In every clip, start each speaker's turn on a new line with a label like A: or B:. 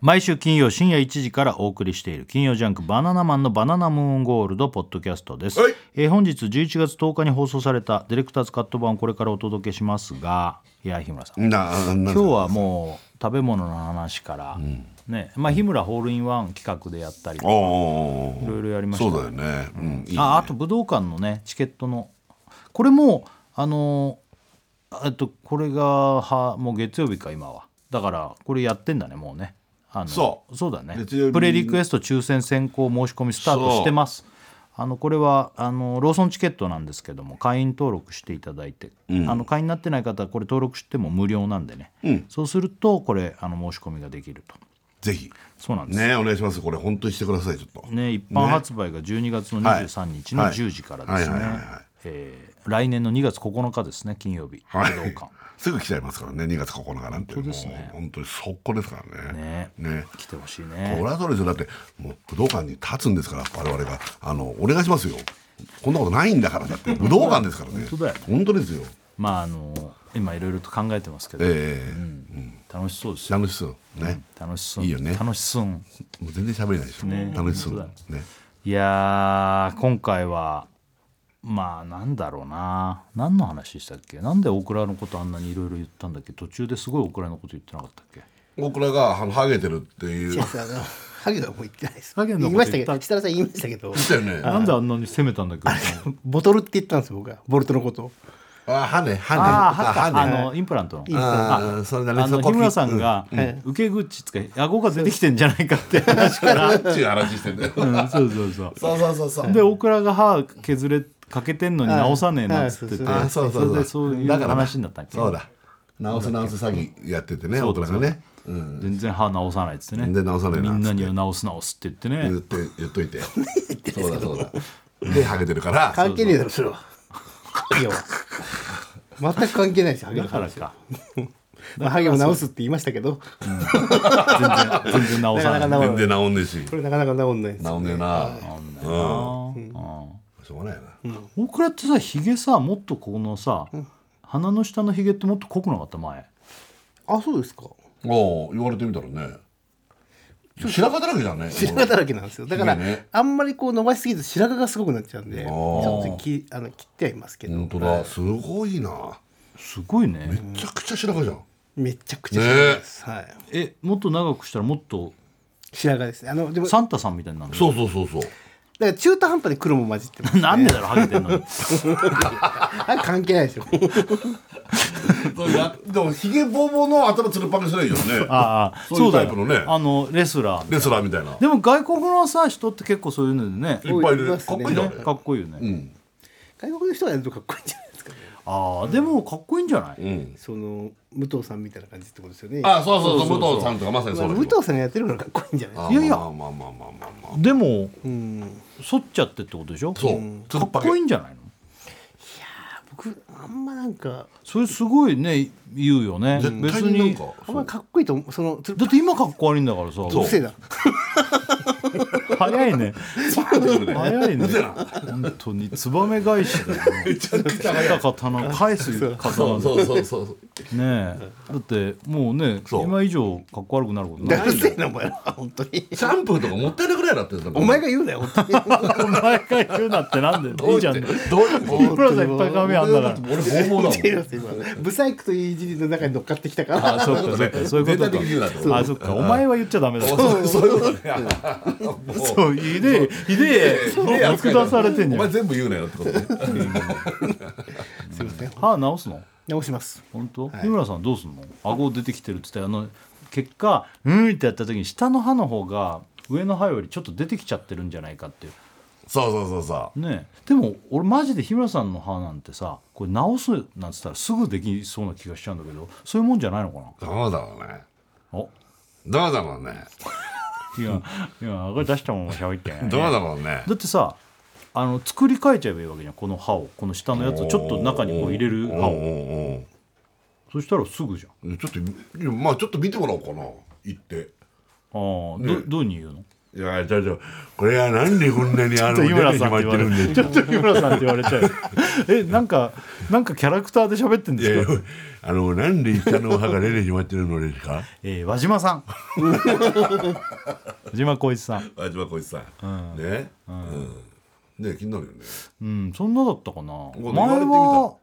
A: 毎週金曜深夜1時からお送りしている金曜ジャンク「バナナマンのバナナムーンゴールド」ポッドキャストです、
B: はい
A: えー本日11月10日に放送されたディレクターズカット版をこれからお届けしますがいや日村さん
B: なな
A: 今日はもう食べ物の話から、ねまあ、日村ホールインワン企画でやったり
B: おーおーおー
A: いろいろやりましたね
B: そうだよね、うん、いい
A: ああと武道館のねチケットのこれもあのーえっとこれがはもう月曜日か今はだからこれやってんだねもうねあの
B: そう
A: そうだね
B: 月曜日
A: プレリクエスト抽選先行申し込みスタートしてますあのこれはあのローソンチケットなんですけども会員登録していただいて、あの会員になってない方はこれ登録しても無料なんでね、そうするとこれあの申し込みができると
B: ぜひ
A: そうなんです
B: ねお願いしますこれ本当にしてくださいちょっと、
A: ね、一般発売が12月の23日の
B: はい
A: 10時からですね
B: はいはいはいはい
A: えー来年の2月9日ですね金曜日、
B: はい
A: 武道館、
B: すぐ来ちゃいますからね2月9日なんて本当です、ね、もう本当に速攻ですからね
A: ね
B: ね
A: 来てほしい
B: 俺
A: ね
B: はそうですよだってもう武道館に立つんですから我々があのお願いしますよこんなことないんだからだって武道館ですからね
A: 本当だよね
B: 本当ですよ
A: まああの今いろいろと考えてますけど、
B: ええ
A: 楽しそうですよ
B: 楽しそうね、
A: 楽しそう
B: いいよね
A: 楽しそう
B: もう全然喋れないでしょ、楽しそう
A: 本
B: ね
A: いやー今回はまあなんだろうな何の話したっけなんでオクラのことあんなにいろいろ言ったんだっけ途中ですごいオクラのこと言ってなかったっけ
B: 僕らがあのハゲてるっていう
C: 違うあのハゲの方言ってないです。
A: ハゲの方
C: 言いましたけ
A: 言
C: ど、設楽さん言いましたけど、
B: だよね
A: なんであんなに責めたんだっけ
C: ボトルって言ったんです僕は、ボルトのことを。
B: あ歯ね歯ね
A: ああ、歯か。あ
B: ね
A: の、インプラントの。
B: あ
A: あ
B: ーそれだね
A: あ
B: そ
A: の
B: こ
A: 日村さんが受け口つか顎が出てきてんじゃないかって 話から、
B: うんっちゅう話してんだよ
A: うん、そうそうそう
B: そうそうそうそう
A: でオクラが歯削れかけてんのに直さねえなっつってて
C: はい
B: あそうそう
A: れ
B: そう
A: でそういう
B: だから
A: 話になったっけ
B: そうだ直す直す詐欺やっててね大人がねうん
A: 全然歯直さないっつってね
B: 全然直さねえなっつ
A: み
B: って
A: んなには直す直すって言って
B: 言っ
A: ね
B: て言っといてそうだそうだでハゲてるから
C: 関係ねえだろ、それは。ハゲは。全く関係ないですよ、ハゲ
A: だ
C: の
A: から
C: 話。
A: か
C: まあハゲを直すって言いましたけど、
A: 全然全然直
C: なか
A: さ
C: な
A: な
C: か
A: い
C: 直
B: 全然
C: んない。
B: 治んねえし
C: これなかなか直んないです。
B: 治んねえな
A: あー
B: しょうがないよな
A: うんオクラってさひげさもっとこのさ鼻の下のひげってもっと濃くなかった前
C: あ、そうですか。
B: おう言われてみたらね白髪だらけだね
C: 白髪だらけなんですよ。だから
B: いいね、
C: あんまりこう伸ばしすぎると白髪がすごくなっちゃうんで、ちょっときあの切ってはいますけど、
B: 本当だすごいな
A: すごいね
B: めちゃくちゃ白髪じゃん
C: めちゃくちゃ白髪です。はい。
A: えもっと長くしたらもっと
C: 白髪ですね。あの、でも、だか
A: サンタさんみたいになる
B: そうそうそうそう
C: ら中途半端で黒も混じってま す。
A: なんでだろうハゲてんのに
C: あれ関係ないですよ。
B: でもひげぼうぼうの頭つるっぱげすればいいよね
A: ああ
B: そうい
A: そううだ
B: タ
A: よ
B: イプのね
A: あのレスラー
B: レスラーみたいないっ
A: でも外国のさ人って結構そういうのでね
B: ぱいいる
C: 多い
B: ね
C: です
B: かっ
C: ね
B: こいいじゃん
A: ねかっこいいよね、
C: 外国の人がやるとかっこいいんじゃないですかね。
A: ああでもかっこいいんじゃない、
B: うん
C: その武藤さんみたいな感じってことですよね。
B: あそうそうそう武藤さんとかまさにそ
C: まあ、
B: うだ
C: 武藤さんがやってるからかっこいいんじゃないですか。
A: いやいや
B: まあまあまあまあまあまあ
A: でも
C: うん。
A: 剃っちゃってってことでしょ
B: そうつる
A: か
B: っぱ
A: っ
B: げ
A: こいいんじゃないの
C: 僕あんまなんか
A: それすごいね言うよね別
B: 絶対になん
A: に
B: か
C: あんまかっこいいと思うそのつる
A: だって今かっこ悪いんだからさ
C: うるせえな。
A: 早いね早いね
B: うだ
A: 本当にツバメ返しだよね
B: ちゃくち
A: 来た刀返す
B: そ
A: 刀
B: う
A: だよ
B: そうそうそう
A: ねえだってもうね
B: そう
A: 今以上かっこ悪くなること
C: う
A: ない
C: るせえなお前ら本当に。
B: シャンプーとかもったいなくないなって
C: お前が言うなよ本当に。
A: お前が言うなってなんでいいじゃ
B: ど
A: んね
B: ういうこ
A: いくらさんいっぱい髪あんだから
B: 俺ぼうぼうだもん
C: 違います今。ブサイクといういじりの中に乗っかってきたか
A: あ
C: ら。
A: そっかそっかそういうこ
B: 全
A: と
B: 体的に言うなってこと
A: かあそっかお前は言っちゃダメだ
B: そうそういうことねもう
A: そうひでえひでえ
B: ひでえ
A: 見
B: 扱いだ
A: 下されてんじ
B: お
A: ゃ
B: 前
A: ん
B: 全部言うなよってことね
C: すいません。
A: 歯直すの
C: 直します。
A: 本当日村さんどうすんの顎出てきてるっつってあの結果うんってやった時に下の歯の方が上の歯よりちょっと出てきちゃってるんじゃないかっていう
B: そうそうそうそう
A: ねえでも俺マジで日村さんの歯なんてさこれ直すなんつったらすぐできそうな気がしちゃうんだけどそういうもんじゃないのかな
B: どうだろうね
A: お
B: どうだろうね
A: いやいや顎出したまま喋ってん ね
B: どうだろうね
A: だってさあの作り変えちゃえばいいわけじゃんこの歯をこの下のやつをちょっと中にこう入れる歯
B: おうお
A: を
B: うおう
A: そしたらすぐじゃん
B: ちょっとまあちょっと見てもらおうかな行って
A: ああ、どどういうふうに言うの
B: いやちょっとこれはなんでこんなにあ
A: ちょ
B: の
A: っと
B: 出て
A: 井村さ
B: し
A: んっ
B: まってて
A: 言われ
B: るんで
A: ちゃう。ちょっと井村さんって言われちゃう。え、なんか、なんかキャラクターで喋ってん
B: いや
A: ですか。
B: あのなんで一旦の歯が出てしまってるのですか
A: えー、和島さん。和島浩一さん。
B: あじまこいつさん、ね、うん、ね気になるよね
A: うん、そんなだったかな。前
B: 言われてみたら
A: は。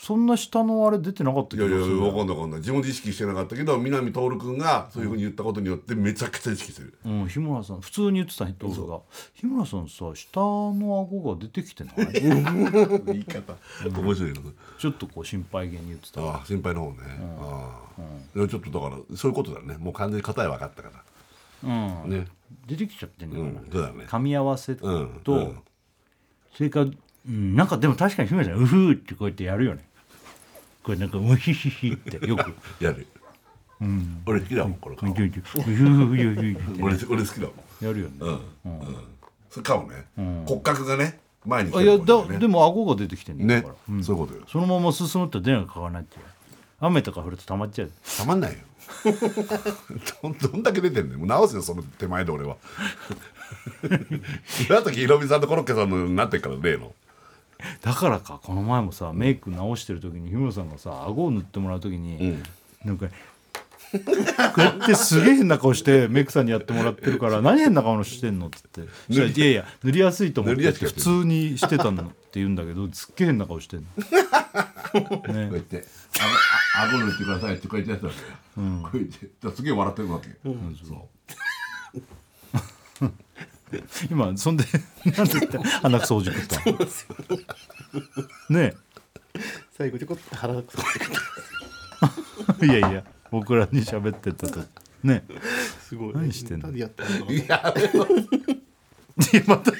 A: そんな下のあれ出てなかった
B: い
A: け
B: や
A: ど。
B: いや分かんない分かんない自分で意識してなかったけど南徹君がそういうふうに言ったことによってめちゃくちゃ意識してる
A: うん、日村さん普通に言ってた人が日村さんさ下の顎が出てきてない
B: 言い方面白いな
A: ちょっとこう心配げに言ってた
B: ああ心配の方ね、ああ、いやちょっとだからそういうことだねもう完全に答え分かったか
A: うん
B: らね
A: 出てきちゃってんだ
B: う
A: から、
B: んそうだね
A: 噛み合わせと、
B: うんうん
A: それから、うん、なんかでも確かに日村さん「うふー」ってこうやってやるよねこれなんか「うひひひ」ってよく
B: やる、俺好きだもんこの
A: 「う
B: 顔
A: ひひひ」って
B: 俺俺好きだもん
A: やるよね
B: うんうんそれかもね、骨格がね前に来
A: あ
B: て
A: いや
B: るもん
A: だ
B: ね
A: でも顎が出てきてんだ
B: ね
A: から、
B: そういうことよ
A: そのまま進むって電話かからないっていう雨とか降ると溜まっちゃう
B: たまんないよ どんどんだけ出てんねんもう直すよその手前で俺は 岩崎宏美さんとコロッケさんのなってっから例の
A: だからかこの前もさメイク直してる時に日村さんがさ顎を塗ってもらう時に、なんかこうやってすげえ変な顔してメイクさんにやってもらってるから何変な顔してんのって言ってそしたら「いやいや塗りやすいと思っ
B: 塗り
A: て
B: やすくや
A: 普
B: ってる
A: 通にしてたの」って言うんだけどすっげえ変な顔してんの。
B: こう
A: ね
B: やって「あご塗ってください」ってこうやってやってたわけ、こうやってだからすげえ笑ってるわけ、そ
A: 今そんでなんで言って鼻くそほじくったのね
C: 最後ちょこっと腹がくそ
A: えいやいや僕らに喋ってた時ねえ
C: すごい
A: 何してんの
C: なんでやったの
B: ういや
A: いやまた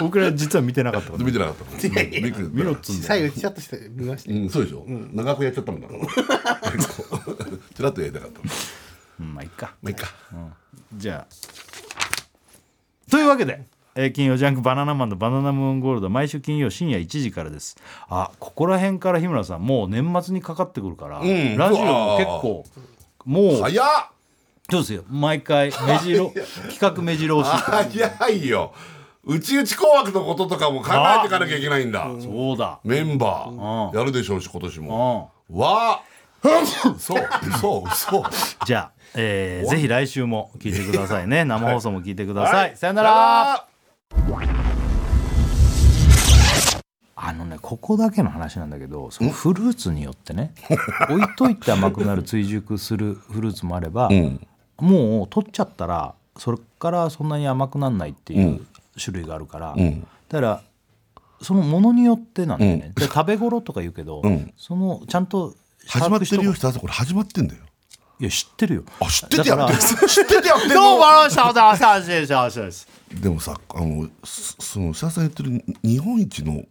A: 僕ら実は見てなかったこと
B: 見てなかったもんびっくり
A: 見ろっつうんだよ
C: 最後ちゃっとして見ました
B: うん、そうでしょ、長くやっちゃったもん だからちらっとやりたかったもんま
A: うんまあいっか
B: あいいか
A: じゃあというわけで、えー金曜ジャンク「バナナマンのバナナムーンゴールド」毎週金曜深夜1時からですあここら辺から日村さんもう年末にかかってくるから、
B: ん
A: ラジオも結構もう
B: 早っ
A: そうですよ毎回目白企画目白押し
B: 早いようちうち紅白のこととかも考えていかなきゃいけないんだ
A: そうだ
B: メンバー
A: うん
B: やるでしょうし今年
A: うん
B: もわあそうそうそう
A: じゃあ、えーぜひ来週も聞いてくださいね生放送も聞いてください、さよなら
B: あ
A: あのねここだけの話なんだけどそのフルーツによって ね置いといて甘くなる追熟するフルーツもあれば、もう取っちゃったらそれからそんなに甘くならないっていう種類があるから、だからそのものによってなんだよね、で食べ頃とか言うけど、そのちゃんと
B: 始まってるよ
A: 把握しとこ
B: したこれ始まってんだよ
A: ういや知ってるよ
B: あ知っててやってる
A: だから
B: 知っててやってる
A: どうもありがとうございました失礼します失礼します
B: でもさあのすその設楽さん言ってるに日本一の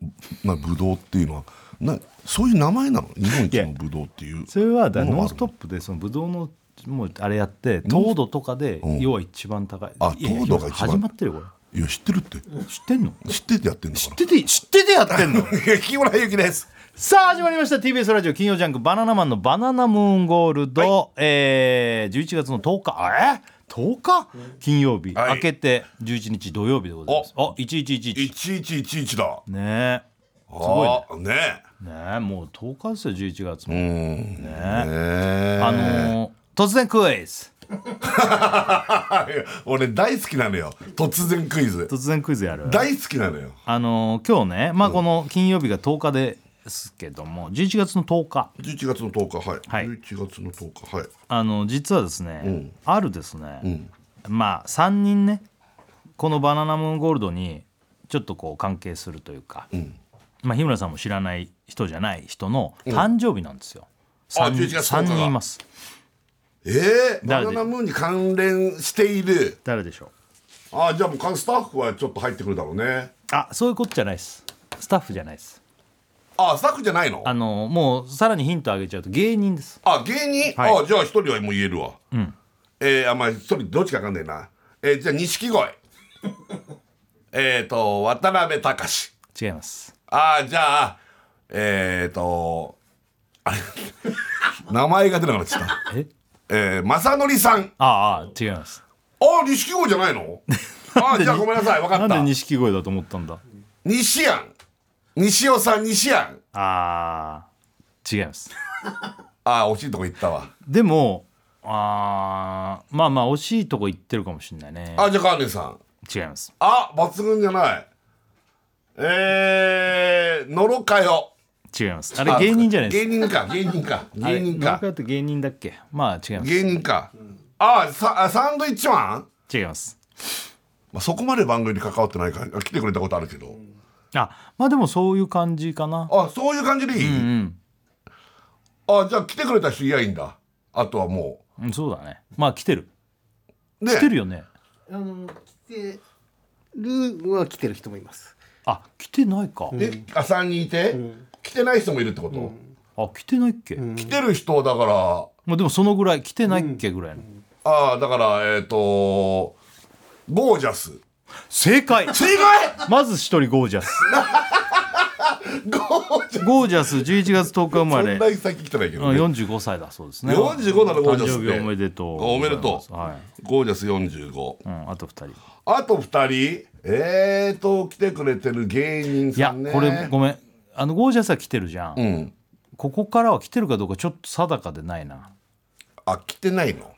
B: なブドウっていうのはなそういう名前なの日本一のブドウっていう
A: それはだから
B: ものがあるの
A: ノンストップでそのブドウのもうあれやって糖度とかで
B: ん
A: 要は一番高い、
B: あ
A: いやいや
B: 糖度が一番
A: 始まってるよこ
B: いや知ってるって
A: れ知ってんの
B: 知っててやってんだから
A: 知ってて知っててやってんの
B: 木村ゆきです
A: さあ始まりました TBS ラジオ金曜ジャンク「バナナマンのバナナムーンゴールド」えー、11月の10日あえ10日金曜日、
B: はい
A: 明けて11日土曜日でございますあ1111
B: 1111だ
A: ねえ
B: す
A: ごいね
B: ね
A: ねえもう10日ですよ11月も、
B: えうんねえ
A: あのー突然クイズ
B: 俺大好きなのよ突然クイズ
A: 突然クイズやる
B: 大好きなのよ
A: あのー今日ね、まあ、この金曜日が10日ですけども11月の10日
B: 11月の10日はい、
A: はい
B: 11月の10日はい
A: あの実はですね、あるですね、まあ3人ねこの「バナナムーンゴールド」にちょっとこう関係するというか、まあ、日村さんも知らない人じゃない人の誕生日なんですよ、
B: あ
A: 三人
B: 11月10
A: 3
B: 日が
A: 人います
B: ええバ
A: 誰で
B: ナナムーンに関連している
A: 誰でしょう
B: あじゃあもうスタッフはちょっと入ってくるだろうね
A: あそういうことじゃないですスタッフじゃないです
B: あスタッフじゃないの
A: あ
B: あ
A: のもうさらにヒントあげちゃうと芸人です
B: 芸人、
A: はい
B: あじゃあ一人はもう言えるわうんえー、あまあ一人どっちかわかんねえなえー、じゃあ錦鯉 えっと渡辺隆
A: 違います
B: ああじゃあえっ、ー、と あれ名前が出なくなっちゃった
A: え
B: えー、正則さん
A: ああ違います
D: ああ錦鯉じゃない のああじゃあごめんなさい分か
A: な
D: っ
A: んで
D: た
A: 錦鯉だと思ったんだ
D: 西安西尾さん西安
A: あー違い ます
D: ああ惜しいとこ行ったわ
A: でもあーまあまあ惜しいとこ行ってるかもしれないね
D: ああじゃあカーネさん
A: 違います
D: あ抜群じゃないえー、のろかよ
A: 違いますあれ芸人じゃないです
D: 芸人か芸人か
A: あれ
D: 芸人
A: 野
D: か
A: 中って芸人だっけまあ違います
D: 芸人かああササンドイッチマン、
A: 違います
D: まあ、そこまで番組に関わってないからあ来てくれたことあるけど
A: あまあでもそういう感じかな
D: あそういう感じでいい、
A: うん
D: あじゃあ来てくれた人いやいいんだあとはも
A: うんそうだねまあ来てる
D: うね
A: 来てるよね
C: あの来てるは来てる人もいます。
A: あ来てないか、
D: えあ3人いて、来てない人もいるってこと、
A: あ来てないっけ、
D: 来てる人だから
A: まあでもそのぐらい来てないっけぐらいの、
D: ああだからえっ、とゴージャス
A: 正解
D: 正解
A: まず一人ゴージャス
D: ゴージャス
A: ゴージャス11月10日生ま
D: そ
A: れ
D: んなに先来てないけど、ね、
A: 45歳だそうですね
D: 45なのゴージャス
A: 誕生日おめでとう
D: おめでとう、
A: は
D: ゴージャス45
A: い、うん、あと2人
D: あと2人えーと来てくれてる芸人
A: いや
D: さんね
A: これごめんあのゴージャスは来てるじゃん、
D: うん
A: ここからは来てるかどうかちょっと定かでないな
D: あ来てないの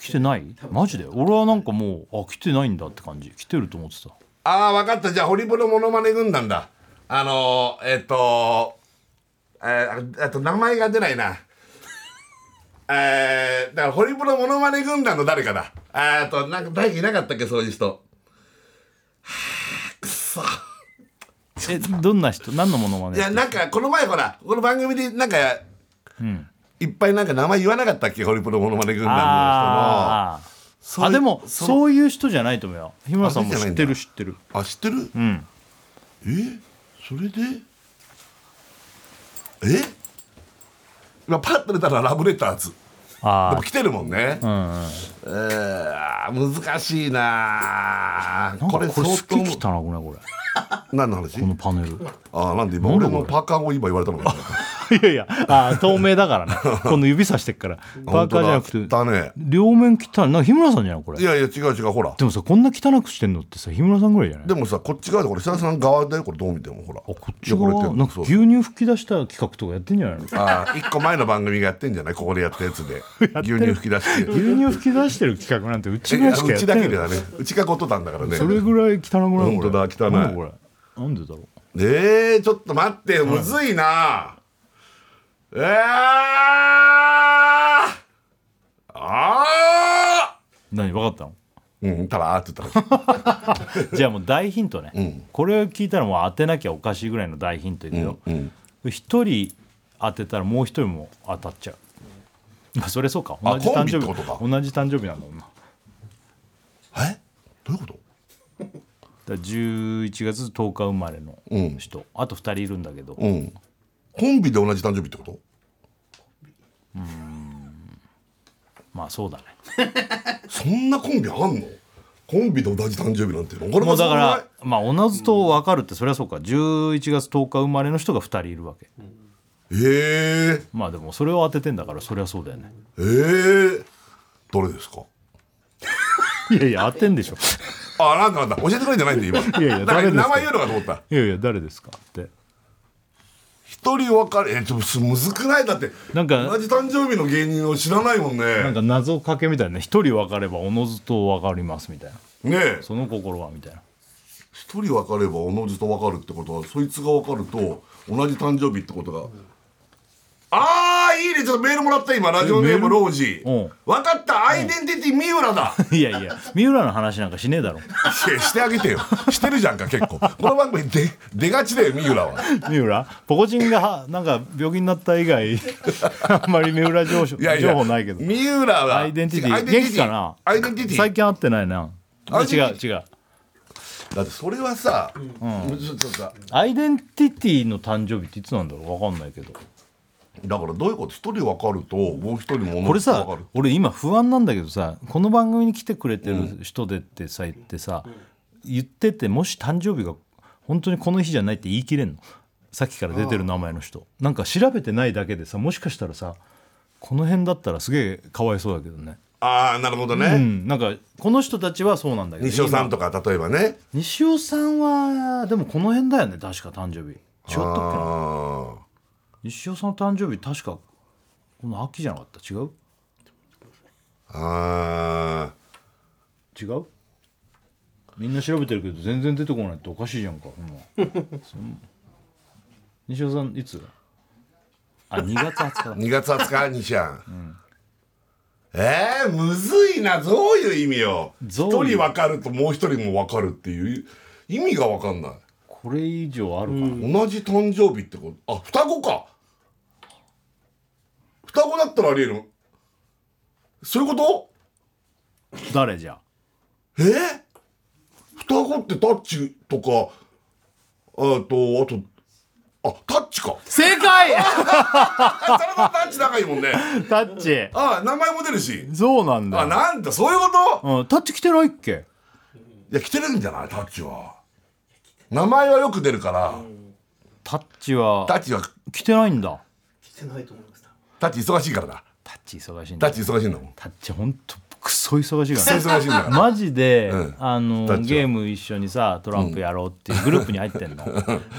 A: 来てないマジで俺はなんかもうあ来てないんだって感じ来てると思ってた
D: ああ分かったじゃあホリプロモノマネ軍団だあのー、えっ、とえー、ああと名前が出ないな えー、だからホリプロモノマネ軍団の誰かだあーあとなんか誰かいなかったっけそういう人はあくそ
A: えどんな人何のものま
D: いや
A: ね
D: なんかこの前ほらこの番組でなんか、いっぱいなんか名前言わなかったっけホリプロモノマネ軍団の
A: あー
D: 人の
A: あでも
D: そ
A: そういう人じゃないと思うよ日村さんも知ってる知ってる
D: あ知ってる
A: うん
D: えそれでえ今パッと出たらラブレターズで
A: あ
D: も来てるもんね、
A: あうんうん
D: えー、難しいなあ
A: なん
D: こ
A: か
D: れ
A: これ
D: 相
A: 好
D: 当
A: ききたなこれこれ
D: 何の話
A: このパネル
D: あーなんで今俺のパーカーを今言われたのか
A: いやいや、あー透明だ からね。この指さしてっから。パーカーじゃなくて、
D: だね
A: 両面汚い。なんか日村さんじゃないこれ。
D: い
A: で
D: やいや違う違うほら
A: もさ、こんな汚くしてんのってさ、日村さんぐらいじゃない
D: でもさこっち側でこれ設楽さん側だよこれどう見てもほら
A: あ、こっち側、なんか牛乳吹き出した企画とかやってんじゃ ないの
D: あー一個前の番組がやってんじゃないここでやったや つで牛乳吹き出して
A: 牛乳吹き出してる企画なんてうち
D: え
A: ぐらいしか
D: う
A: やっ
D: ち
A: て
D: だけ
A: ない
D: で。だねうちがことたんだからね
A: それぐらい汚くない
D: 本当だ
A: これ
D: 汚い
A: なんだこれ。なんでだろう。
D: えー、ちょっと待ってむずいな、えー、あ
A: 何分かったの
D: ーうんたらーって言 ったら
A: じゃあもう大ヒントね、これを聞いたらもう当てなきゃおかしいぐらいの大ヒントいくよ一、人当てたらもう一人も当たっちゃう、まあ、それそうか
D: あ
A: 同じ誕生
D: コンビってこと
A: 日同じ誕生日なんだもんなだか
D: えどういうこと
A: ら11月10日生まれの人、あと2人いるんだけど、
D: うんコンビで同じ誕生日ってこと
A: まあそうだね
D: そんなコンビあんのコンビで同じ誕生日なんてなか
A: も
D: なか
A: うだ
D: そ
A: か
D: んな
A: らまあおのずと分かるってそりゃそうか11月10日生まれの人が2人いるわけ、
D: え
A: まあでもそれを当ててんだからそりゃそうだよね
D: ー、えー、どれですか
A: いやいや当てんでしょ
D: あなんだなんだ教えてくれんじゃないんで今
A: いやいや
D: だから
A: 誰です
D: 名
A: か
D: 前言うのかと思った
A: いやいや誰ですかって
D: 一人分かれえちょっとむずくないだって
A: なんか
D: 同じ誕生日の芸人を知らないもん
A: なん
D: ね
A: か謎かけみたいな一人分かればおのずと分かりますみたいな
D: ねえ
A: その心はみたいな
D: 一人分かればおのずと分かるってことはそいつが分かると同じ誕生日ってことが、ああいいねちょっとメールもらった今ラジオネームロージ
A: うん
D: 分かったアイデンティティ三浦だ
A: いやいや三浦の話なんかしねえだろ
D: いやしてあげてよしてるじゃんか結構この番組で出がちだよ三浦は
A: 三浦ポコチンがなんか病気になった以外 あんまり三浦情報
D: いやいや
A: 情報ないけど
D: 三浦は
A: アイデンティティ
D: 違うアイデン
A: 元気かな
D: アイデンティティ
A: 最近会ってないな
D: アイ
A: 違う
D: デンティ
A: 違う
D: だって それはさ、ちょっとさ
A: アイデンティティの誕生日っていつなんだろう分かんないけど
D: だからどういうこと一人分かるともう一人もおの
A: これ
D: ずと
A: さ
D: 分かる
A: 俺今不安なんだけどさこの番組に来てくれてる人でってさ言ってさ、言っててもし誕生日が本当にこの日じゃないって言い切れんのさっきから出てる名前の人なんか調べてないだけでさもしかしたらさこの辺だったらすげえかわいそうだけどね
B: ああなるほどね、
A: うん、なんかこの人たちはそうなんだけど
B: 西尾さんとか例えばね
A: 今西尾さんはでもこの辺だよね確か誕生日違ったっけな
B: ああ
A: 西尾さんの誕生日確かこの秋じゃなかった違う
B: あ
A: 違うみんな調べてるけど全然出てこないっておかしいじゃんかほんまそん西尾さんいつあ2月20
B: ー
A: 日
B: 2月20日にちゃん、えー、むずいなどういう意味よ
A: ど
B: 一
A: ういう
B: 人分かるともう一人も分かるっていう意味が分かんない
A: これ以上あるかな、
B: 同じ誕生日ってことあ双子か双子だったらありえるそういうこと
A: 誰じゃ
B: えー、双子ってタッチとかあとあとあタッチか
A: 正解
B: あタラタタッチ仲いいもんね
A: タッチ
B: あ名前も出るし
A: そうなんだ
B: あなんだそういうこと
A: うん、タッチ来てないっけ
B: いや来てるんじゃないタッチは名前はよく出るから、
A: タッチは
B: タッチは
A: 来てないんだ
C: 来てないと思いました
B: タッチ忙しいからだ
A: タッチ忙しいん
B: タ
A: だ
B: ッチ忙しいんだもん
A: タッチほんとクソ忙しいから
B: 忙
A: ね
B: しいんだ から
A: マジで、
B: うん
A: あの
B: タッチは
A: ゲーム一緒にさトランプやろうっていうグループに入ってんの、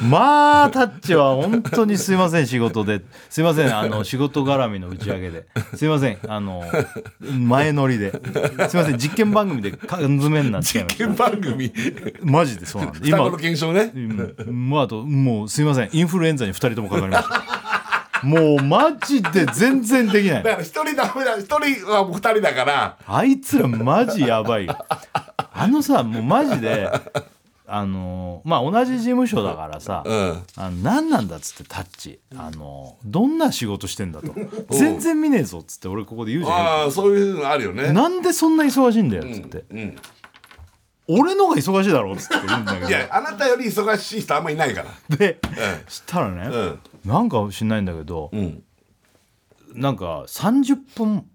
A: まあタッチは本当にすいません仕事ですいませんあの仕事絡みの打ち上げですいませんあの前乗りですいません実験番組で缶詰になっちゃいまし
B: 実験番組
A: たマジでそうなんで
B: 双子の検証ね
A: うん、まああともうすいませんインフルエンザに2人ともかかりましたもうマジで全然できな
B: だ
A: い
B: から一人ダメだ一人はもう二人だから
A: あいつらマジやばいよあのさもうマジであのまあ同じ事務所だからさ、
B: うん
A: あの何なんだっつってタッチあのどんな仕事してんだと全然見ねえぞっつって俺ここで言うじゃ
B: ああそういうのあるよ
A: ん
B: ね
A: なんでそんな忙しいんだよっつって、
B: うん
A: 俺のが忙しいだろっつって言うんだ
B: い
A: け
B: やあなたより忙しい人あんまいないから
A: どでしたらね、
B: うん
A: なんか知んないんだけど、
B: うん
A: なんか30分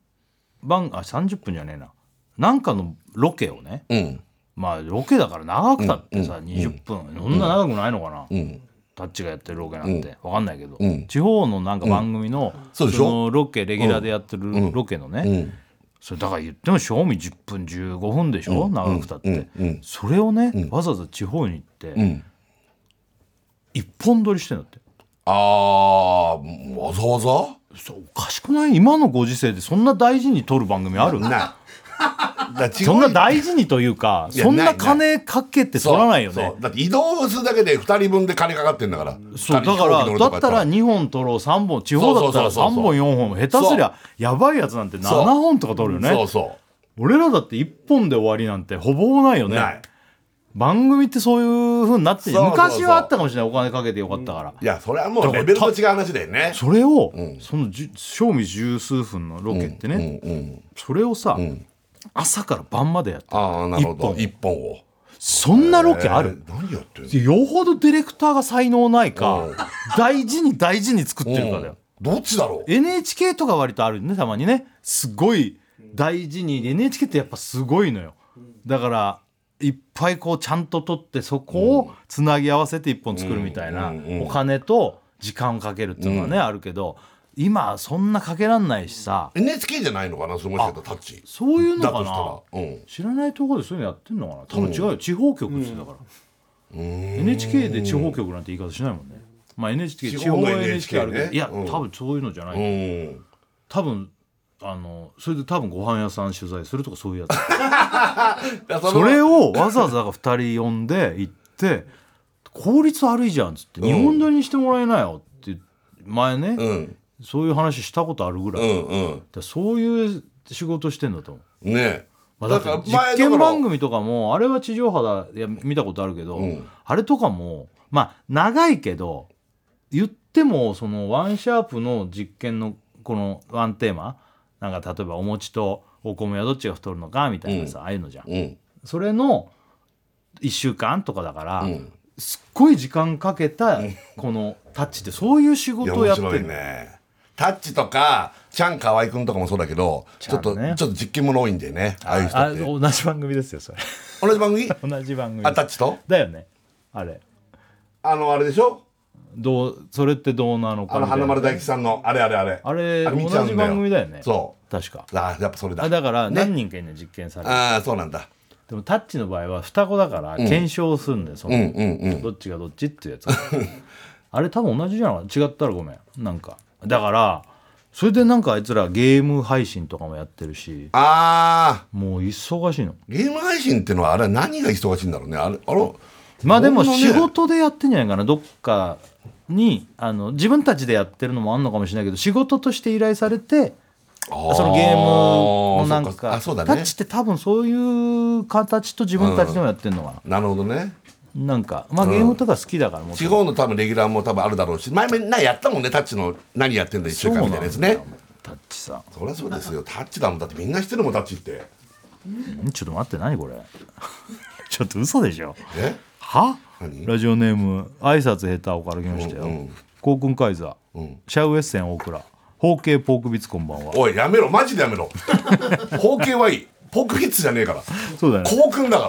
A: 番あ30分じゃねえななんかのロケをね
B: うん
A: まあロケだから長くたってさ、20分、そんな長くないのかな、
B: うん
A: タッチがやってるロケなんて、わかんないけど、
B: うん
A: 地方のなんか番組の、
B: そうでしょ
A: のロケレギュラーでやってるロケのね、
B: うん
A: それだから言っても賞味10分15分でしょ、長くたって、
B: うんうん
A: それをね、わざわざ地方に行って、
B: ん
A: 一本撮りしてんだって
B: ああわざわざ
A: そうおかしくない今のご時世でそんな大事に撮る番組ある
B: ない だ
A: そんな大事にというか、
B: いや
A: そん
B: ないな
A: な
B: い
A: 金かけて取らないよね
B: そう。だって移動するだけで二人分で金かかってんだから
A: そう
B: 二
A: だ
B: 人
A: か
B: 飛行機乗
A: ら
B: る
A: だ
B: と
A: ったら2本取ろう3本地方だったら
B: そうそうそうそう
A: 3本4本下手すりゃやばいやつなんて7
B: そう
A: 本とか取るよ
B: そう
A: ね
B: そ
A: 俺らだって1本で終わりなんてほぼないよ
B: うない
A: ね番組ってそういう風になって
B: そうそうそう
A: 昔はあったかもしれないお金かけてよかったから
B: いやそれはもうレベルの違う話だよね
A: それをそのじゅ賞味十数分のロケってね
B: うんうん
A: それをさ朝から晩までやって
B: ああなるほど一本を
A: そんなロケある
B: えー何やってんの
A: よほどディレクターが才能ないか大事に大事に作ってるかだよ
B: どっちだろう
A: NHK とか割とあるよねたまにねすごい大事に NHK ってやっぱすごいのよだからいっぱいこうちゃんと撮ってそこをつなぎ合わせて一本作るみたいな
B: うんうんうん
A: お金と時間をかけるっていうのはねあるけど今そんなかけらんないしさ
B: NHK じゃないのかなその人タッチ
A: そういうの
B: だ
A: か
B: とし
A: な
B: たらうん
A: 知らないところでそういうのやってんのかな多分違うよ、地方局っつってたから、NHK で地方局なんて言い方しないもんねまあ NHK
B: 地
A: 地
B: 方
A: 方
B: の
A: の
B: NHK
A: NHK あるけど、
B: ね
A: いや、
B: うん
A: 多分そういうのじゃない、
B: うん
A: 多分あのそれで多分ご飯屋さん取材するとかそういう やつ
B: だから
A: それをわざわざ2人呼んで行って効率悪いじゃんっつって、日本撮りにしてもらえないよって前ね、
B: うん
A: そういう話したことあるぐらい、
B: う
A: だ
B: ん
A: か
B: うん
A: らそういう仕事してんだと思う
B: ね
A: まあ、だって実験番組とかもあれは地上波だいや見たことあるけど、
B: ん
A: あれとかもまあ長いけど言ってもそのワンシャープの実験のこのワンテーマなんか例えばお餅とお米はどっちが太るのかみたいなさ、ああいうのじゃん。
B: うん
A: それの1週間とかだから、
B: ん
A: すっごい時間かけたこのタッチってそういう仕
B: いや
A: 事をや
B: 面
A: ってる
B: 白いねタッチとかちゃん河合くんとかもそうだけど
A: ち
B: ちょ
A: ゃ
B: っ
A: ん
B: とちょ
A: ね
B: っと実験もの多いんだよねああいう人
A: あ
B: って
A: 同じ番組ですよそ
B: 同
A: れ
B: じ番組
A: 同じ番組で
B: あ
A: す
B: タッチと
A: だよねあれ
B: あのあれでしょ
A: どうそれってどうなのか
B: あの
A: みたいな
B: 花丸大吉さんのあれあれあれ
A: あれ
B: 見ちゃうんだよ
A: 同じ番組だよね
B: そ
A: 確か
B: あーやっぱそれだ
A: あ
B: あ
A: だから何人かいるの実験されて、
B: あーそうなんだ
A: でもタッチの場合は双子だから検証するんだよ、その
B: うんうんうん
A: どっちがどっちっていうやつが あれ多分同じじゃない違ったらごめんなんかだからそれでなんかあいつらゲーム配信とかもやってるし
B: ああ
A: もう忙しいの
B: ゲーム配信ってのはあれは何が忙しいんだろうねあれあれ
A: まあでも
B: そんなね
A: 仕事でやってんじゃないかなどっかにあの自分たちでやってるのもあんのかもしれないけど仕事として依頼されて
B: あー
A: そのゲームのなん
B: そっか
A: か
B: あそうだ
A: タ
B: ね
A: ッチって多分そういう形と自分たちでもやってるのかな、
B: なるほどね
A: なんかまあゲームとか好きだからも
B: 地方の多分レギュラーも多分あるだろうし前もなやったもんねタッチの何やってんだ一週
A: そう
B: 間み
A: なん
B: たいな
A: で
B: やつ
A: す
B: ね
A: タッチさん
B: そりゃそうですよタッチだもんだってみんな知ってるもんタッチって
A: んちょっと待って何これ ちょっと嘘でしょ
B: え
A: は
B: 何
A: ラジオネーム挨拶下手おから来ましたよ、
B: うんうん
A: コウ君カイザー、
B: うん
A: シャウエッセン大倉包茎ポークビツこんばんは
B: おいやめろマジでやめろ包茎はいいポークフィッツじゃねえから
A: そうだよね
B: 校訓だか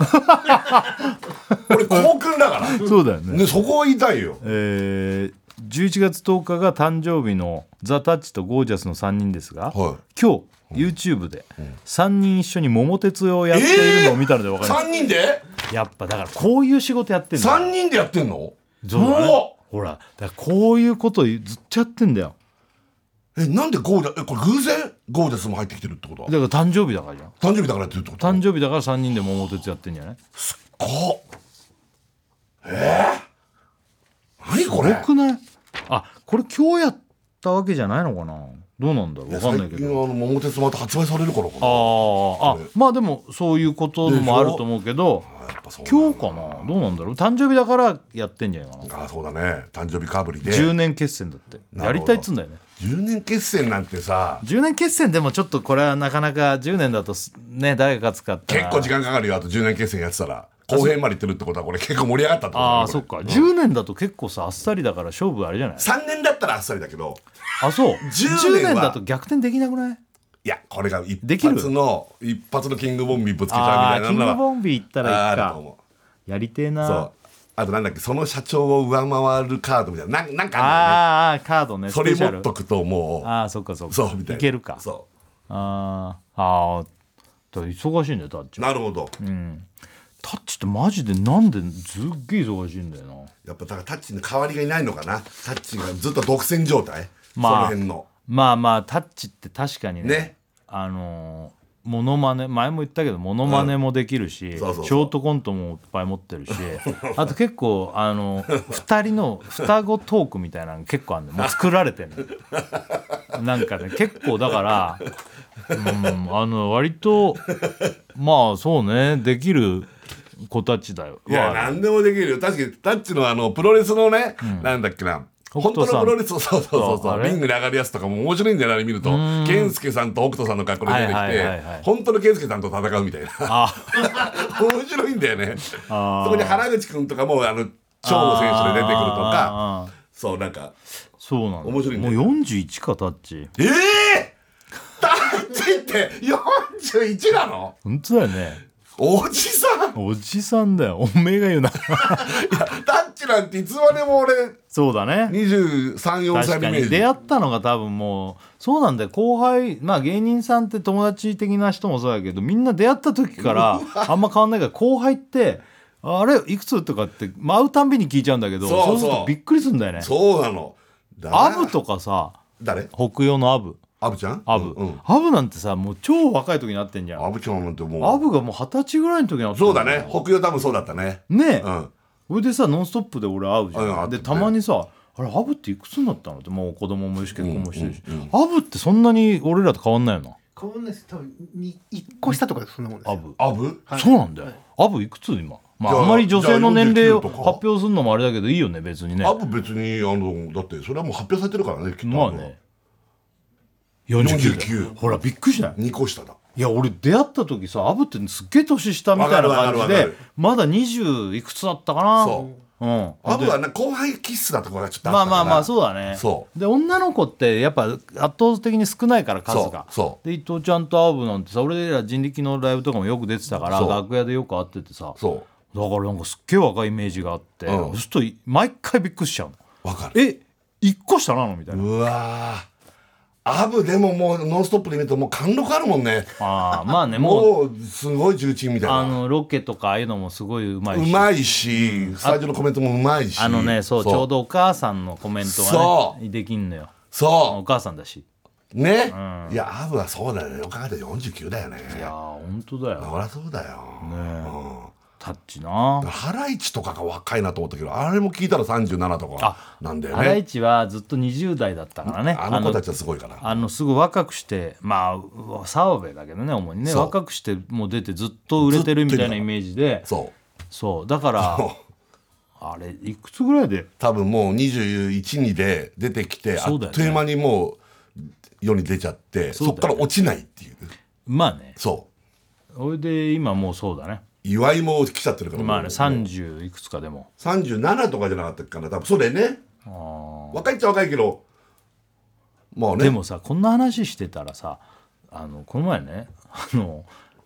B: ら俺校訓だから
A: そうだよね
B: ねそこを言いたいよ
A: えー11月10日が誕生日のザ・タッチとゴージャスの3人ですが、
B: は
A: 今日 YouTube で3人一緒に桃鉄をやっているのを見たので分かりまし
B: 3人で
A: た、やっぱだからこういう仕事やってんだ
B: 3人でやってんの
A: そうだね
B: うわ
A: ほらだからこういうことずっとやってんだよ
B: えなんでゴージャえこれ偶然ゴージャスも入ってきてるってことは
A: だから誕生日だからじゃん
B: 誕生日だからやってるってこと
A: 誕生日だから3人で桃鉄やってんじゃない
B: こえー、何これ
A: よくないあこれ今日やったわけじゃないのかなどうなんだろう分かんないけ
B: 最近あ
A: ど
B: の桃鉄また発売されるからか
A: あ
B: な
A: ーあまあでもそういうこともあると思うけど
B: あやっぱそう
A: 今日かなどうなんだろう誕生日だからやってんじゃないかな
B: あそうだね誕生日かぶりで
A: 10
B: 10,
A: 年決戦だって
B: なるほど
A: やりたいっつうんだよね
B: 年決戦なんてさ
A: 10年決戦でもちょっとこれはなかなか10年だとすね誰が勝つかって
B: 結構時間かかるよあと10年決戦やってたら後編まで行ってるってことはこれ結構盛り上がったってこと
A: ああ
B: だね
A: ーそっ
B: こ
A: か
B: れ
A: 10年だと結構さあっさりだから勝負あれじゃない
B: 3年だったらあっさりだけど
A: あそ
B: 10
A: う10
B: 年は
A: 年だと逆転できなくない
B: いやこれが一
A: できる
B: 発の一発のキングボンビーぶつけち
A: あ
B: ゃ
A: あ
B: うみ
A: ー
B: た
A: キ
B: い
A: ン
B: なの
A: グ
B: は
A: ボンビー行ったら
B: あ
A: いい
B: ると
A: か
B: 思
A: やりてえ
B: う
A: な
B: そうあとなんだっけその社長を上回るカードみたいななんなんかあ
A: あーあーカードね
B: るんだよねそ
A: スペシ
B: れ
A: ャ
B: 持っ
A: ル
B: とくとも
A: ああそっかそっ
B: う
A: か
B: そうみたいない
A: けるか
B: そ
A: あーあーだから忙しいんだよタッ
B: う
A: チ
B: なるほど
A: タッチってマジでなんですっげえ忙しいんだよな
B: やっぱだからタッチの代わりがいないのかなタッチがずっと独占状態そ
A: まあ
B: の辺の
A: まあまあタッチって確かにね
B: ね
A: あのーモノマネ前も言ったけどモノマネもできる
B: そ
A: し、
B: うそうそう
A: ショートコントもいっぱい持って るしあと結構あの2人の双子トークみたいなの結構あるんだよもう作られてん のなんかね結構だからうんあの割とまあそうねできる子たちだよ
B: いや、
A: まあ
B: 何でもできるよ。確かに、タッチのあの、プロレスのね、なんだっけな。
A: 北
B: 本当
A: 斗さ
B: の
A: ん
B: プロレス、そうそうそう
A: あ
B: そう、
A: れ
B: リングに上がるやつとかも面白いんじゃないあれ見ると、健介さんと北斗さんの格好で出てき
A: はいはいはいは
B: て
A: い、
B: 本当の健介さんと戦うみたいな。
A: あ
B: 面白いんだよね。そ
A: あー
B: こに原口くんとかも、あの、長野選手で出てくるとか、
A: あーあーあー
B: そう、なんか、
A: そうなんだ
B: 面白いね
A: もう41かタッチ
B: ええタッチって41なの
A: 本当だよね
B: おじさん
A: おじさんだよおめえが言うな
B: いや、タッチなんていつまでも俺、
A: そうだね
B: 23、4歳
A: 確
B: の
A: か
B: イメー
A: に
B: ジ。
A: 出会ったのが多分もうそうなんだよ後輩まあ芸人さんって友達的な人もそうだけどみんな出会った 時からあんま変わんないから後輩ってあれいくつとかってまあ会うたんびに聞いちゃうんだけど
B: そうそう
A: するとびっくりするんだよね
B: そうなの。だ
A: アブとかさ
B: 誰
A: 北洋のアブ
B: アブちゃん
A: アブ、
B: うんうん
A: アブなんてさもう超若い時になってんじゃん
B: アブちゃんなんて
A: ア
B: もう
A: ブがもう二十歳ぐらいの時になってん
B: そうだね北洋多分そうだったね
A: ねえ、
B: うん
A: それでさ「ノンストップ!」で俺会うじ
B: うん会
A: ゃ
B: っ
A: ん
B: て
A: で
B: て
A: たまにさ「あれアブっていくつになったの?」ってもう子供もいるし結婚もしてるし、
B: うんうんう
A: アブってそんなに俺らと変わんないよ
C: 変わんないです多分に一個下とかそんなもんで
A: な
C: す
A: ア
C: よ
A: ブ、
B: アブ
C: はい
A: そうなんだよ、アブいくつ今、ま
B: じゃ
A: あ、
B: あ
A: あんまり女性の年齢を
B: じゃあ49
A: 発
B: とか
A: 表するのもあれだけどいいよね別にね
B: アブ別にあのだってそれはもう発表されてるからねきっと
A: まあね49だよ
B: 49
A: ほらびっくりしない
B: 2個下だ
A: いや俺出会った時さアブってすっげえ年下みたいな
B: わかるわか
A: 感じ
B: るわか
A: で
B: る
A: まだ20いくつだったかな、
B: そう
A: ん、
B: アブはね後輩キスだとかがちょっと
A: ま
B: あ
A: あ
B: ったか
A: ま
B: ら
A: あまあそうだね
B: そ
A: で女の子ってやっぱ圧倒的に少ないから数が
B: そうそう
A: で伊藤ちゃんと会うなんてさ俺ら人力のライブとかもよく出てたから
B: そう
A: 楽屋でよく会っててさだか
B: そ
A: らなんかすっげえ若いイメージがあって、
B: うん
A: そうすると毎回びっくりしちゃうの
B: うわかる
A: え一個下なのみたいな
B: うわー
D: アブでももう「ノンストップ!」で見るともう貫禄あるもんね
A: ああまあねもう
D: もうすごい重鎮みたい
A: あ
D: な
A: のロケとかああいうのもすごいうま
D: う
A: いし
D: まいしスタジオのコメントもうまいし
A: あのねそうちょうどお母さんのコメントが
D: そ
A: ねできんのよお
D: そ
A: 母さんだし
D: うね、いやアブはそうだよねよく考えたら49だよね
A: いやー本当だよ
D: そりゃそうだよ、
A: タッチな
D: ハライチとかが若いなと思ったけどあれも聞いたら37とかなんだよ
A: ハライ
D: ね
A: チはずっと20代だったからね
D: あの子たちはすごいから
A: あのすぐ若くしてまあ澤部だけどね主にね
D: そう
A: 若くしてもう出てずっと売れてるみたいなイメージでそう
D: そう
A: だから
D: そう
A: あれいくつぐらいで
D: 多分もう21にで出てきて、あ
A: そうだよね
D: っという間にもう世に出ちゃってそ
A: そうだよね
D: っから落ちないっていう
A: まあね
D: そ
A: それで今もうそうだね
D: う岩井も来ちゃってるから、
A: まあね
D: もう
A: 30いくつかでも
D: 37とかじゃなかったかな多分それね若いっちゃ若いけどまあね
A: でもさこんな話してたらさあのこの前ねあの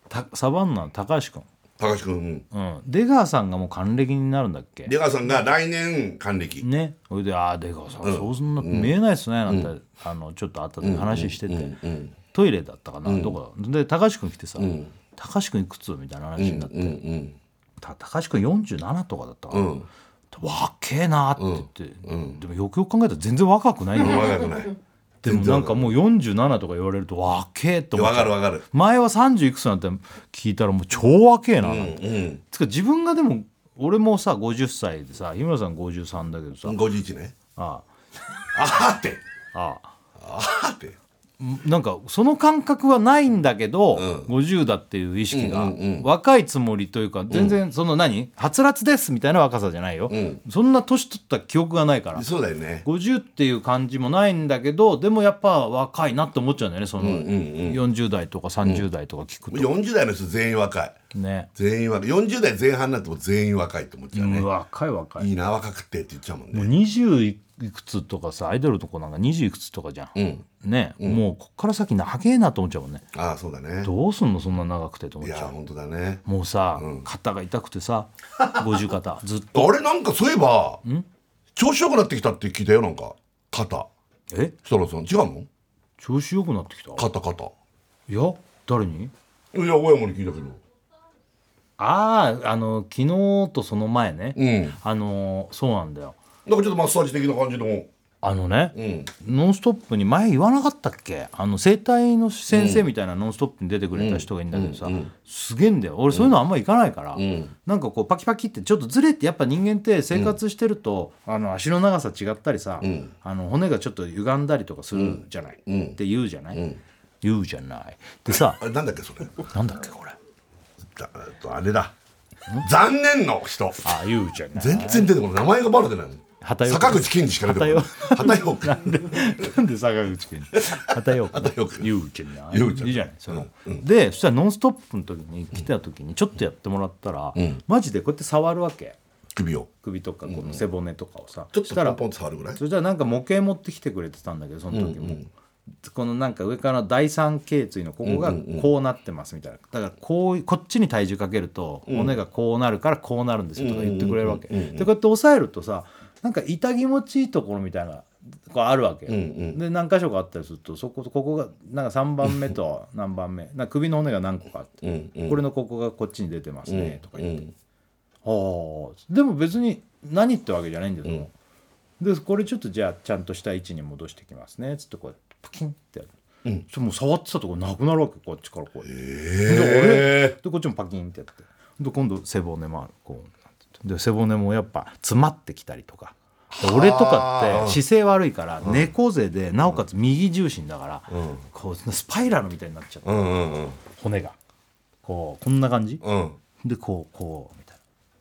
A: たサバンナの高橋君、
D: 高橋君
A: うん、出川さんがもう還暦になるんだっけ
D: 出川さんが来年還暦、
A: ねそれで「ああ出川さん、そうそんな見えないですね」なんて、あのちょっと後で話してて、トイレだったかな、どこだで高橋君来てさ「高橋君いくつ?」みたいな話になって「た高橋君47とかだったから、わっけえな」って言って、でもよくよく考えたら全然若くないんだよ
D: 若くない
A: でもなんかもう47とか言われるとわっけえって思っ
D: わ
A: ちゃ
D: か
A: う
D: るわかる
A: 前は30いくつなんて聞いたらもう超若えな、なんて
D: うん
A: つか自分がでも俺もさ50歳でさ日村さん53だけどさ、
D: 51ね
A: あ
D: あーって
A: あああ
D: あーって
A: なんかその感覚はないんだけど、50だっていう意識が若いつもりというか全然その何はつらつですみたいな若さじゃないよ、そんな年取った記憶がないから
D: そうだよね
A: 50っていう感じもないんだけどでもやっぱ若いなって思っちゃうんだよねその40代とか30代とか聞くと、
D: 40代の人全員若い
A: ね、
D: 全員若い40代前半になっても全員若いって思っちゃうね、
A: うん若い若い
D: いいな若くてって言っちゃうもん
A: も
D: ね
A: う20いくつとかさアイドルとかなんか20いくつとかじゃん、ね、もうこっから先長えなと思っちゃうもんね
D: ああそうだね
A: どうすんのそんな長くてと思
D: い
A: っち
D: や
A: ゃう
D: 本当だね
A: もうさ、肩が痛くてさ50肩 ずっと
D: あれなんかそういえば調子良くなってきたって聞いたよなんか肩
A: え
D: 設楽さん違うの
A: 調子良くなってきた
D: 肩肩
A: いや誰に
D: いや親もに聞いたけど
A: あああの昨日とその前ね、
D: うん
A: あのそうなんだよ
D: なんかちょっとマッサージ的な感じの
A: あのね、
D: うん
A: ノンストップに前言わなかったっけあの整体の先生みたいなノンストップに出てくれた人がいるんだけどさ、すげえんだよ俺そういうのあんま行かないから、なんかこうパキパキってちょっとずれてやっぱ人間って生活してると、あの足の長さ違ったりさ、あの骨がちょっと歪んだりとかするじゃない、って言うじゃない、言うじゃないでさ
D: あれなんだっけそれ
A: なんだっけこれ
D: だえっとあれだ残念の人
A: あ言うじゃない
D: 全然出てこない名前がバレてない
A: 畑岡
D: 坂口健二しか出てこない畑岡
A: なんで坂口君に片よく
D: よく
A: 言うじゃない
D: 言うじゃない
A: いいじゃないその、でそしたら「ノンストップ!」の時に来た時にちょっとやってもらったら、マジでこうやって触るわけ
D: 首を
A: 首とかこの背骨とかをさ、
D: ちょっ
A: し
D: と
A: た
D: ポ
A: ら
D: ンポンと触るぐらい
A: そしたらなんか模型持ってきてくれてたんだけどその時も、このなんか上からの第三頸椎のここがこうなってますみたいなだからこうこっちに体重かけると骨がこうなるからこうなるんですよとか言ってくれるわけ、でこうやって押さえるとさなんか痛気持ちいいところみたいなこうあるわけよ、で何箇所かあったりするとそこここがなんか3番目と何番目なんか首の骨が何個かあって、これのここがこっちに出てますねとか言って。はあでも別に何ってわけじゃないんだよ、でこれちょっとじゃあちゃんとした位置に戻してきますねつってこうやってパキンってやる、ちょっともう触ってたとこなくなるわけこっちからこうで
D: え
A: でこっちもパキンってやってで今度背骨もあるこうなっててで背骨もやっぱ詰まってきたりとかで俺とかって姿勢悪いから猫背でなおかつ右重心だから、こうスパイラルみたいになっちゃって
D: ーうんうんうん
A: 骨がこうこんな感じ、
D: うん
A: でこうこうみたい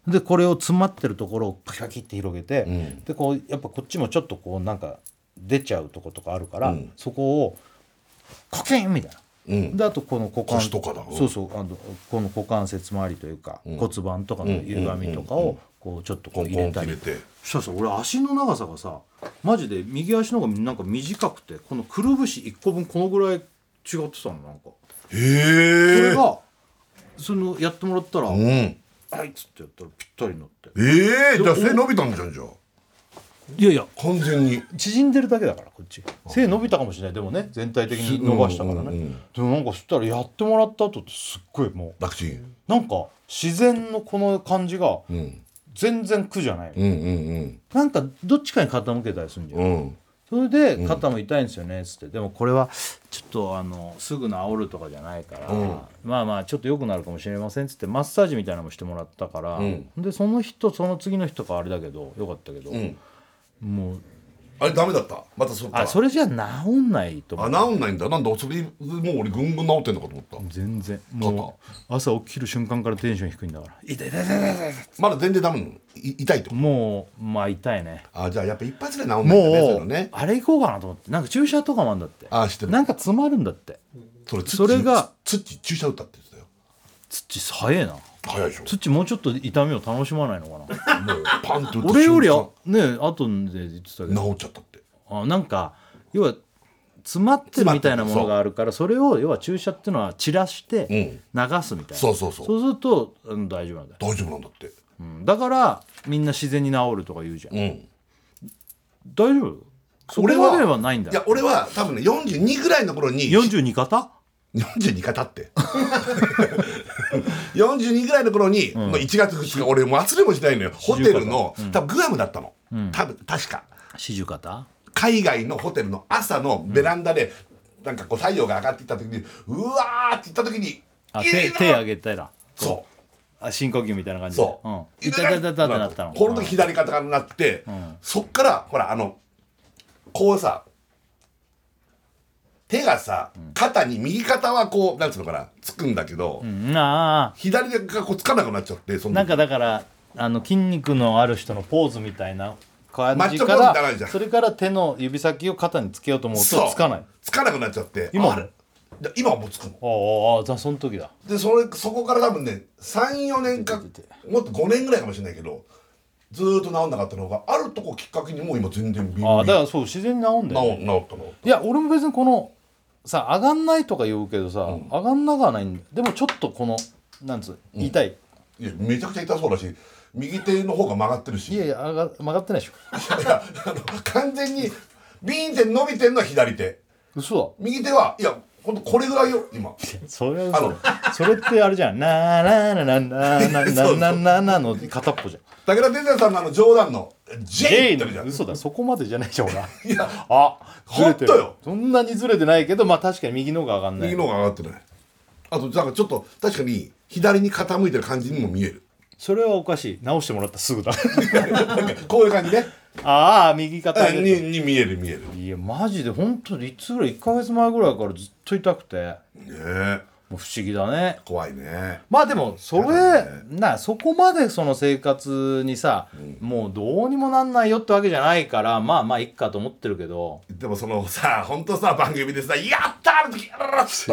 A: なでこれを詰まってるところをパキパキって広げて、でこうやっぱこっちもちょっとこうなんか出ちゃうとことかあるから、そこをコキンみたいな。であとこの股関
D: 腰とかだうん
A: そうそうあのこの股関節周りというか、骨盤とかの歪みとかをこうちょっとこ
D: ポ
A: う
D: ン
A: 入
D: ポン
A: れ
D: って
A: たり
D: 入れて
A: そしたらさ俺足の長さがさマジで右足の方がなんか短くてこのくるぶし1個分このぐらい違ってたのなんかそ
D: へ
A: れ
D: え
A: がそのやってもらったら、
D: うん
A: はいっつってやったらぴったりになって
D: ええじゃあ背伸びたんじゃんじゃあ
A: いやいや
D: 完全に
A: 縮んでるだけだからこっち背伸びたかもしれないでもね全体的に伸ばしたからね、
D: うんうんうん
A: でもなんかそしたらやってもらった後ってすっごいも
D: 楽ちん
A: うなんか自然のこの感じが
D: うん
A: 全然苦じゃない、
D: うんうん
A: なんかどっちかに傾けたりするんじゃん、
D: うんうん
A: それで肩も痛いんですよねっつって、でもこれはちょっとあのすぐの煽るとかじゃないから、
D: うん
A: まあまあちょっと良くなるかもしれませんっつってマッサージみたいなのもしてもらったから、
D: うん
A: でその人その次の日とかあれだけどよかったけど、
D: うん
A: もう
D: あれダメだったまたそっから
A: あそれじゃ治んないと思
D: あ
A: う
D: 治んないんだなんだそれもう俺ぐんぐん治ってんのかと思った
A: 全然もう朝起きる瞬間からテンション低いんだから痛い痛い痛い痛い痛い
D: まだ全然ダメなのい痛いってこと
A: もうまあ痛いね
D: あじゃあやっぱ一発で治んないんだ
A: も
D: ねそういう
A: う
D: のね
A: あれ行こうかなと思ってなんか注射とかもあんだって
D: あ知ってる
A: なんか詰まるんだって
D: それ土
A: それが
D: 土土注射打ったって言って
A: 土早えな
D: たよ早いでしょ
A: 土もうちょっと痛みを楽しまないの かな
D: もうパンって打った
A: 俺よりあ
D: 瞬
A: ね後で言ってたけど
D: 間治っちゃったって
A: あなんか要は詰まってるみたいなものがあるからそれを要は注射っていうのは散らして流すみたいな、
D: そうそうそう
A: そうすると、うん、大丈夫なんだよ、
D: 大丈夫なんだって
A: うん、だからみんな自然に治るとか言うじゃん、
D: うん
A: 大丈夫そこまではないんだ
D: いや俺は多分ね42ぐらいの頃に
A: 42型
D: 42型って 42ぐらいの頃に、まあ1月2日俺もう忘れもしないのよホテルの、多分グアムだったの、多分確か
A: 四十型
D: 海外のホテルの朝のベランダで、なんかこう太陽が上がっていった時にうわーって言った時に
A: あ
D: いいな
A: 手手上げたら
D: そ
A: あ深呼吸みたいな感
D: う
A: じで
D: そう、
A: ん、いたたたたってなったの
D: この時左肩になって、そっからほらあのこうさ手がさ肩に右肩はこうなんつうのかなつくんだけど、
A: うんああ
D: 左手がこうつかなくなっちゃってその時
A: なんかだからあの筋肉のある人のポーズみたいな感じか
D: マッチョポーズじゃないじゃ
A: ら
D: ん
A: それから手の指先を肩につけようと思う
D: そ
A: と
D: う
A: つかない
D: つかなくなっちゃって
A: 今も
D: あれで今はもうつくの
A: ああああじゃあその時だ
D: でそれそこから多分ね34年か
A: 出て出
D: もっと5年ぐらいかもしれないけどずーっと治んなかったのがあるとこきっかけにもう今全然ビンビン
A: ああだから
D: 治
A: そう自然に治んだよ、ね、
D: 治ったの
A: いや俺も別にこのさ上がんないとか言うけどさ、上がんなくはないんだでもちょっとこのなんつう痛い、
D: いやめちゃくちゃ痛そうだし右手の方が曲がってるし
A: い
D: い
A: や
D: や
A: いや上が曲がってないでしょ
D: あの完全にビーンって伸びてんのは左手
A: 嘘
D: 右手はいやほんとこれぐらいよ今
A: だそれ
D: あの
A: はそれってあれじゃんなーなーなーなーなーなーなーなーなーなーの片っぽじゃん
D: 武田鉄矢さんのあの冗談の「J」って言ってるじゃん
A: 嘘だそこまでじゃないじゃんほら
D: いや
A: あずれてる
D: ほんとよ
A: そんなにずれてないけどまあ確かに右の方が上がんない
D: 右の方が上がってないあとなんかちょっと確かに左に傾いてる感じにも見える
A: それはおかしい直してもらったらすぐだ
D: なんかこういう感じね
A: ああ右肩上げ
D: にに見える見えるね
A: いやマジで本当いつぐらい1か月前ぐらいからずっと痛くて
D: え
A: もう不思議だね
D: 怖いね
A: まあでもそれ、なそこまでその生活にさ、もうどうにもなんないよってわけじゃないからまあまあいっかと思ってるけど
D: でもそのさ本当さ番組でさ「やったー!」と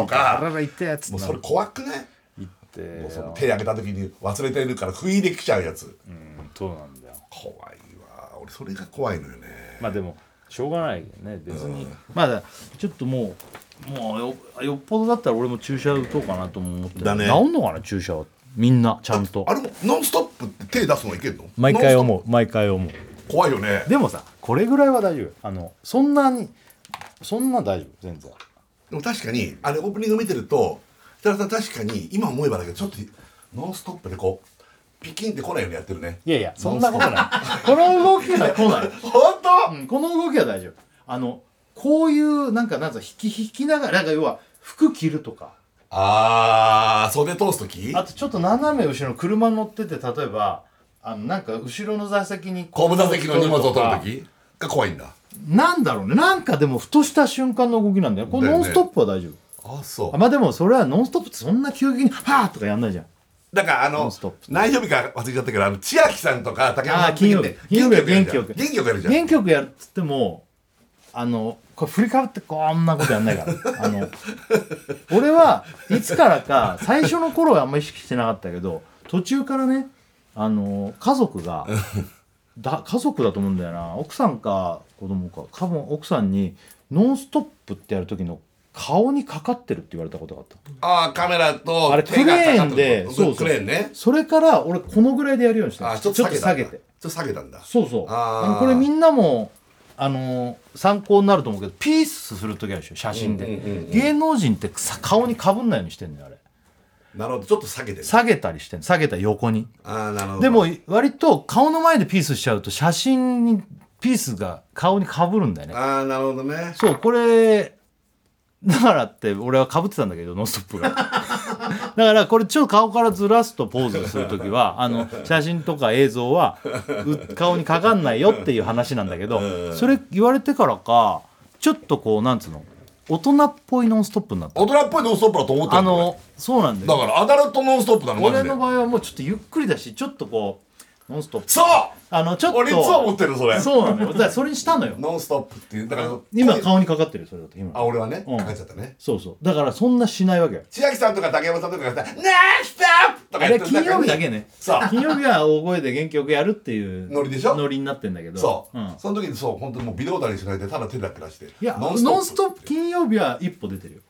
A: あ
D: から
A: ら痛いやつ
D: もう
A: な
D: それ怖くない
A: 言って
D: もうその
A: よ
D: 手開けた時に忘れてるから不意できちゃうやつ
A: うんそうなんだよ
D: 怖いわ俺それが怖いのよね
A: まあでもしょうがないよね別に、まあちょっともうもうよよっぽどだったら俺も注射打とうかなとも思ってる
D: だね
A: 治んのかな注射はみんなちゃんと
D: あれも「ノンストップ!」って手出すのいけるの
A: 毎回
D: ノンス
A: 思う毎回思
D: ト
A: う
D: ップ怖いよね
A: でもさこれぐらいは大丈夫あのそんなにそんな大丈夫全然
D: でも確かにあれオープニング見てると設楽さん確かに今思えばだけどちょっとノンストップでこうピキンって来ないようにやってるね
A: いやいやそんなことないこの動きは 来ない
D: 本当、
A: うんこの動きは大丈夫あのこういうなんかなんか引き引きながらなんか要は服着るとか
D: あー袖通す時
A: あとちょっと斜め後ろの車乗ってて例えばあのなんか後ろの座席に
D: 後部座席の荷物を取る
A: とか
D: 時が怖いんだ
A: なんだろうねなんかでもふとした瞬間の動きなんだよこれ
D: だよ
A: ノ
D: ね
A: ンストップは大丈夫、
D: あそ
A: あまあでもそれはノンストップってそんな急激に「はあ!」とかやんないじゃん
D: だからあ
A: ノ
D: の
A: ンストップ
D: 何曜日か忘れちゃったけどあの千秋さんとか竹山さん
A: ー
D: とかね元気よくやる
A: 元気
D: じゃ
A: よ
D: ん
A: く
D: 元気よくやるじゃん
A: 元気よくやるっつってもあのこれ振りかぶってこんなことやんないからあの俺はいつからか最初の頃はあんま意識してなかったけど途中からねあの家族がだ家族だと思うんだよな奥さんか子供か多分奥さんに「ノンストップ!」ってやる時の顔にかかってるって言われたことがあった
B: ああカメラと
A: あれク
B: 手が
A: レ
B: か
A: ー
B: かっ
A: ン
B: てる
A: で
B: の
A: そうそう
B: クレーンね
A: それから俺このぐらいでやるようにした
B: あ
A: の
B: ーちょっと下げた
A: 下げて
B: ちょっと下げたんだ
A: そうそう
B: あー
A: あのこれみんなもあのー参考になると思うけどピースする時あるでしょ写真で、
B: うんうんうんうん
A: 芸能人ってさ顔にかぶんないようにしてんのよあれ
B: なるほどちょっと下げてる
A: 下げたりしてんの下げた横に
B: ああなるほど
A: でも割と顔の前でピースしちゃうと写真にピースが顔にかぶるんだよね
B: ああなるほどね
A: そうこれだからって俺はかぶってたんだけど「ノンストップ!」が だからこれちょっと顔からずらすとポーズする時はあの写真とか映像はう顔にかかんないよっていう話なんだけどそれ言われてからかちょっとこうなんつうの大人っぽい「ノンストップ!」になった
B: 大人っぽいノンストップだと思ってる
A: あのそうなんだ
B: だ
A: よ
B: からアダルトノンストップなのマジ
A: 俺
B: で
A: の場合はもうちょっとゆっくりだしちょっとこう「ノンストップ!」
B: そう
A: あのちょっと
B: 俺いつも思ってるそれ
A: そうなのよだからそれにしたのよ
B: ノンストップっていうだから
A: 今顔にかかってるよそれだと今
B: あ俺はね
A: うん
B: かかっちゃったね
A: そうそうだからそんなしないわけよ
B: 千秋さんとか竹山さんとかがさ「ノンストップ!」とか
A: あ
B: 言
A: れ
B: って
A: 金曜日だけね
B: そう
A: 金曜日は大声で元気よくやるっていう
B: ノリでしょ
A: ノリになってんだけど
B: そう、
A: ん
B: その時にそう本当にもう微動だにしないでただ手だけ出して
A: いやノンストップ金曜日は一歩出てるよ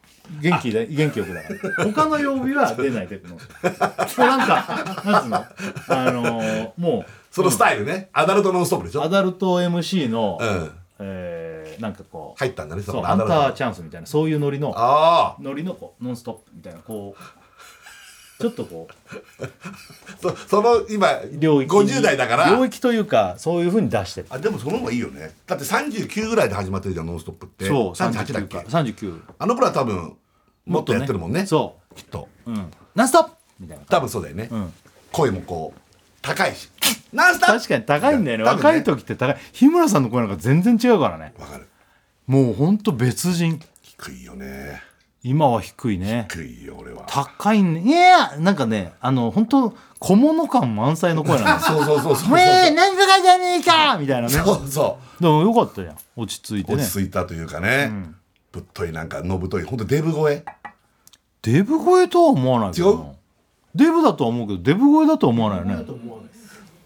A: 元気で元気よくだから他の曜日は出ないでこのもうなんかなんつうのあのーも
B: そのスタイルね、アダルトノンストップでし
A: うア
B: ょ
A: ダルト MC の、
B: うん
A: えーなんかこう
B: 入ったんだねそ
A: そう
B: の
A: ハ
B: ア
A: ン
B: ダ
A: タ
B: ルト
A: ーチャンスみたいなそういうノリの
B: ああ
A: ノリのこうノンストップみたいなこうちょっとこう
B: そその今
A: 領域に
B: 50代だから
A: 領域というかそういうふうに出してる
B: あでもその方がいいよねだって39ぐらいで始まってるじゃん「ノンストップ!」って38だっけ
A: 39
B: あの頃は多分もっとやってるもんね
A: そ
B: きっと
A: う、うん、ナンストップみたいな
B: 多分そうだよね、
A: ん
B: 声もこう高いし「ノンストップ!」
A: 確かに高いんだよね
B: 多分
A: 若い時って高い日村さんの声なんか全然違うからね
B: わかる
A: もうほんと別人
B: 低いよね
A: 今は低いね
B: 低いよ俺は
A: 高いねいやなんかねあの本当小物感満載の声なん です
B: そ
A: よ
B: うそうそうそう
A: 「ええー、なんとかじゃねえか!」みたいなね
B: そうそ
A: でもよかったじゃん落ち着いて
B: う
A: ね
B: 落ち着いたというかね、ぶっといなんかのぶとい本当デブ声
A: デブ声とは思わないけど
B: 違
A: な
B: う
A: デブだとは思うけどデブ声だとは思わないよね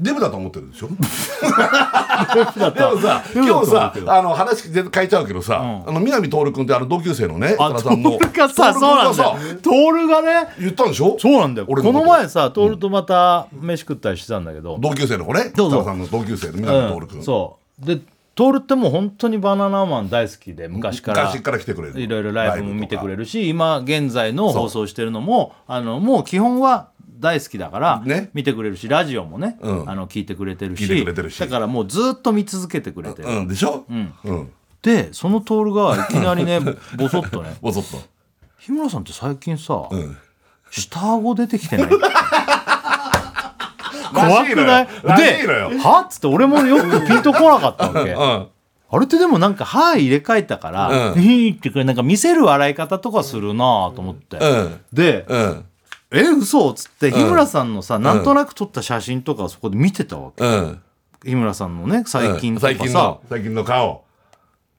B: デブだと思ってるでしょ
A: だ
B: でもさ、
A: デブだと
B: 今
A: 思
B: 日
A: う
B: さ
A: け、ど
B: あの話全然変えちゃうけどさ、
A: うん
B: あの南徹君ってあの同級生のね、
A: あ
B: 田
A: ト
B: さんの
A: ールがさ
B: 徹
A: そ
B: 君
A: うな
B: が
A: んだよトールがね
B: 言ったんでしょ
A: そうなんだよこ
B: 俺のこと
A: の前さトールとまた飯食ったりしてたんだけど
B: 同級生の子ね、北
A: どうぞ
B: 田さんの同級生の
A: う
B: 南徹君、
A: んそうでトールってもう本当にバナナマン大好きで昔から
B: 昔から来てくれる、
A: いろいろライブも見てくれ
B: る。
A: るし今現在の放送してるのもあのもう基本は大好きだから
B: ね
A: 見てくれるしラジオもね
B: うん
A: あの聞いてくれてる
B: 聞いて
A: し
B: くれてるし
A: だからもうずっと見続けてくれてる
B: うんでしょ。うん。うん。
A: でそのトールがいきなりねボソッとね
B: ぼそっと。
A: 「日村さんって最近さ、
B: ん
A: 下顎出てき てない?」怖く
B: ら
A: な
B: しい
A: い
B: のよらしいのよ
A: で「は?」っつって俺もよくピンとこなかったわけ。
B: うん。
A: あれってでもなんか歯入れ替えたから「
B: うん
A: ひーってくれなんか見せる笑い方とかするなぁと思って、
B: うん。
A: で
B: うん。
A: 「え嘘っつって日村さんのさ、なんとなく撮った写真とかをそこで見てたわけ、
B: うん。
A: 日村さんのね最近と
B: 最
A: か
B: 近
A: さ
B: の、最近の顔。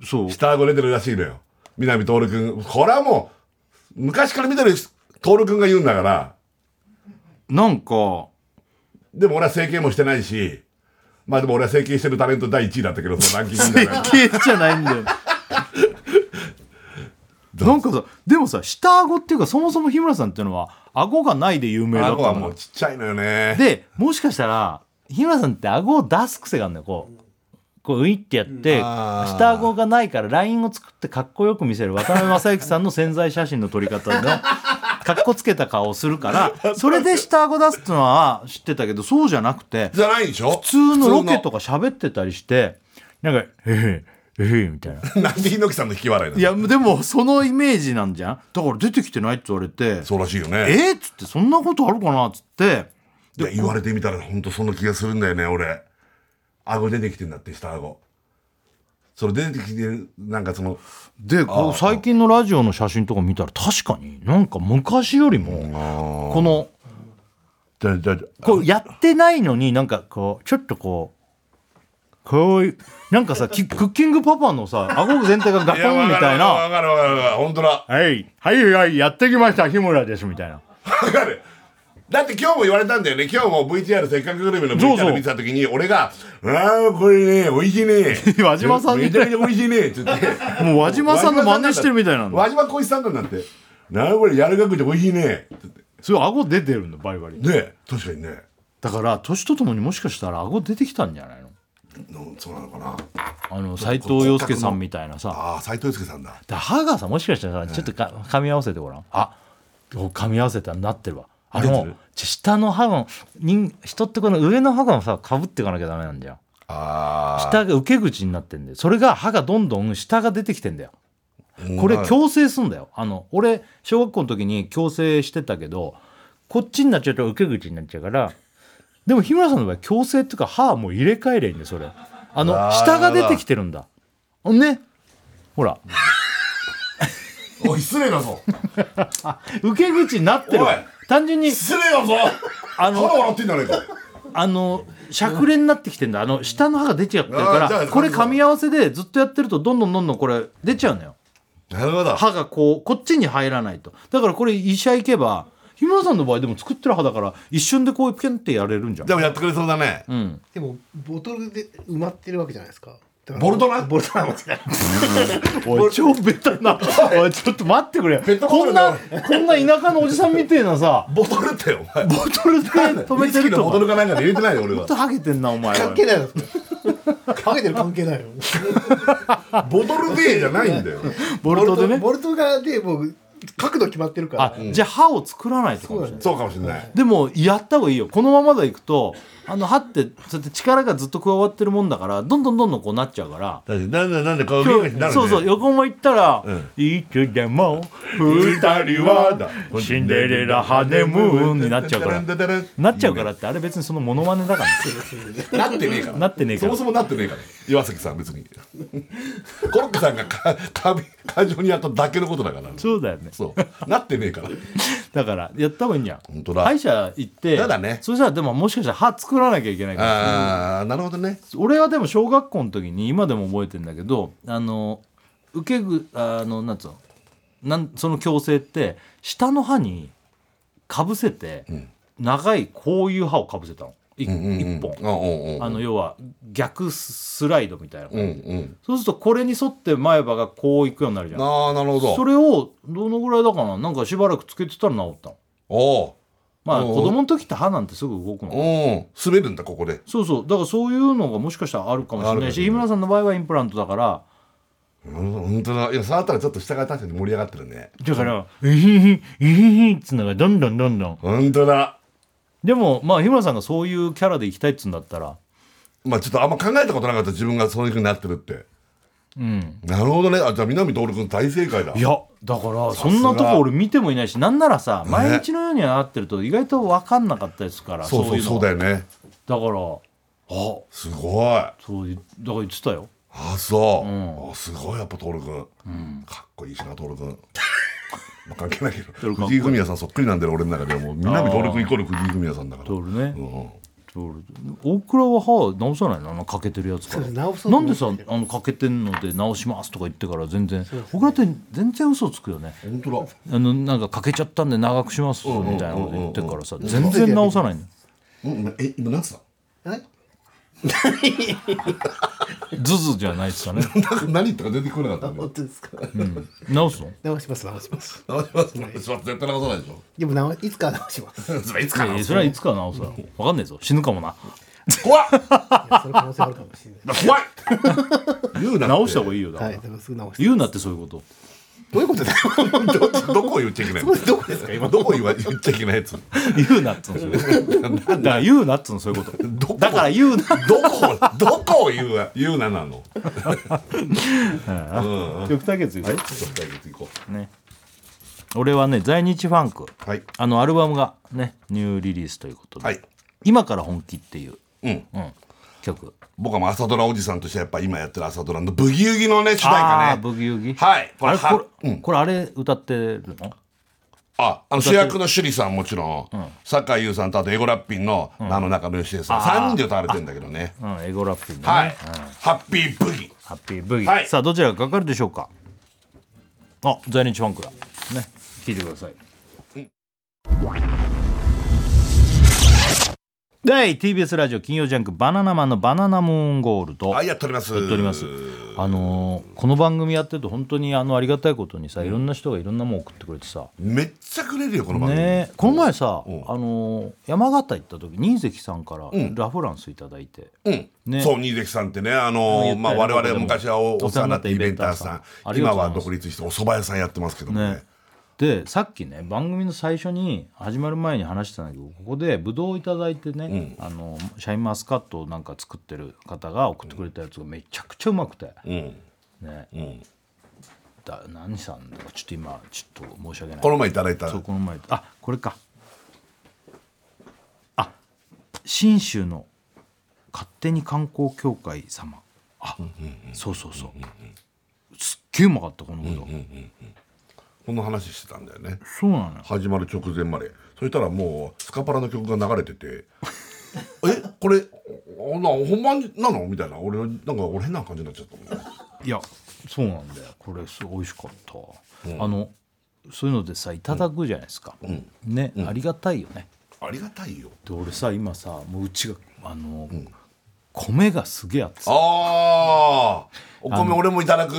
A: そう
B: 下顎出てるらしいのよ。南徹君、これはもう昔から見てる徹君が言うんだから。
A: なんか
B: でも俺は整形もしてないし、まあでも俺は整形してるタレント第1位だったけど、そのランキング
A: 整
B: みたいな。
A: 形じゃないんだよなんかさでもさ下顎っていうかそもそも日村さんっていうのは顎がないで有名だっ
B: 顎
A: た
B: は
A: の
B: もう
A: よ
B: ちっちゃいのよね。
A: でもしかしたら日村さんって顎を出す癖があるのよこうこうウイってやって
B: あー
A: 下顎がないからラインを作ってかっこよく見せる渡辺正行さんの潜在写真の撮り方でねかっこつけた顔をするからそれで下顎出すってのは知ってたけどそうじゃなくて
B: じゃないでしょ
A: 普通のロケと
B: か。
A: か喋ってたりしてなんか「ええええみ たいな。
B: なんで猪木さんの引き笑いなの
A: いやでもそのイメージなんじゃんだから出てきてないって言われて
B: そうらしいよ
A: 「
B: ね。
A: えっ?」っつって「そんなことあるかな?」っつって
B: いや言われてみたら本当その気がするんだよね、俺。顎出てきてんだって、下顎。それ出てきてる、なんかその、
A: でこう最近のラジオの写真とか見たら確かになんか昔よりもこの
B: だだだ
A: こうやってないのになんかこうちょっとこう。こういうなんかさ きクッキングパパのさ顎全体がガ
B: いや
A: ポン
B: わ
A: み
B: かる
A: たいな
B: わかるわかるわかる。本当だ。
A: はい、はい、はい、やってきました、日村です、みたいな。
B: わかる。だって今日も言われたんだよね今日も VTR せっかくグルメの
A: そうそう
B: VTR 見てた時に俺が「ああこれね美味しいね」
A: 輪島さん
B: め
A: み
B: ちゃ
A: たい
B: めちゃ美味しいね」って言って
A: もう輪島さんの真似してるみたいなんだ
B: 輪島浩一さんなんだって「なあこれ柔らかくて美味しいね」って言って
A: それ顎出てるんだバリバリ
B: ねえ確かにね
A: だから年とともにもしかしたら顎出てきたんじゃないの
B: のそうなのかな
A: あの斎藤洋介さんみたいなさ
B: ああ斎藤祐介さんだ
A: だハガーさんもしかしたらさちょっとか噛み合わせてごらんあ噛み合わせたらなってるわあれ
B: 出て
A: も
B: る
A: ちょ下の歯の人人ってこの上の歯がさかぶっていかなきゃダメなんだよ
B: ああ
A: 下が受け口になってんだよそれが歯がどんどん下が出てきてんだよこれ矯正すんだよあの俺小学校の時に矯正してたけどこっちになっちゃうと受け口になっちゃうからでも日村さんの場合矯正っていうか歯はもう入れ替えりゃいいんだよそれあの
B: あー
A: 下が出てきてるんだねほら
B: おい失礼だぞ
A: 受け口になってる
B: おい
A: 単純に
B: 失礼だぞ
A: あ
B: あ
A: の
B: の笑ってんじゃねえか
A: あのしゃくれになってきてんだあの下の歯が出ちゃってるか
B: あーじゃ
A: ら
B: あ
A: これ噛み合わせでずっとやってるとどんどんどんどんこれ出ちゃうのよ
B: なるほど
A: 歯がこうこっちに入らないとだからこれ医者行けば日村さんの場合でも作ってる歯だから一瞬でこうピュンってやれるんじゃん
B: でもやってくれそうだね
A: うん、
C: でもボトルで埋まってるわけじゃないですかだから
B: ボルトな
C: ボルトな間違いない
A: おい超ベタ なおいちょっと待ってくれ
B: ペットボ
A: こ
B: ト
A: ん
B: ルだ
A: なこんな田舎のおじさんみてえなさ
B: ボトルってお前
A: ボトルで止めて
B: ウイスキ
A: る
B: ーの
A: と
B: ボト
A: か
B: ルかなんかで入れてないよ 俺は
A: ちょっとハゲてんなお前
C: 関
A: は
C: 係ないですかけてる関係ないよ
B: ボトルでじゃないんだよ
A: ボルトでね
C: ボルトがでもう角度決まってるから
A: あじゃあ歯を作らないってこ
C: そう
A: と
C: だね
B: そうかもしれない
A: でもやった方がいいよこのままでいくとあの歯ってそうやって力がずっと加わってるもんだからどんどんどんどんこうなっちゃうから
B: だってなんだなんで顔
A: 今日そうそう横も行ったら「いつでも二人はシンデレラハネムーン」になっちゃうから
B: ら
A: なっちゃうからってあれ別にそのモノマネだから
B: なってねえから
A: なってねえか
B: そ
A: ら
B: もそもなってねえから岩崎さん別にコロッケさんがかか過剰にやっただけのことだから
A: そうだよね
B: そうなってねえから
A: だからやった方がいいんじゃん
B: 本当だ
A: 歯医者行って
B: そうだね
A: そしたらでももしかしたら歯作らなきゃいけないから
B: ああなるほどね
A: 俺はでも小学校の時に今でも覚えてんだけどあの受けぐあのなんつうのなんその矯正って下の歯にかぶせて、長いこういう歯をかぶせたのい一、本、
B: あうんうん
A: あの要は逆スライドみたいな、
B: うんうん
A: そうするとこれに沿って前歯がこういくようになるじゃん
B: ああなるほ
A: そ
B: ど
A: れをどのぐらいだかななんかしばらくつけてたら治ったの
B: おう
A: まあ
B: おうおう
A: 子供の時って歯なんてすぐ動くの
B: うん滑るんだここで
A: そうそうだからそういうのがもしかしたらあるかもしれないし
B: あるかもしれない
A: 日村さんの場合はインプラントだから
B: うん本当だいや触ったらちょっと下が確かに盛り上がってるね
A: だから「うひひうひひ」っつうのがどんどんどんどん
B: 本当だ
A: でもまあ日村さんがそういうキャラでいきたいっつうんだったら
B: まあちょっとあんま考えたことなかった自分がそういうふうになってるって
A: うん
B: なるほどねあじゃあ南徹君大正解だ
A: いやだからそんなとこ俺見てもいないしなんならさ毎日のように会ってると意外と分かんなかったですから
B: そうそうそうだ
A: よ
B: よね
A: だからあ
B: すごいあ
A: そうだから言ってたよ
B: そう、
A: うん
B: あすごいやっぱ徹君、
A: ん
B: かっこいいしな徹 君まあ関係ないけ
A: 君
B: ど藤井フミヤさんそっくりなんだよ俺の中ではもう南徹君イコール藤井フミヤさんだから
A: トールね
B: うん
A: トール大倉は歯直さないのあの欠けてるやつから
C: そう直そうと
A: なん
C: 思
A: で
C: って
A: さあの欠けてんので直しますとか言ってから全然大倉って全然嘘つくよね
B: 本当だ
A: あのなんか欠けちゃったんで長くしますみたいなこと言ってからさ全然直さないの
B: うんえ今何つった
C: え
A: ズズじゃないですかね
B: なんか何言ったか出てこなかったね
C: 本当ですか
A: 直すの
C: 直します直します
B: 直します直します絶対直さないでし
C: でも直いつか直しま す
B: ょそれいつ
A: い
B: か
A: やい
B: な
A: やそれはいつか直すだろ分かんないぞ死ぬかもな
B: 怖っ
C: いやその可能性あるかもしれ
B: 怖い言うな
A: 直した方
B: が
A: がいいよだか
C: ないは
A: ら
C: いだからすぐ直して
A: 言うなってそういうこと
C: どういうことだよ
B: どどこを言っちゃいけないの
C: どこですか今
B: どこ言わ言っちゃいけないやつ
A: 言うなっつうのそういうことだから言うなっつうのそういうこ
B: どこと
A: だから言うな
B: どこをどこを言うな言うななの
A: 極端決意
B: はいちょっと二人で行こ
A: ね俺はね在日ファンク
B: うはい
A: あのアルバムがねニューリリースということで、
B: はい
A: 今から本気っていう、
B: うん
A: うん、曲
B: 僕はもう朝ドラおじさんとしてやっぱ今やってる朝ドラのブギウギのね主題
A: ああ
B: 歌
A: ー
B: ね
A: ブギウギ
B: はい
A: あれ
B: は
A: これ,、これあれ歌ってるの
B: ああの主役の趣里さんもちろん酒井優さんとあとエゴラッピンのあの中野芳恵さん3人で歌われてんだけどね
A: うん、エゴラッピンのね、
B: はいハッピーブギ
A: ハッピーブギ、
B: はい
A: さあどちらがかかるでしょうかあ在日ファンクだね聞いてください第 TBS ラジオ金曜ジャンク「バナナマンのバナナムーンゴールド」
B: あやっております
A: やっておりますあのーこの番組やってると本当にあのありがたいことにさいろんな人がいろんなもん送ってくれてさ、
B: めっちゃくれるよこの番組、
A: ね、この前さ、
B: うん
A: あのー山形行った時新関さんからラ・フランスいただいて、
B: うん
A: ね
B: そう新関さんってねあの
A: 言ったよね
B: まあ我
A: ここで
B: 々
A: も
B: 昔はおお世話になってイベンター
A: お世話
B: さ
A: になっ
B: ん
A: たイベンターさんあり
B: 今
A: がとうござい
B: は
A: ます
B: 独立してお蕎麦屋さんやってますけどもね
A: ね、でさっきね番組の最初に始まる前に話してたんだけどここでブドウをいただいてね、あのシャインマスカットをなんか作ってる方が送ってくれたやつがめちゃくちゃうまくて、ね
B: うんうん
A: だ何さんだかちょっと今ちょっと申し訳ない
B: この前いただいた
A: そうこの前あこれかあ信州の勝手に観光協会様あ、そうそうそう、すっげえうまかったこのブドウ、
B: この話してたんだよね
A: そうなのよ
B: 始まる直前までそしたらもうスカパラの曲が流れててえこれあな本番なのみたいな俺なんか俺変な感じになっちゃったもんね
A: いやそうなんだよこれすごい美味しかった、あのそういうのでさいただくじゃないですか、ね、ありがたいよね
B: ありがたいよ
A: で俺さ今さもううちがあの、米がすげえ熱い
B: ああお米俺もいただく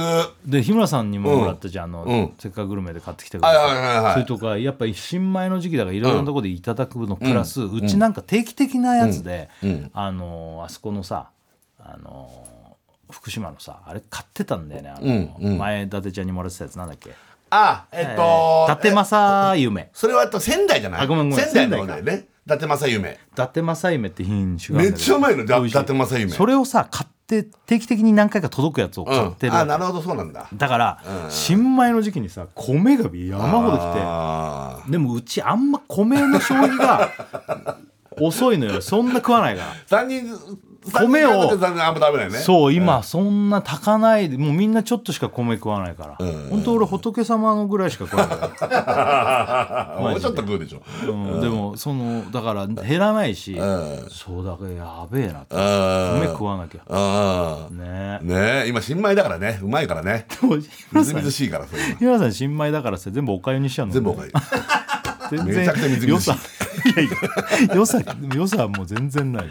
A: で日村さんにももらったじゃん、あの
B: うん
A: せっかくグルメで買ってきたか
B: はい
A: ら、
B: はいはいは
A: それ
B: い
A: とかやっぱり新米の時期だからいろいろなところでいただくのプラス、うちなんか定期的なやつで、あのーあそこのさ、あのー福島のさあれ買ってたんだよねあのー、前伊達ちゃんにもらってたやつなんだっけ、
B: あえっと、
A: 伊達政夢
B: それはえっと仙台じゃない
A: あごめんごめん
B: 仙台の方だよね伊達政夢
A: 伊達政夢って品種があ
B: め
A: る
B: っ
A: んだけ
B: ちゃう
A: ど
B: まいのだ
A: 美
B: 伊
A: 味しい
B: 達政夢
A: それをさ買って定期的に何回か届くやつを
B: うん
A: 買ってるわ
B: あ
A: け、
B: なるほどそうなんだ
A: だから、新米の時期にさ米が山ほど来て
B: あ
A: でもうちあんま米の消費が遅いのよそんな食わないから
B: ー三人
A: 米を
B: 三人食べてたらあんま食べないね
A: そう今そんな炊かないでもうみんなちょっとしか米食わないから、本当俺仏様のぐらいしか食わないか
B: もうちょっと食うでしょ
A: ら、うんでもそのだから減らないし、
B: ん
A: そうだからやべえなって
B: 米
A: 米食わなきゃ
B: ああ
A: ねえ
B: ねえ今新米だからねうまいからね
A: でも日
B: み
A: 村
B: ず
A: さ
B: み
A: ん
B: ずしいからそういうの
A: 日村さん新米だからさ全部おかゆにしちゃうの
B: 全部おか ゆ
A: 全
B: めちゃくちゃみずみ
A: 良
B: ずしい
A: さいやいや良さ良さはもう全然ない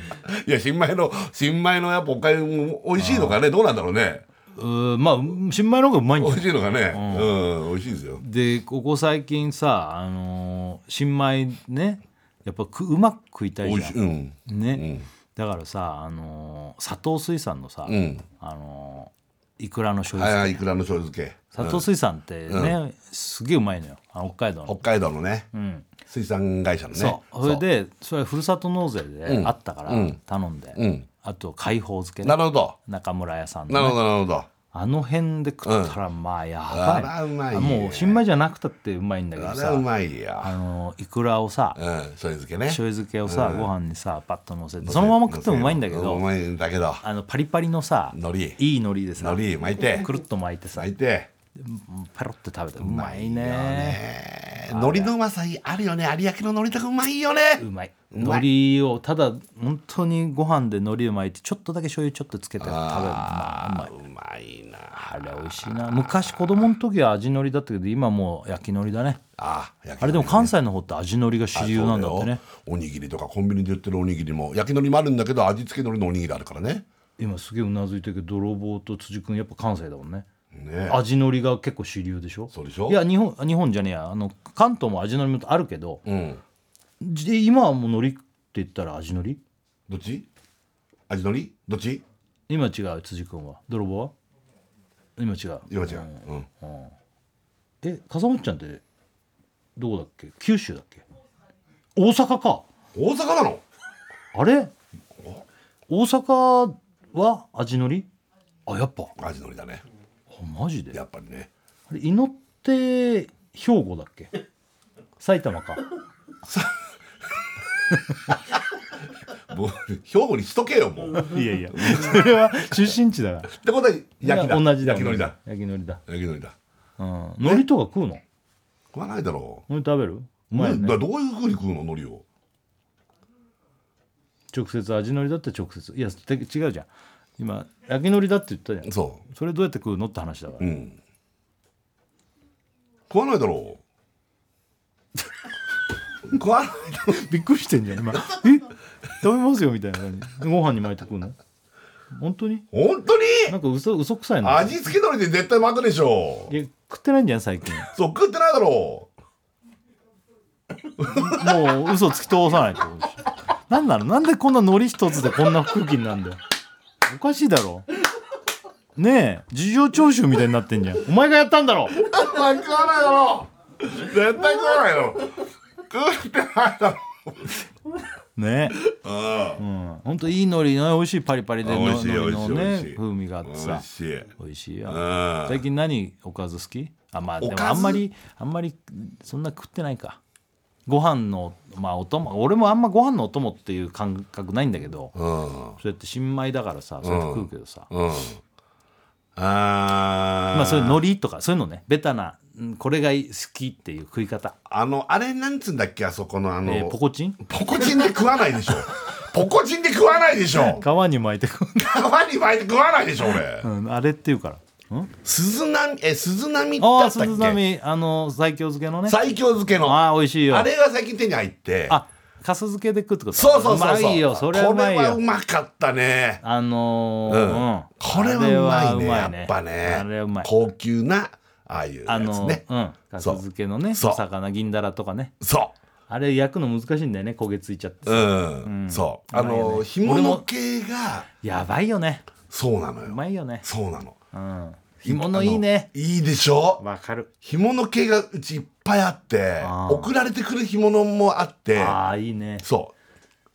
B: いや新米の新米のやっぱおかゆも美味しいのかねどうなんだろうね
A: うーまあ新米の方がうまいんじゃ
B: 美味し
A: ない
B: いのかねうん美味しいですよ
A: でここ最近さ、あのー新米ねやっぱくうまく食いたい
B: 美
A: じ
B: 味
A: ゃ
B: し
A: ん
B: いうん
A: ね、だからさ、あのー佐藤水産のさ、
B: ん
A: あのーいくらの醤
B: はい
A: 油
B: はいいくらの醤油漬け
A: 佐藤水産ってね、すげえうまいのよあの北海道
B: 北
A: の。
B: 海道のね
A: うん
B: 水産会社のね
A: そうそれでそれはふるさと納税であったから頼んで、
B: ん
A: あと解放漬け
B: なるほど
A: 中村屋さん
B: なる
A: の、
B: ほ
A: ね、
B: どなるほど
A: あの辺で食ったらまあやばい,、
B: あらうまい
A: あもう新米じゃなくたってうまいんだけど
B: あれ
A: さ
B: はうまいよ
A: あのいくらをさ、
B: うん醤油漬けね
A: 醤油漬けをさ、ご飯にさパッと乗せてそのまま食ってもうまいんだけ
B: う
A: ど
B: まいんだけど
A: あのパリパリのさ
B: 海苔
A: いい海苔でさ
B: 海苔巻いて
A: くるっと巻いてさ
B: 巻いて
A: パロって食べたらうまいね
B: えー海苔のうまさいあるよね有明の海苔とかうまいよね
A: うまい海苔をただ本当にご飯で海苔を巻いてちょっとだけ醤油ちょっとつけて食べるのまあうまいう
B: まいな
A: あれ美味しいな昔子供の時は味海苔だったけど今もう焼き海苔だね
B: あー焼き海苔ね
A: あれでも関西の方って味海苔が主流なんだってね
B: そうだよおにぎりとかコンビニで売ってるおにぎりも焼き海苔もあるんだけど味付け海苔のおにぎりあるからね
A: 今すげえうなずいてるけど泥棒と辻君やっぱ関西だもんね
B: ね
A: 味のりが結構主流でしょ
B: そうでしょ
A: いや日本日本じゃねえやあの関東も味のりもあるけど、
B: うん
A: で今はもうのりって言ったら味のり
B: どっち味のりどっち
A: 今違う辻君は泥棒は今違う
B: 今違う、うん、
A: え笠本ちゃんってどこだっけ九州だっけ大阪か
B: 大阪なの
A: あれ大阪は味のりあやっぱ
B: 味のりだね
A: あマジで
B: やっぱりね
A: あれ祈って兵庫だっけ 埼玉か
B: もう兵庫にしとけよもうっ
A: いやい やそれは出身地だから
B: てことは焼きだ
A: 同じだ
B: 焼き海苔だ
A: 焼き海苔だ
B: 焼き海苔だ
A: うん海苔とか食うの
B: 食わないだろ
A: 海苔食べるう
B: う
A: まいよ
B: ねだ
A: ね
B: どういうふうに食うの海苔を
A: 直接味のりだって直接いやて違うじゃん今焼き海苔だって言ったじゃん
B: そ
A: それどうやって食うのって話だか
B: う
A: ら
B: うん食わないだろう食わないだろう
A: びっくりしてんじゃん今え食べますよみたいな感じご飯に巻いてくるの本当に
B: 本当に
A: なんか嘘嘘くさいな
B: 味付け海苔で絶対巻くでしょ
A: いや食ってないんじゃん最近
B: そう食ってないだろう
A: もう嘘突き通さないってことでしょなんなのなんでこんなノリ一つでこんな空気になるんだよおかしいだろねえ事情聴取みたいになってんじゃんお前がやったんだろ
B: 巻かないだろう絶対食わないだろう食ってないだろ
A: ね
B: う
A: え、うん、ほんといい海苔の美味しいパリパリでの
B: 美味しい
A: 海苔の
B: 美味しい美味し
A: ね
B: い
A: 風味があっ
B: う
A: て
B: ん美
A: さ
B: 味しい
A: 美味しいよ
B: ん
A: 最近何おかず好きあまあで
B: お
A: も
B: かず
A: あんまりあんまりそんな食ってないかご飯のまあお供俺もあんまご飯のお供っていう感覚ないんだけど
B: うん
A: そうやって新米だからさそうやって食うけどさ、
B: うんあー
A: まあそういう海苔とかそういうのねベタなうんこれが好きっていう食い方、
B: あのあれなんつうんだっけあそこのあの、
A: えーポコチン
B: ポコチンで食わないで しょポコチンで食わないでしょ
A: 皮に巻いてく、
B: 皮に巻いて食わないでしょ俺
A: うん、あれっていうからん
B: 鈴波え鈴波だ
A: ああ
B: ったっ
A: 鈴
B: け
A: 波あの最強漬けのね
B: 最強漬けのあ
A: ああ美味しいよ
B: れが最近手に入って
A: あかす漬けで食うってこと
B: そうそうそうそう
A: まいよそれはうまい
B: これはう
A: よ
B: まかったね
A: あのー
B: うん
A: うん
B: これはうまいね
A: あれは
B: やっぱね
A: あれはうまい
B: 高級なああいう
A: あ
B: やつ
A: の、
B: ね、
A: うん、かす漬けのね
B: そう
A: 魚銀だらとかね
B: そ
A: あれ焼くの難しいんだよね焦げついちゃって
B: ううん、そうあ
A: うまいよ
B: の
A: ね
B: 干物系が
A: やばいよね
B: そうなの
A: う
B: よ
A: まいよね
B: そうなの
A: うん干物いいね
B: あのいいでしょ
A: わかる
B: 干物系がうちいっぱいあって
A: あー
B: 送られてくる干物もあって
A: ああいいね
B: そ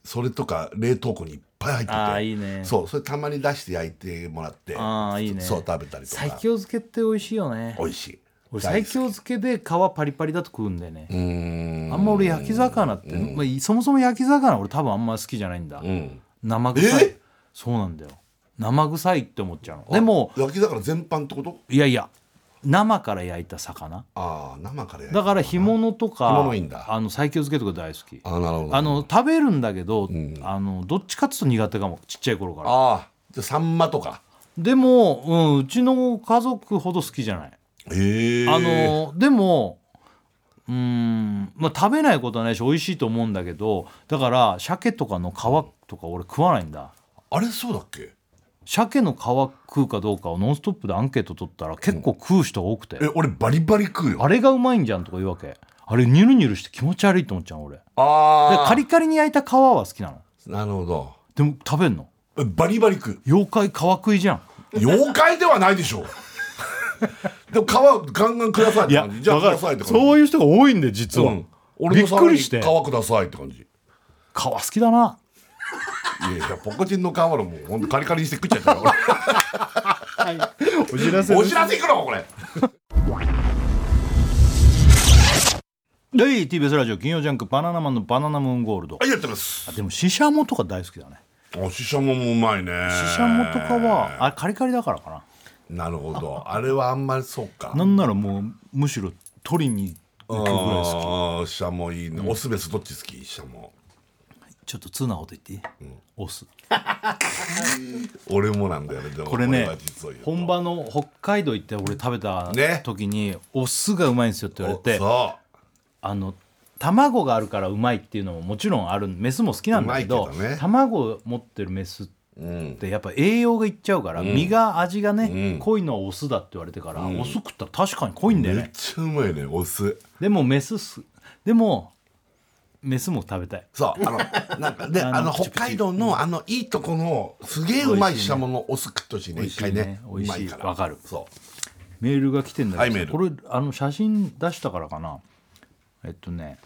B: うそれとか冷凍庫にいっぱい入ってて
A: あーいいね
B: そうそれたまに出して焼いてもらって
A: あーいいね
B: そう食べたりと
A: 最
B: か
A: 強漬けって美味しいよね
B: 美味しい
A: 俺
B: 大
A: 最
B: 好き
A: 強漬けで皮パリパリだと食うんだよね
B: うーん
A: あんま俺焼き魚って、まあ、そもそも焼き魚俺多分あんま好きじゃないんだ、
B: うん
A: 生臭い
B: え
A: そうなんだよ生臭いって思っちゃうのでも
B: 焼き魚全般ってこと
A: いやいや生から焼いた魚
B: ああ生から焼い
A: だから干物とか
B: 干物いいんだ
A: あの最強漬けとか大好き
B: ああなるほど
A: あの食べるんだけど、あのどっちかっつうと苦手かもちっちゃい頃から
B: ああじゃあサンマとか
A: でも、うん、うちの家族ほど好きじゃない
B: ええ
A: あのでもうーん、まあ、食べないことはないし美味しいと思うんだけどだから鮭とかの皮とか俺食わないんだ
B: あれそうだっけ
A: 鮭の皮食うかどうかを「ノンストップ!」でアンケート取ったら結構食う人多くて、
B: え俺バリバリ食うよ
A: あれがうまいんじゃんとか言うわけあれニュルニュルして気持ち悪いと思っちゃう俺で
B: ああ
A: カリカリに焼いた皮は好きなの
B: なるほど
A: でも食べんの
B: えバリバリ食う
A: 妖怪皮食いじゃん
B: 妖怪ではないでしょ うでも皮ガンガンくださいって感じじゃあくださいって感じ
A: いう人が多いんで実
B: うん俺の皿に皮くださいって感じ
A: 皮好きだない
B: やいやポコチンの皮のもうほんとカリカリにして食っちゃったよ
A: お知ら
B: 俺お知らせいくのこれ
A: はい TBS ラジオ金曜ジャンク「バナナマンのバナナムーンゴールド
B: はいやってます」
A: でもししゃもとか大好きだね
B: おししゃももうまいね
A: ししゃもとかはあれカリカリだからか
B: なるほどあれはあんまりそうか
A: ななんならもうむしろ取りに行くぐらい好
B: あーししゃもいいね、オスベスどっち好きししゃも
A: きちょっと通なこと言っていい、オス
B: 俺もなんだよねでも
A: これね
B: は実を言うと
A: 本場の北海道行って俺食べた
B: ね
A: 時に、お酢がうまいんですよって言われて
B: そ
A: あの卵があるからうまいっていうのももちろんあるメスも好きなんだけど
B: うまいけどね
A: 卵を持ってるメスっ
B: ううん
A: てやっぱ栄養がいっちゃうから、身が味がね、
B: うん
A: 濃いのはオスだって言われてから、オス食ったら確かに濃いんだよ
B: め
A: ね、
B: っちゃうまいねお酢
A: でもメスすでもメスも食べたい
B: そうあのなんかであ
A: あ
B: の
A: の
B: 北海道のあのいいとこのすげえうまいししゃものお酢食ってほしいね
A: 美味
B: 一
A: しいね
B: 回ね
A: 美味しいう
B: まら
A: わかる
B: そう
A: メールが来てんだ
B: はい
A: けど、
B: メール
A: これあの写真出したからかなえっとね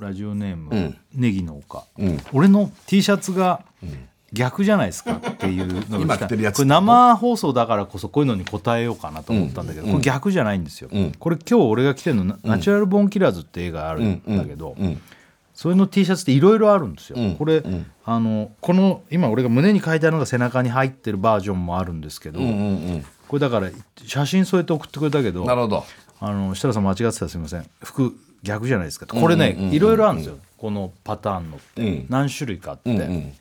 A: ラジオネーム、ネギの丘、俺の T シャツが逆じゃないですかっていうのが
B: 今
A: 来た
B: 着てるやつ
A: これ生放送だからこそこういうのに答えようかなと思ったんだけど、これ逆じゃないんですよ、これ今日俺が着てるの、ナナチュラル・ボーン・キラーズ」って映画あるんだけど、それの T シャツっていろいろあるんですよ、これ、あのこの今俺が胸に書いてあるのが背中に入ってるバージョンもあるんですけど、これだから写真添えて送ってくれたけど
B: なるほど
A: あの設楽さん間違ってたらすみません服逆じゃないですかこれねいろいろあるんですよこのパターンのって、何種類かあって、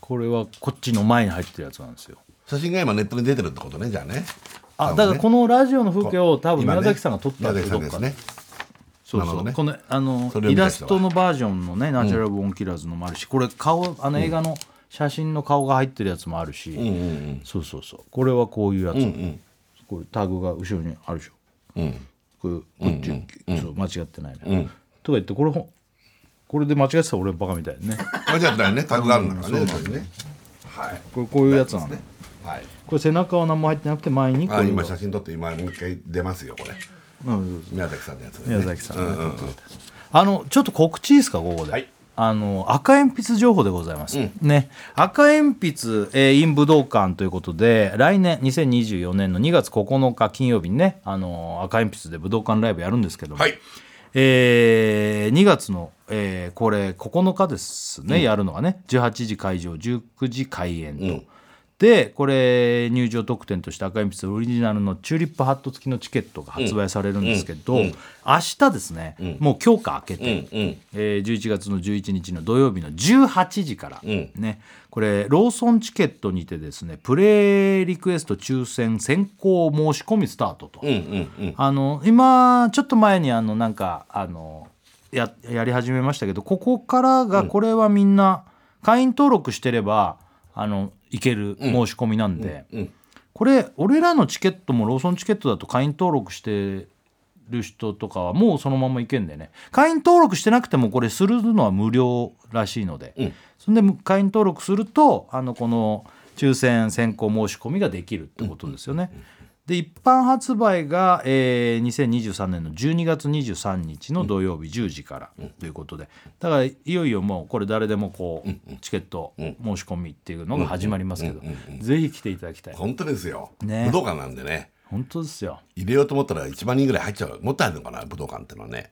A: これはこっちの前に入ってるやつなんですよ
B: 写真が今ネットに出てるってことねじゃあね
A: あだからこのラジオの風景を多分
B: 今ね
A: 宮崎さんが撮った
B: 宮
A: んです
B: 崎さ
A: よ
B: ん
A: ど
B: で
A: っか
B: す
A: で
B: ね
A: そうそう、
B: なるほどね
A: このあの
B: それを
A: イ
B: 見た人は
A: ラストのバージョンのね「ナチュラル・ボーン・キラーズ」のもあるし、これ顔あの映画の写真の顔が入ってるやつもあるし、
B: うんうん
A: そうそうそうこれはこういうやつ、
B: ん
A: これタグが後ろにあるでしょ
B: うんうん
A: これこっち、そう間違ってないね、
B: うん
A: とか言ってこれほこれで間違ってたら俺バカみた いだね
B: 間違ってないねタグがあるんだからね,、ねはい
A: これこういうやつなんだ、
B: はい
A: これ背中は何も入ってなくて前にこ
B: あ
A: れ
B: 今写真撮って今もう一回出ますよこれ
A: うん
B: 宮崎さんのやつ、ね、
A: 宮崎さんの
B: うん
A: やつ
B: うんうん、
A: あのちょっと告知いいですかここで、
B: はい
A: あの赤鉛筆情報でございます、ね赤鉛筆、えー、in 武道館ということで来年2024年の2月9日金曜日にねあの赤鉛筆で武道館ライブやるんですけども、
B: はい
A: えー2月の、えーこれ9日ですね、やるのがね18時会場19時開演と、
B: うん
A: でこれ入場特典として赤鉛筆オリジナルのチューリップハット付きのチケットが発売されるんですけど、明日ですね、もう今日か明けて、
B: うんうん
A: えー11月の11日の土曜日の18時から、
B: ん
A: ね、これローソンチケットにてですねプレイリクエスト抽選先行申し込みスタートと。
B: うんうんうん
A: あの今ちょっと前にあのなんかあのややり始めましたけどここからがこれはみんな会員登録してればあのいける申し込みなんで、
B: うんうん
A: これ俺らのチケットもローソンチケットだと会員登録してる人とかはもうそのままいけんでね会員登録してなくてもこれするのは無料らしいので、
B: ん
A: そんで会員登録するとあのこの抽選先行申し込みができるってことですよね。で一般発売が、えー2023年の12月23日の土曜日10時からということでだからいよいよもうこれ誰でもこうチケット申し込みっていうのが始まりますけどぜひ来ていただきたい
B: 本当ですよ、
A: ね
B: 武道館なんでね
A: 本当ですよ
B: 入れようと思ったら1万人ぐらい入っちゃうもっとあるのかな武道館ってのはね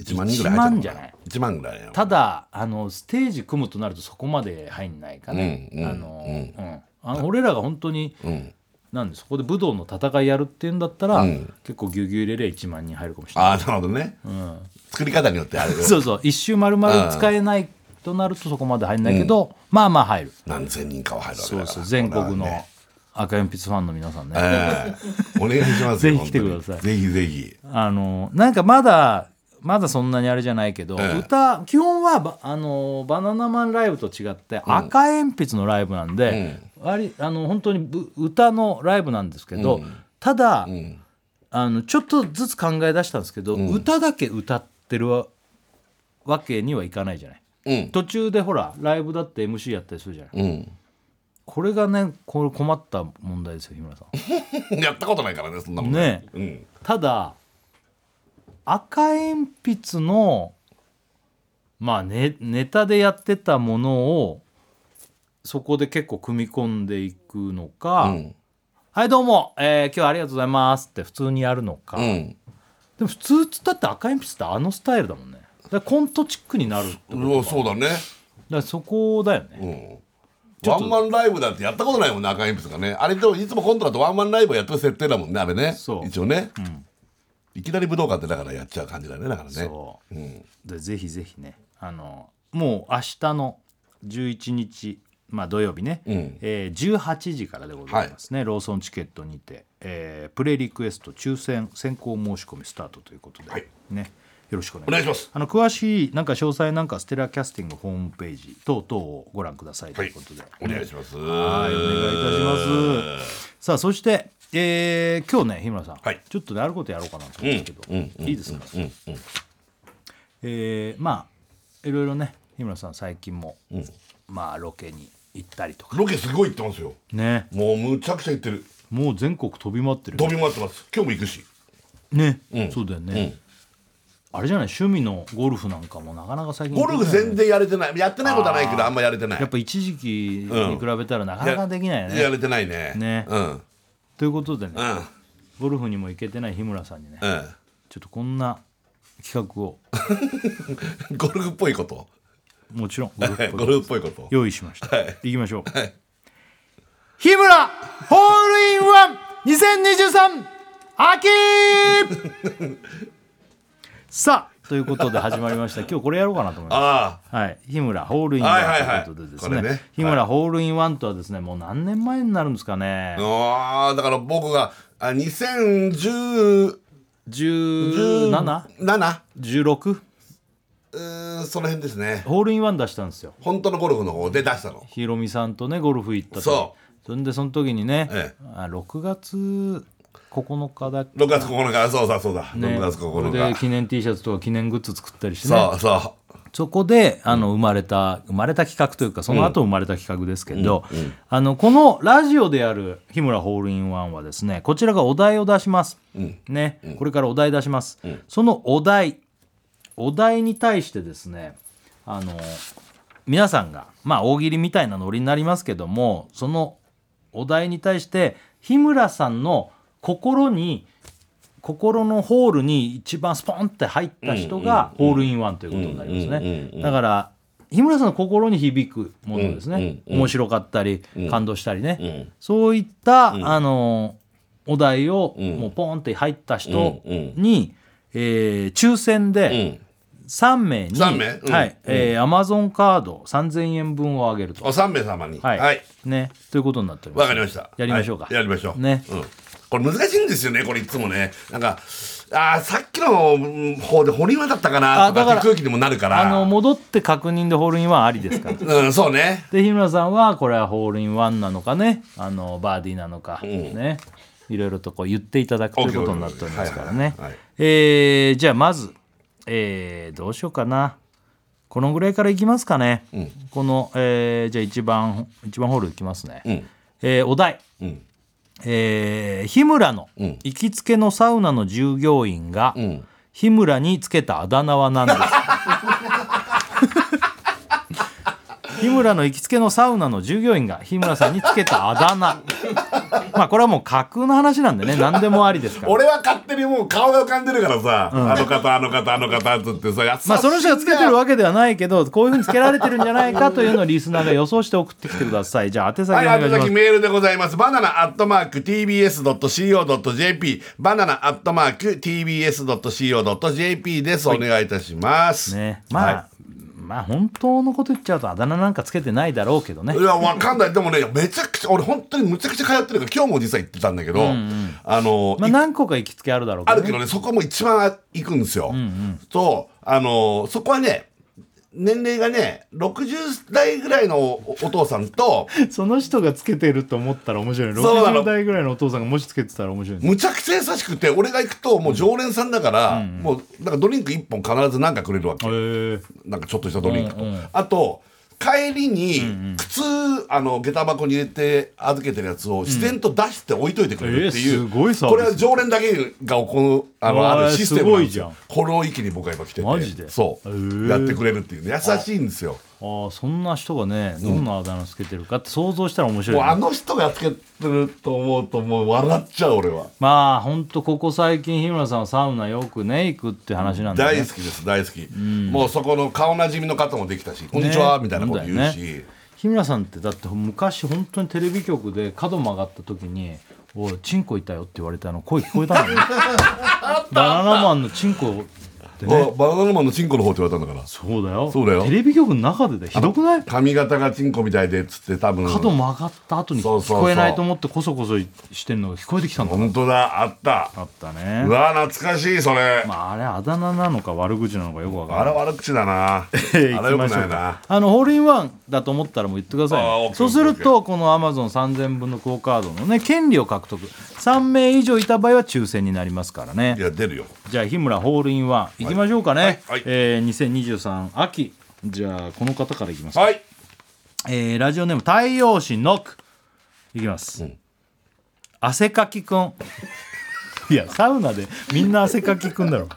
B: 1万人ぐらい入っちゃうのか
A: 1万じゃない
B: 1万ぐらいなの
A: ただあのステージ組むとなるとそこまで入んないかね、
B: うんうん
A: あの、うんあの俺らが本当に、
B: うん
A: なんでそこで武道の戦いやるっていうんだったら、
B: うん
A: 結構ぎゅうぎゅう入れれば1万人入るかもしれない
B: ああなるほどね、作り方によってあれ
A: そうそう一周丸々使えないとなるとそこまで入んないけど、まあまあ入る
B: 何千人かは入るわけ
A: そ
B: だ
A: う
B: から
A: そう全国の
B: これはね
A: 赤鉛筆ファンの皆さんね、
B: ええお願いします
A: ぜ
B: よ
A: ひ来てください
B: 本当にぜひぜひ
A: あのなんかまだまだそんなにあれじゃないけど、
B: ええ
A: 歌基本はばあのバナナマンライブと違って赤鉛筆のライブなんで、割あの本当にぶ歌のライブなんですけど、ただ、あのちょっとずつ考え出したんですけど、歌だけ歌ってるわわけにはいかないじゃない
B: うん
A: 途中でほらライブだって MC やったりするじゃない
B: うん
A: これがねこれ困った問題ですよ日村さ ん。
B: やったことないからねそんなもん
A: ね
B: うん
A: ただ赤鉛筆のまあねネタでやってたものをそこで結構組み込んでいくのか「
B: うん
A: はいどうも、えー今日はありがとうございます」って普通にやるのか、
B: うん
A: でも普通っつったって赤鉛筆ってあのスタイルだもんねだからコントチックになるってこと
B: うわそうだね
A: だからそこだよね、
B: うんワンマンライブだってやったことないもんね赤鉛筆がねあれでもいつもコントだとワンマンライブをやってる設定だもんねあれね
A: そう
B: 一応ね、いきなり武道館ってだからやっちゃう感じだねだからね
A: そう、
B: ん
A: でぜひぜひねあのもう明日の11日まあ土曜日ね、
B: ん
A: えー18時からでございますね、ローソンチケットにて、えープレイリクエスト抽選先行申し込みスタートということで、
B: はい
A: ねよろしくお願い
B: お願いします
A: あの詳しいなんか詳細なんかステラキャスティングホームページ等々をご覧くださいということで、
B: お願いします
A: はい、お願いいたします。さあ、そして、えー今日ね、日村さん、
B: はい
A: ちょっとね、あることやろうかなと思うんですけど、いいですか。えーまあ、いろいろね、日村さん、最近も、まあ、ロケに行ったりとか。
B: ロケすごい行ってますよ
A: ね、
B: もうむちゃくちゃ行ってる
A: もう全国飛び回ってる。
B: 飛び回ってます今日も行くし
A: ね、そうだよね。あれじゃない、趣味のゴルフなんかも、なかなか最近。
B: ゴルフ全。然やれてないやってないことはないけどあんまやれてない
A: やっぱ一時期に比べたら、なかなかできないよ
B: や
A: ね。
B: れてないね
A: ね
B: うんうん
A: ということでね、
B: うん
A: ゴルフにも行けてない日村さんにね、ちょっとこんな企画を。
B: ゴルフっぽいこと
A: もちろん
B: ゴルフっぽいこと
A: 用意しました、行きましょう、
B: はい
A: 日村ホールインワン2023秋 さあということで始まり ました今日これやろうかなと思います
B: あ
A: はい、日村ホールインワン
B: はいはいはい
A: ということでです
B: こ
A: ね,、
B: れね
A: 日村ホールインワンとはですねもう何年前になるんですかね
B: あああだから僕があ2010
A: 1716
B: 7うーんその辺ですね
A: ホールインワン出したんですよ
B: 本当のゴルフの方で出したの
A: ひろみさんとねゴルフ行った時
B: そ
A: そんでその時にね、
B: ええ
A: あ6月9日だっけ
B: 6月9日そうだそうだ、
A: ね
B: 6月9
A: それで
B: 日
A: 記念 T シャツとか記念グッズ作ったりしてね
B: そうそ
A: そこであの生まれた生まれた企画というかその後生まれた企画ですけど、あのこのラジオでやる日村ホールインワンはですねこちらがお題を出します、ね、これからお題出します、そのお題お題に対してですねあの皆さんがまあ大喜利みたいなノリになりますけどもそのお題に対して日村さんの心に心のホールに一番スポンって入った人がホールインワンということになりますねだから日村さんの心に響くものですね面白かったり感動したりねそういったあのお題をもうポンって入った人にえー抽選で3名に
B: 三名うん
A: はいえー Amazon カード3000円分をあげる
B: うお
A: と
B: 3名様に
A: は
B: はいわ、
A: いねということになっております
B: かりました
A: やりましょうか
B: はいやりましょう
A: ね
B: うん、これ難しいんですよねこれいつもねなんかあーさっきのうん方で堀はだったかな
A: あ
B: とか
A: だ
B: って
A: から
B: 空気にもなるから
A: あの戻って確認でホールインワンありで すから
B: うんそうね
A: で日村さんはこれはホールインワンなのかねあのバーディーなのか、ねいろいろとこう言っていただくということになっておりますからね
B: はいはいはいはい
A: えーじゃあまず、えーどうしようかなこのぐらいからいきますかね、この、えーじゃあ一番一番ホールいきますね、
B: ん
A: えーお題、
B: うん
A: えー日村の
B: ん
A: 行きつけのサウナの従業員が、
B: ん
A: 日村につけたあだ名は何ですか 日村の行きつけのサウナの従業員が日村さんにつけたあだ名まあこれはもう架空の話なんでね何でもありですから
B: 俺は勝手にもう顔が浮かんでるからさ、あの方あの方あの方っつってさ
A: まあその人がつけてるわけではないけどこういうふうにつけられてるんじゃないかというのをリスナーが予想して送ってきてくださいじゃあ宛先お
B: はい、
A: 願い
B: 宛
A: します
B: 先、メールでございます。バナナアットマーク tbs.co.jp バナナアットマーク tbs.co.jp です。お願いいたします。
A: ねまあ、
B: は
A: まあ本当のこと言っちゃうとあだ名なんかつけてないだろうけどね
B: いや、わかんない。でもね、めちゃくちゃ、俺本当にむちゃくちゃ通ってるから、今日も実際行ってたんだけど、あの、
A: まあ、何個か行きつけあるだろうけ
B: あ
A: ど、
B: る
A: ね
B: けどね、そこも一番行くんですよ。と、あの、そこはね、年齢がね、60代ぐらいのおお父さんと、
A: その人がつけてると思ったら面白いね
B: そうなの
A: 60代ぐらいのお父さんがもしつけてたら面白いね
B: むちゃくちゃ優しくて、俺が行くと、もう常連さんだから、もう、なんかドリンク1本必ず何かくれるわけ。
A: へえ
B: なんかちょっとしたドリンクと、
A: うんうん
B: あと帰りに靴、あの下駄箱に入れて預けてるやつを自然と出して置いといてくれるっていう、
A: えーすごいサービ
B: こ
A: ス
B: れは常連だけが行うあ
A: う
B: の
A: わー
B: あるシステムなんですよ
A: す
B: これを一気に僕は今来てて
A: マジで
B: そう、
A: へー
B: やってくれるっていうね優しいんですよ
A: ああそんな人がねどんなあだ名つけてるかって想像したら面白い
B: もう
A: ね、
B: あの人がやっつけてると思うともう笑っちゃう俺は
A: まあほんとここ最近日村さんはサウナよくね行くって話なんだ
B: 大
A: ね
B: 好きです大好き、もうそこの顔なじみの方もできたし「こんにちは」
A: ね
B: みたいなこと言うし、
A: そうだよね日村さんってだって昔本当にテレビ局で角曲がった時に「おいチンコいたよ」って言われたの声聞こ えたのねバナナマンのチンコって
B: あ
A: ね
B: バナナマンのチンコの方って言われたんだから
A: そうだよ
B: そうだよ
A: テレビ局の中ででひどくない
B: 髪型がチンコみたいでっつって多分
A: 角曲がった後に
B: そうそうそう
A: 聞こえないと思ってこそこそしてんのが聞こえてきたんだ
B: 本当だあった
A: あったね
B: うわ懐かしいそれ、
A: まああれあだ名なのか悪口なのかよくわか
B: あ
A: ら
B: れ
A: ない
B: 悪口だ なあれよくないな
A: あのホールインワンだと思ったらもう言ってくださ
B: あ
A: い
B: ーオッケーオッケ
A: ね、
B: ー
A: そうするとこのアマゾン3000分の quo カードのね権利を獲得3名以上いた場合は抽選になりますからね
B: いや出るよ
A: じゃあ日村ホールインワンいきましょうかね、
B: はいはい
A: えー2023秋じゃあこの方からいきます、
B: はい
A: えーラジオネーム太陽神ノックいきます、
B: うん
A: 汗かきくんいやサウナでみんな汗かきくんだろ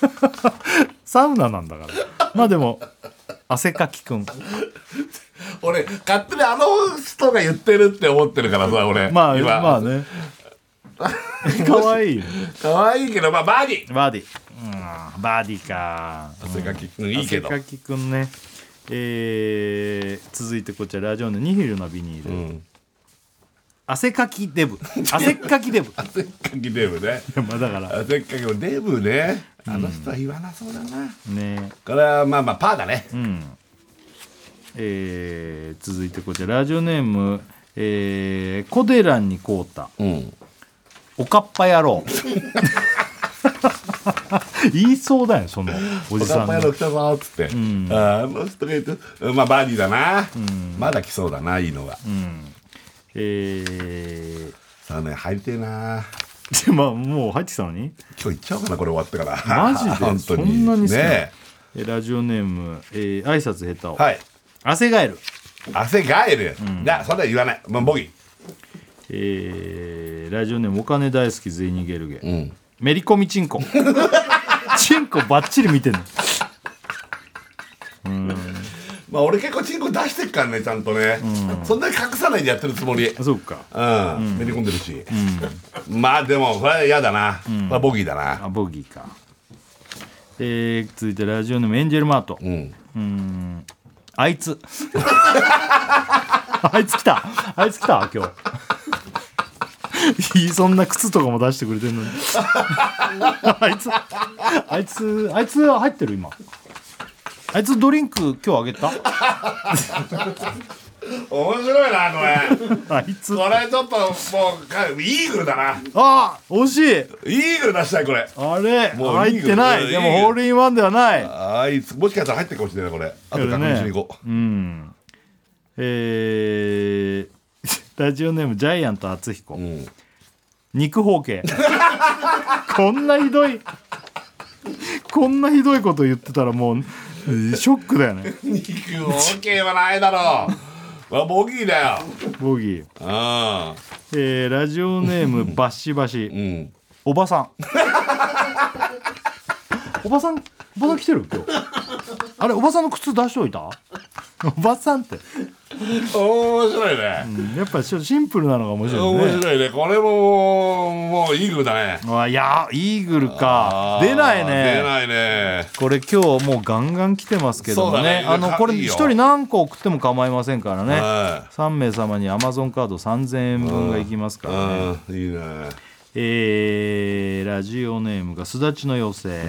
A: サウナなんだからまあでも汗かきくん
B: 俺勝手にあの人が言ってるって思ってるからさ俺
A: まあ
B: 今
A: まあ ね可愛いよ
B: 可愛いけどまあバーディ
A: バーディーうんバーディーか
B: 汗かきうんいいけど
A: 汗かきくんねえー続いてこちらラジオのニヒルのビニール、
B: ん
A: 汗かきデブ汗かきデブ
B: 汗っかきデブね
A: まあだから
B: 汗っかきもデブねあの人は言わなそうだな、
A: ね
B: これはまあまあパーだね、
A: えー続いてこちらラジオネーム、えー、小寺にこうた
B: うん、
A: おかっぱ野郎言いそうだよそのおじさん
B: おかっぱ
A: の
B: 野郎来たぞっつって、あーあの人がいてまあバーディーだな、まだ来そうだないいのが、
A: え
B: さあね入りてえな
A: ー、でまあもう入ってきたのに
B: 今日行っちゃおうかなこれ終わってから
A: マジで
B: 本当に
A: そんなに好きなの
B: ね
A: えラジオネーム、えー、挨拶下手を、
B: えはい
A: 汗ガエル、
B: 汗ガエル、じゃあそれは言わないもうボギ
A: えー、ラジオネームお金大好きゼイニゲルゲ、
B: ー、うん、
A: メリコミチンコ チンコばっちり見てんの
B: まあ俺結構チンコ出してっからねちゃんとね、そんなに隠さないでやってるつもり
A: あそうか
B: うん、めり込んでるし、まあでもこれは嫌だな、これはボギーだな
A: あボギーかえー、続いてラジオネームエンジェルマート、
B: うん
A: あいつ あいつ来たあいつ来た今日 いいそんな靴とかも出してくれてるのに あいつあいつあいつ入ってる今あいつドリンク今日あげた
B: 面白いなこれ
A: あいつ
B: これちょっともうかイーグルだな
A: あ惜しい
B: イーグル出したいこれ
A: あれ
B: もういい
A: 入
B: よ
A: ってな
B: もう
A: い
B: いいよ
A: でもホールインワンではない
B: あいつもしかしたら入ってるかもしれないこれあと確認しに行こう、
A: うんえー、ラジオネーム ジャイアント厚彦、
B: ん
A: 肉包茎 こんなひどいこんなひどいこと言ってたらもうえーショックだよね
B: 肉 OK はないだろうはボギーだよ
A: ボギー、
B: う
A: えー、ラジオネームバシバ
B: ん
A: シ
B: うん
A: おばさん おばさんおばさん来てる今日あれおばさんの靴出しておいた おばさんって
B: 面白いね、
A: やっぱちょっとシンプルなのが面白いね
B: 面白いねこれももうイーグルだね
A: あいやイーグルか出ないね
B: 出ないね
A: これ今日もうガンガン来てますけども
B: そうだ
A: ね
B: ね
A: あの
B: か
A: これ
B: いい
A: 1
B: よ
A: 人何個送っても構いませんからね
B: は
A: 3名様に Amazon カード3000円分がいきますからね
B: うんいいね
A: えーラジオネームがすだちの妖精、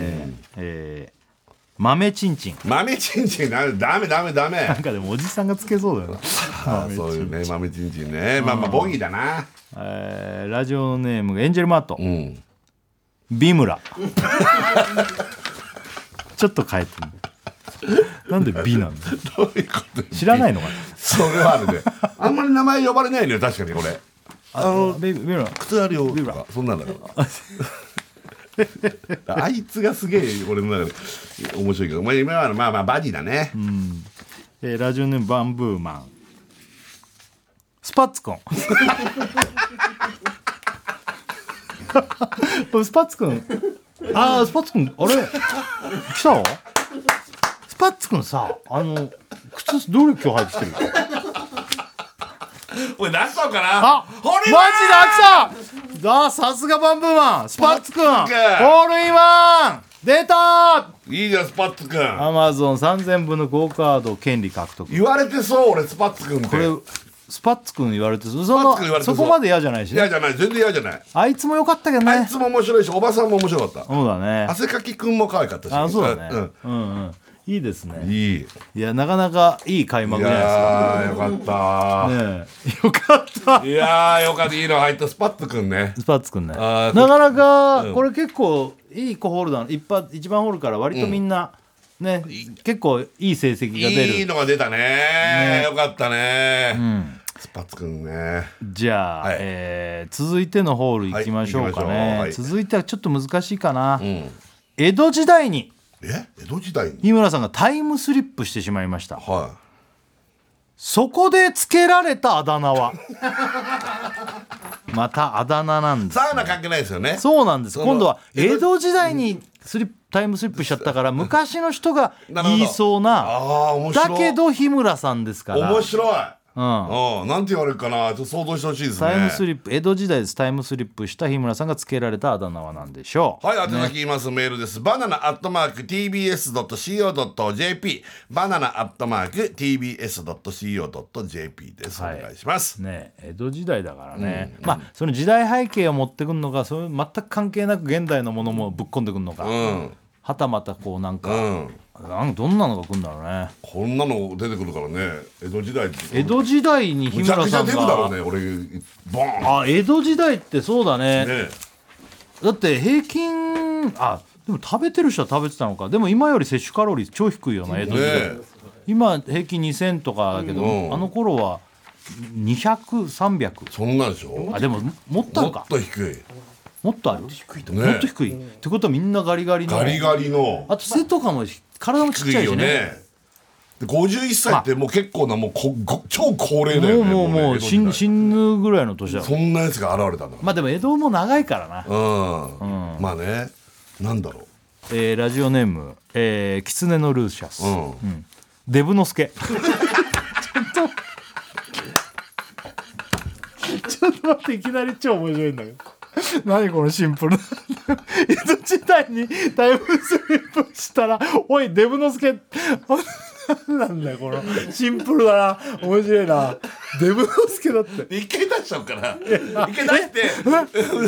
A: えー豆ちんちん
B: 豆ちんちんなダメダメダメ
A: なんかでもおじさんがつけそうだよな、
B: あーそういうね豆ちんちんねまあまあボギーだな
A: えーラジオネームがエンジェルマート
B: うん
A: ビムラ ちょっと変えてるなんでビ なの
B: どういうこと
A: 知らないのかな
B: それはあるねあんまり名前呼ばれないのよ確かにこれ
A: あのビビムラ
B: 靴あるよとかそんなんだからあいつがすげえ俺の中で面白いけどまあ今はまあまあバディだね
A: えーラジオネームバンブーマンスパッツ くんこれスパッツくんあースパッツくんあれ来たわスパッツくんさあの靴どれ今日入ってきてる
B: おい出しちゃおうかな
A: あ
B: ホリ
A: マジで飽きたあーさすがバンブーマンスパッツくんホ
B: パッツくん
A: ールインワン出た
B: いいじゃんスパッツくん
A: アマゾン3000分の GO カード権利獲得
B: 言われてそう俺スパッツくんって
A: これスパッツくん言われてそ
B: パッ
A: の
B: ツ君言われてそ
A: そうこまで嫌じゃないしね
B: 嫌じゃない全然嫌じゃない
A: あいつも良かったけど
B: あい
A: ね
B: つも面白いしおばさんも面白かった
A: そうだね
B: 汗かきくんも可愛かったし
A: あそうだねうんうんいいです
B: うん
A: ね
B: いい
A: いやなかなかいい開
B: い
A: 幕じゃないですか
B: やーよかった
A: ねえよかった
B: いやーよかったいいの入ったスパッツくんね
A: スパッツくんね
B: あ
A: な
B: ー
A: かなかこれ結構いい子ホールダーの一発一番ホールから割とみんなね結構いい成績が
B: い
A: 出
B: い
A: る
B: のが出たねよかったね、スパッツくんね
A: じゃあ
B: はい
A: えー続いてのホール行きましょうか
B: はい行き
A: ね
B: ましょうは
A: 続いてはちょっと難しいかな
B: うん
A: 江戸時代に
B: え江戸時代に
A: 日村さんがタイムスリップしてしまいました
B: は
A: そこでつけられたあだ名は またあだ名なん
B: い
A: です
B: サウナ関係ないですよね
A: そうなんです
B: その
A: 今度は江
B: 江
A: 戸時代にスリップタイムスリップしちゃったから昔の人が
B: なるほど
A: 言いそうな
B: ああ面白
A: だ
B: い
A: けど日村さんですから
B: 面白い
A: うん
B: うん、なんて言われるかなちょっと想像してほしいですね
A: タイムスリップ江戸時代ですタイムスリップした日村さんがつけられたあだ名は何でしょう
B: はい、宛先言います、メールです。バナナアットマーク tbs.co.jp。バナナアットマーク tbs.co.jp です。
A: はい
B: お願いします。
A: ね江戸時代だからね、まあその時代背景を持ってくるのかそれ全く関係なく現代のものもぶっ込んでくるのか、
B: うん。
A: はたまたこうなん
B: う
A: か、
B: ん。
A: なんどんなのが来るんだろうね
B: こんなの出てくるからね、江戸時代って。
A: 江戸時代に日
B: むちゃ
A: 村
B: くち
A: さ
B: ゃ
A: ん
B: 出るだろ
A: が、
B: うね、俺、ボーン。
A: あ江戸時代ってそうだね
B: ね
A: だって平均あでも食べてる人は食べてたのかでも今より摂取カロリー超低いよな江戸時代、
B: ねえ
A: 今平均2000とかだけど、
B: うん
A: あの頃は200300
B: そんなんでしょ
A: あでももっとあ
B: も
A: る
B: っ
A: か
B: と低い
A: もっとある低い
B: とね
A: もっと低い、ってことはみんなガリガリの
B: ガリガリの
A: あと背とかも体もちっ
B: 低
A: ちゃ
B: い
A: いし
B: よ
A: ね
B: ねで51歳ってもう結構なもうこご超高齢だ
A: も
B: よ
A: う
B: ね
A: もうもう
B: ね
A: 死ん死ぬぐらいの年だもん
B: そんなやつが現れたんだか
A: まあでも江戸も長いからな、
B: らうん、まあねなんだろ
A: えーラジオネーム、えー、キツネのルーシャス、
B: うう
A: うん
B: ん、
A: デブの助ちょっとちょっと待っていきなり超面白いんだけど 何このシンプルな 江戸時代にタイムスリップしたら「おいデブの助」何 なんだよこのシンプルだな面白いなデブの助だって
B: 一回出しちゃう から一回出して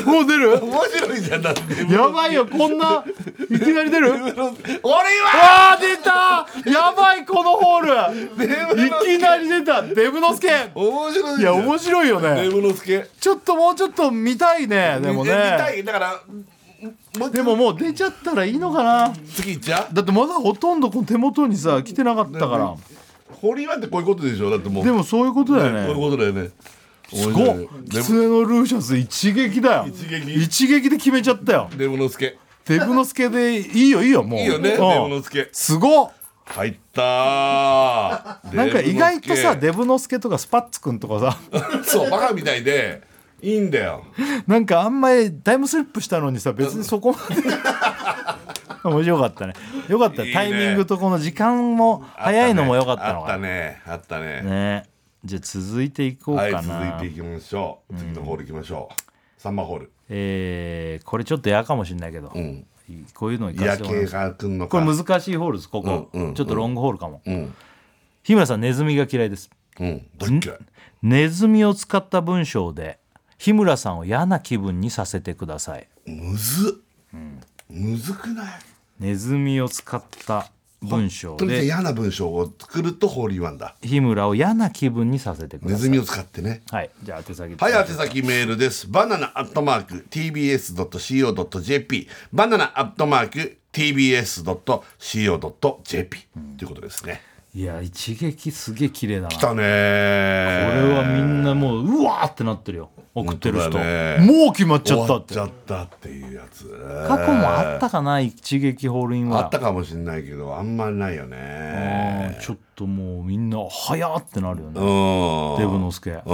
A: もう出る
B: 面白いじゃんだって
A: やばいよこんないきなり出 る
B: 俺は
A: あー出たやばいこのホ ールいきなり出たデブノスケ
B: 面白い
A: い
B: じゃ
A: や
B: ん
A: 面白いよ
B: デ
A: ね
B: ブの助
A: ちょっともうちょっと見たいねでも
B: 見た
A: ね
B: いだからもう
A: でももう出ちゃったらいいのかな
B: 次いっちゃう
A: だってまだほとんどこの手元にさ来てなかったから
B: 堀はってこういうことでしょだってもう
A: でもそういうことだよ
B: こういうこ
A: ね
B: とだよね
A: す
B: す
A: ごっ
B: デ
A: キツ
B: ブ
A: ネのルーシャス一撃だよ
B: 一撃
A: 一撃で決めちゃったよ
B: デブの助
A: デブノスケでいいよいいよもう
B: い
A: い
B: いよねデブの助
A: すごっ
B: 入ったー
A: なんか意外とさ
B: デ
A: デブノスケとかスパッツくんとかさ
B: ブの助そうバカみたいでいいんだよ
A: なんかあんまりタイムスリップしたのにさ別にそこまで 面白かったねよかった
B: いいね
A: タイミングとこの時間も早いのもよかった
B: あ
A: の
B: っ
A: か
B: た
A: なね
B: ねあったね
A: じゃあ続いていこう
B: はい
A: かな、
B: 続いていきましょう次のホールいきましょうサンマホール
A: えーこれちょっと嫌かもしれないけど、
B: うん
A: こういうのいか
B: 夜
A: せてもら
B: 景
A: います
B: が来んの
A: こ
B: か
A: れ難しいホールですここ、
B: うんうん
A: ちょっとロングホールかも、
B: うん
A: 日村さんネズミが嫌いです
B: うん大っ嫌い
A: ネズミを使った文章で日村さんを嫌な気分にさせてください
B: むずっむずくない
A: ネズミを使った文章
B: とにかく
A: で
B: 嫌な文章を作るとホールインワンだ
A: 日村を嫌な気分にさせてく
B: ネ
A: ださ
B: ズ
A: い。
B: ミを使ってね
A: はい、じゃあ宛先。
B: はい、宛先メールです。バナナアットマーク tbs.co.jp。バナナアットマーク tbs.co.jp。ということですね。
A: いや、一撃すげえ綺麗だな。
B: 来
A: こ
B: たねー。
A: れはみんなもう、うわーってなってるよ。送ってる
B: 本
A: 人。
B: 当だね
A: もう決まっち
B: 終
A: ゃ
B: わっ
A: ったって
B: ち。ゃったっていうやつ。
A: 過去もあったかな、一撃ホールイン
B: あ
A: ワン。
B: ったかもしれないけど、あんまりないよね。
A: うんちょっともうみんな、早ーってなるよ
B: う
A: ね。
B: ん。
A: デブの助。
B: うん。う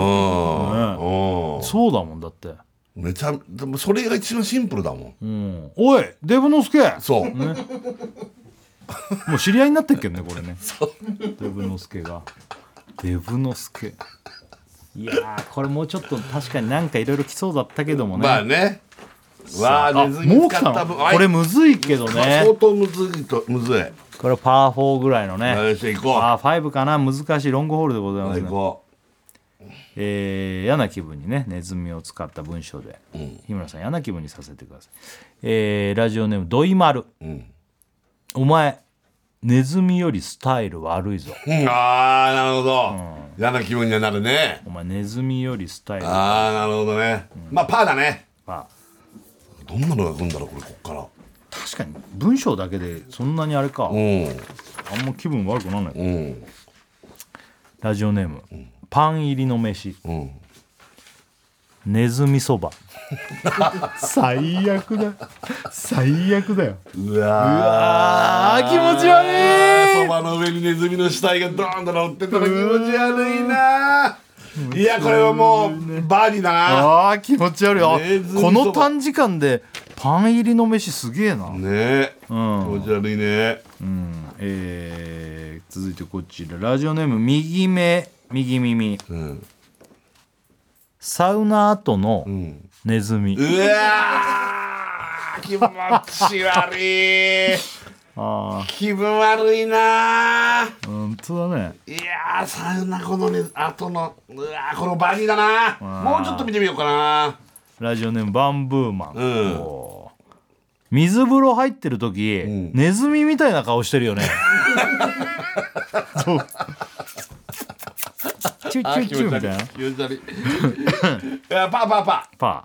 B: ん。
A: そうだもんだって。
B: めちゃ、でもそれが一番シンプルだもん。
A: うんおい、デブの助。
B: そう。
A: もう知り合いになってっけどね、こ れね。デブの助が。デブの助。いやー、これもうちょっと、確かになんかいろいろ来そうだったけどもね。
B: まあね。わあ、
A: あ、
B: ネズミ
A: もう
B: 使
A: 来
B: ったた
A: の
B: 分。あい
A: これむずいけど
B: まあ相
A: ね。
B: 当むずいとむずい。
A: これパー4ぐらいのね。
B: よし行こう。
A: パー5かな難しいロングホールでございます
B: 行
A: ね。
B: こ
A: えー嫌な気分にね、ネズミを使った文章で、日村さん嫌な気分にさせてください。えーラジオネーム、ドイマル。
B: う。うん。
A: お前、ネズミよりスタイル悪いぞ。
B: うんああ、なるほど。嫌な気分にはなるね。
A: お前、ネズミよりスタイル。ま
B: ああ、なるほどね。まあ、パーだね。
A: あ、
B: どんなのが来るんだろう、これ、こっから。
A: 確かに文章だけでそんなにあれか。
B: うん。
A: あんま気分悪くならない。
B: うん。
A: ラジオネーム、パン入りの飯。
B: うん。
A: ネズミそば 最悪だ最悪だよ
B: うわ
A: あー気持ち悪
B: そばの上にネズミの死体がドーンと乗ってたら気持ち悪いな。いや、これはもう、バーディーだな。
A: あー気持ち悪いあ
B: ネズミそば
A: この短時間でパン入りの飯すげえな、
B: ねえ。気持ち悪いね。
A: えー続いてこちらラジオネーム右目右耳
B: うん。
A: サウナ後の
B: うん。
A: ネズミ、
B: うわー気持ち悪い
A: あ
B: 気分悪いな
A: あ本当だね
B: いやーサウナこのね後のうわーこのバニーだなもうちょっと見てみようかな
A: ラジオネームバンブーマン、
B: うん
A: おー水風呂入ってる時、
B: ん
A: ネズミみたいな顔してる よねそうチュッチュッチュッみたいな
B: 気持ち悪い いやパーパーパ
A: パー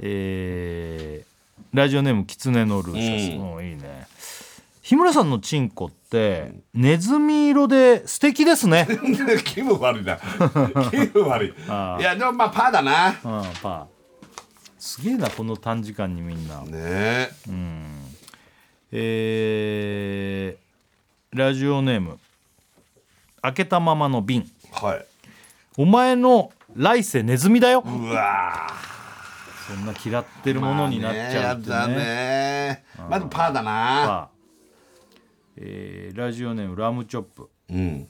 A: えーラジオネームキツネのルーシャス、うん、いいね日村さんのチンコってネズミ色で素敵で すね
B: 気分悪いな気分悪 いいやでもまあパーだな
A: うんパーすげえなこの短時間にみんな
B: ねえ
A: うんえー、ラジオネーム開けたままの瓶
B: はい
A: お前の来世ネズミだよ
B: うわ
A: そんな嫌ってるものになっちゃうってね,、
B: まあねやだねまずパーだな
A: さあえーラジオネームラムチョップ
B: うん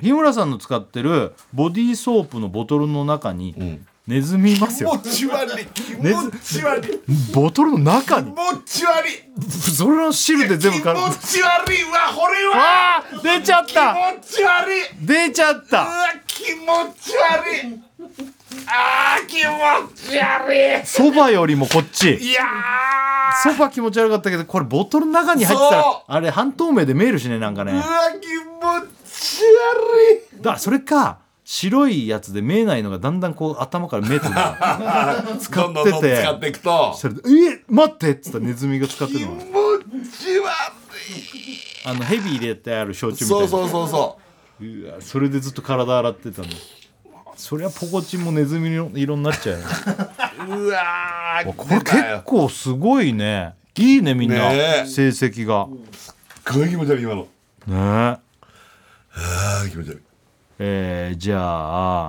A: 日村さんの使ってるボディーソープのボトルの中に、ネズミいます
B: 気
A: よ
B: 持ち悪い気持ち悪い
A: ボトルの中
B: 気
A: に
B: 持ち悪い
A: それの汁で
B: 気
A: 全
B: 持
A: 部から
B: ち悪いわこれは
A: あー出ちゃっ
B: 気
A: た
B: 持ち悪いう
A: 出ちゃっ
B: わ
A: た
B: 気持ち悪いあー気持ち悪い
A: そばよりもこっち
B: いやー
A: そば気持ち悪かったけどこれボトルの中に入ってた
B: そう
A: らあれ半透明でメールしねなんかね
B: うわ気持ち
A: だからそれか白いやつで見えないのがだんだんこう頭から目つぶ
B: 悪い
A: 使ってて
B: どんどんどん使っていくと
A: それで「え待って!」っつったらネズミが使って
B: 気
A: る
B: 持
A: の
B: ち悪
A: あのヘビ入れてある焼
B: い
A: 酎みたい
B: そ
A: な
B: うそうそうそう
A: わそれでずっと体洗ってたのそりゃポコチンもネズミの色になっちゃうよ
B: ううわー
A: これ結構すごいねいいねみんな、
B: ねえ
A: 成績が
B: すっごい気持ち悪い今の
A: ね
B: あー気持ち悪い
A: ええーじゃ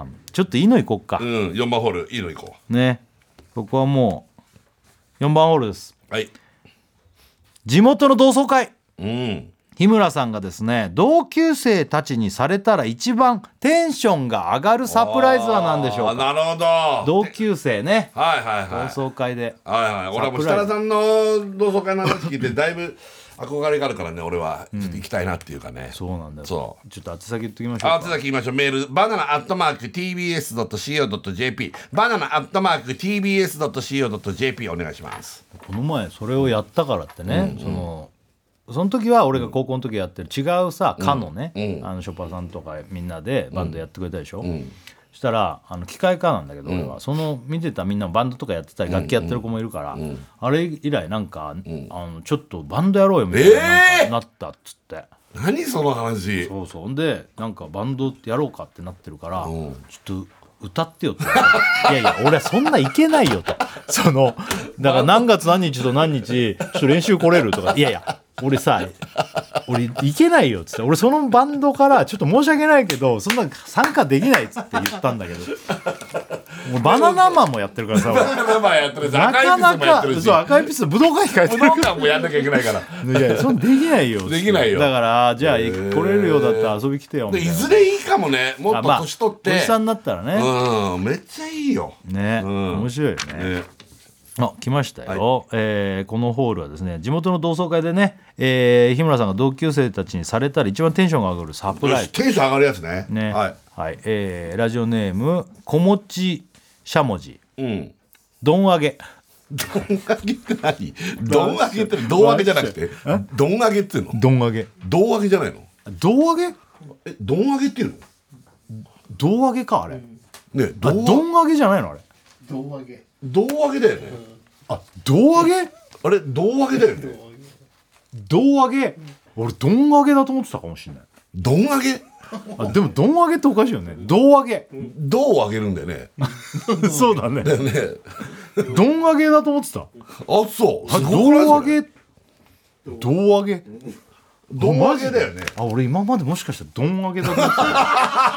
A: あちょっといいの行こっか、
B: うん4番ホールいいの行こ
A: ねここはもう4番ホールです
B: うはい
A: 地元の同窓会
B: うん
A: 日村さんがですね同級生たちにされたら一番テンションが上がるサプライズは何でしょうか
B: あーなるほど
A: 同級生ね
B: はいはい
A: 同
B: はい
A: 窓会で
B: はいはい俺はもう設楽さんの同窓会の話聞いてだいぶ 憧れがあるからね俺はちょっと行きたいなっていうかね、
A: そうなんだよ
B: そう
A: ちょっと宛先言っときましょ
B: あ
A: う
B: つ
A: か
B: だけ言いましょうメールバナナアットマーク TBS.CO.JP バナナアットマーク TBS.CO.JP お願いします
A: この前それをやったからってね、そのその時は俺が高校の時やってる違うさ「か」のね、あのショパさんとかみんなでバンドやってくれたでしょ、そしたらあの機械科なんだけど俺は、その見てたみんなバンドとかやってたり楽器やってる子もいるから、あれ以来なんか、あのちょっとバンドやろうよみたいななんかなったっつって。
B: 何その話
A: そうそうほんでなんかバンドやろうかってなってるから、ちょっと歌ってよっていやいや俺はそんないけない よとそのだから何月何日と何日ちょっと練習来れるとかいやいや俺さ俺いけないよっつって俺そのバンドからちょっと申し訳ないけどそんな参加できないっつって言ったんだけど俺バナナマンもやっ てるからさ俺
B: 生やってるし
A: な
B: 赤い
A: か
B: ピ
A: な
B: スもやっ
A: か
B: てるし
A: そう赤いピス武道館控え
B: 武
A: てる から
B: 道館もやんなきゃいけないから
A: いやいやそんなできないよっつって
B: できないよ
A: だからじゃあ来れるようだったら遊び来てよ
B: で
A: みた
B: い
A: いな
B: ずれいいかもねもっと
A: まあ
B: 年取って、
A: おじさんになったらね、
B: うんめっちゃいいよ、
A: ね、
B: ん
A: 面白いよね
B: ね
A: あ来ましたよ、えーこのホールはですね地元の同窓会でね、えー日村さんが同級生たちにされたら一番テンションが上がるサプライズ
B: テンション上がるやつね
A: ね
B: は
A: はいえーラジオネーム子持ちしゃもじ
B: いうん
A: どん揚げ
B: どん揚げって何どん揚げってどん揚げじゃなくてどん揚げっていうの
A: どん揚げ
B: どん揚げじゃないの
A: どん揚げ
B: えどん揚げっていう
A: どん揚げかあれ、
B: のねど
A: あ
B: ん
A: どん揚げじゃないのあれ
C: 胴上げ
B: どん揚げだよね
A: あどん揚げ
B: あれどん揚げだよね
A: どん揚げ俺どん揚げだと思ってたかもしれない
B: どん揚げ
A: あでもどん揚げっておかしいよねどん揚げ
B: どう揚げるんだよね
A: そうだね
B: だよね
A: どん揚げだと思ってた。
B: あそう
A: あ、
B: す
A: 胴
B: ごくない
A: 上
B: それ
A: げ。胴上げ。
B: どん揚げだよね
A: あ、俺今までもしかしたらどん上げだと思ってた。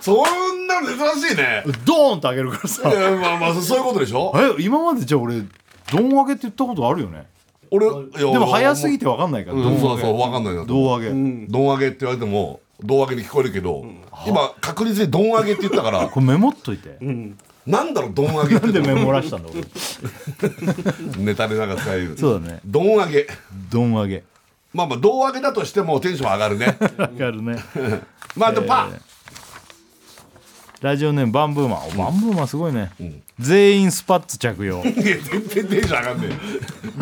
B: そんなの珍しいね
A: ドーンって上げるからさ
B: い。やまあまあそうそういうことでしょ
A: え、今までじゃあ俺、どん上げって言ったことあるよね。
B: 俺で
A: でも早すぎ
B: て
A: てわかんないから、
B: うん
A: どん上
B: そう
A: げ。
B: そうわかんないなと思う
A: 胴上げ。
B: どん揚げって言われてもどん揚げに聞こえるけど今確実にどん揚げって言ったから
A: これメモっといて。
B: なんだろうどん揚げって
A: なんでメモらした んだ俺。
B: ネタでなんか使える
A: そうだね。
B: どん揚げ
A: どん上げ。
B: まあまあ胴上げだとしてもテンション上がるね
A: わかるね。
B: まあでもパー、
A: ラジオネームバンブーマン。おバンブーマンすごいね。全員スパッツ着用。
B: いや全然テンション上がんね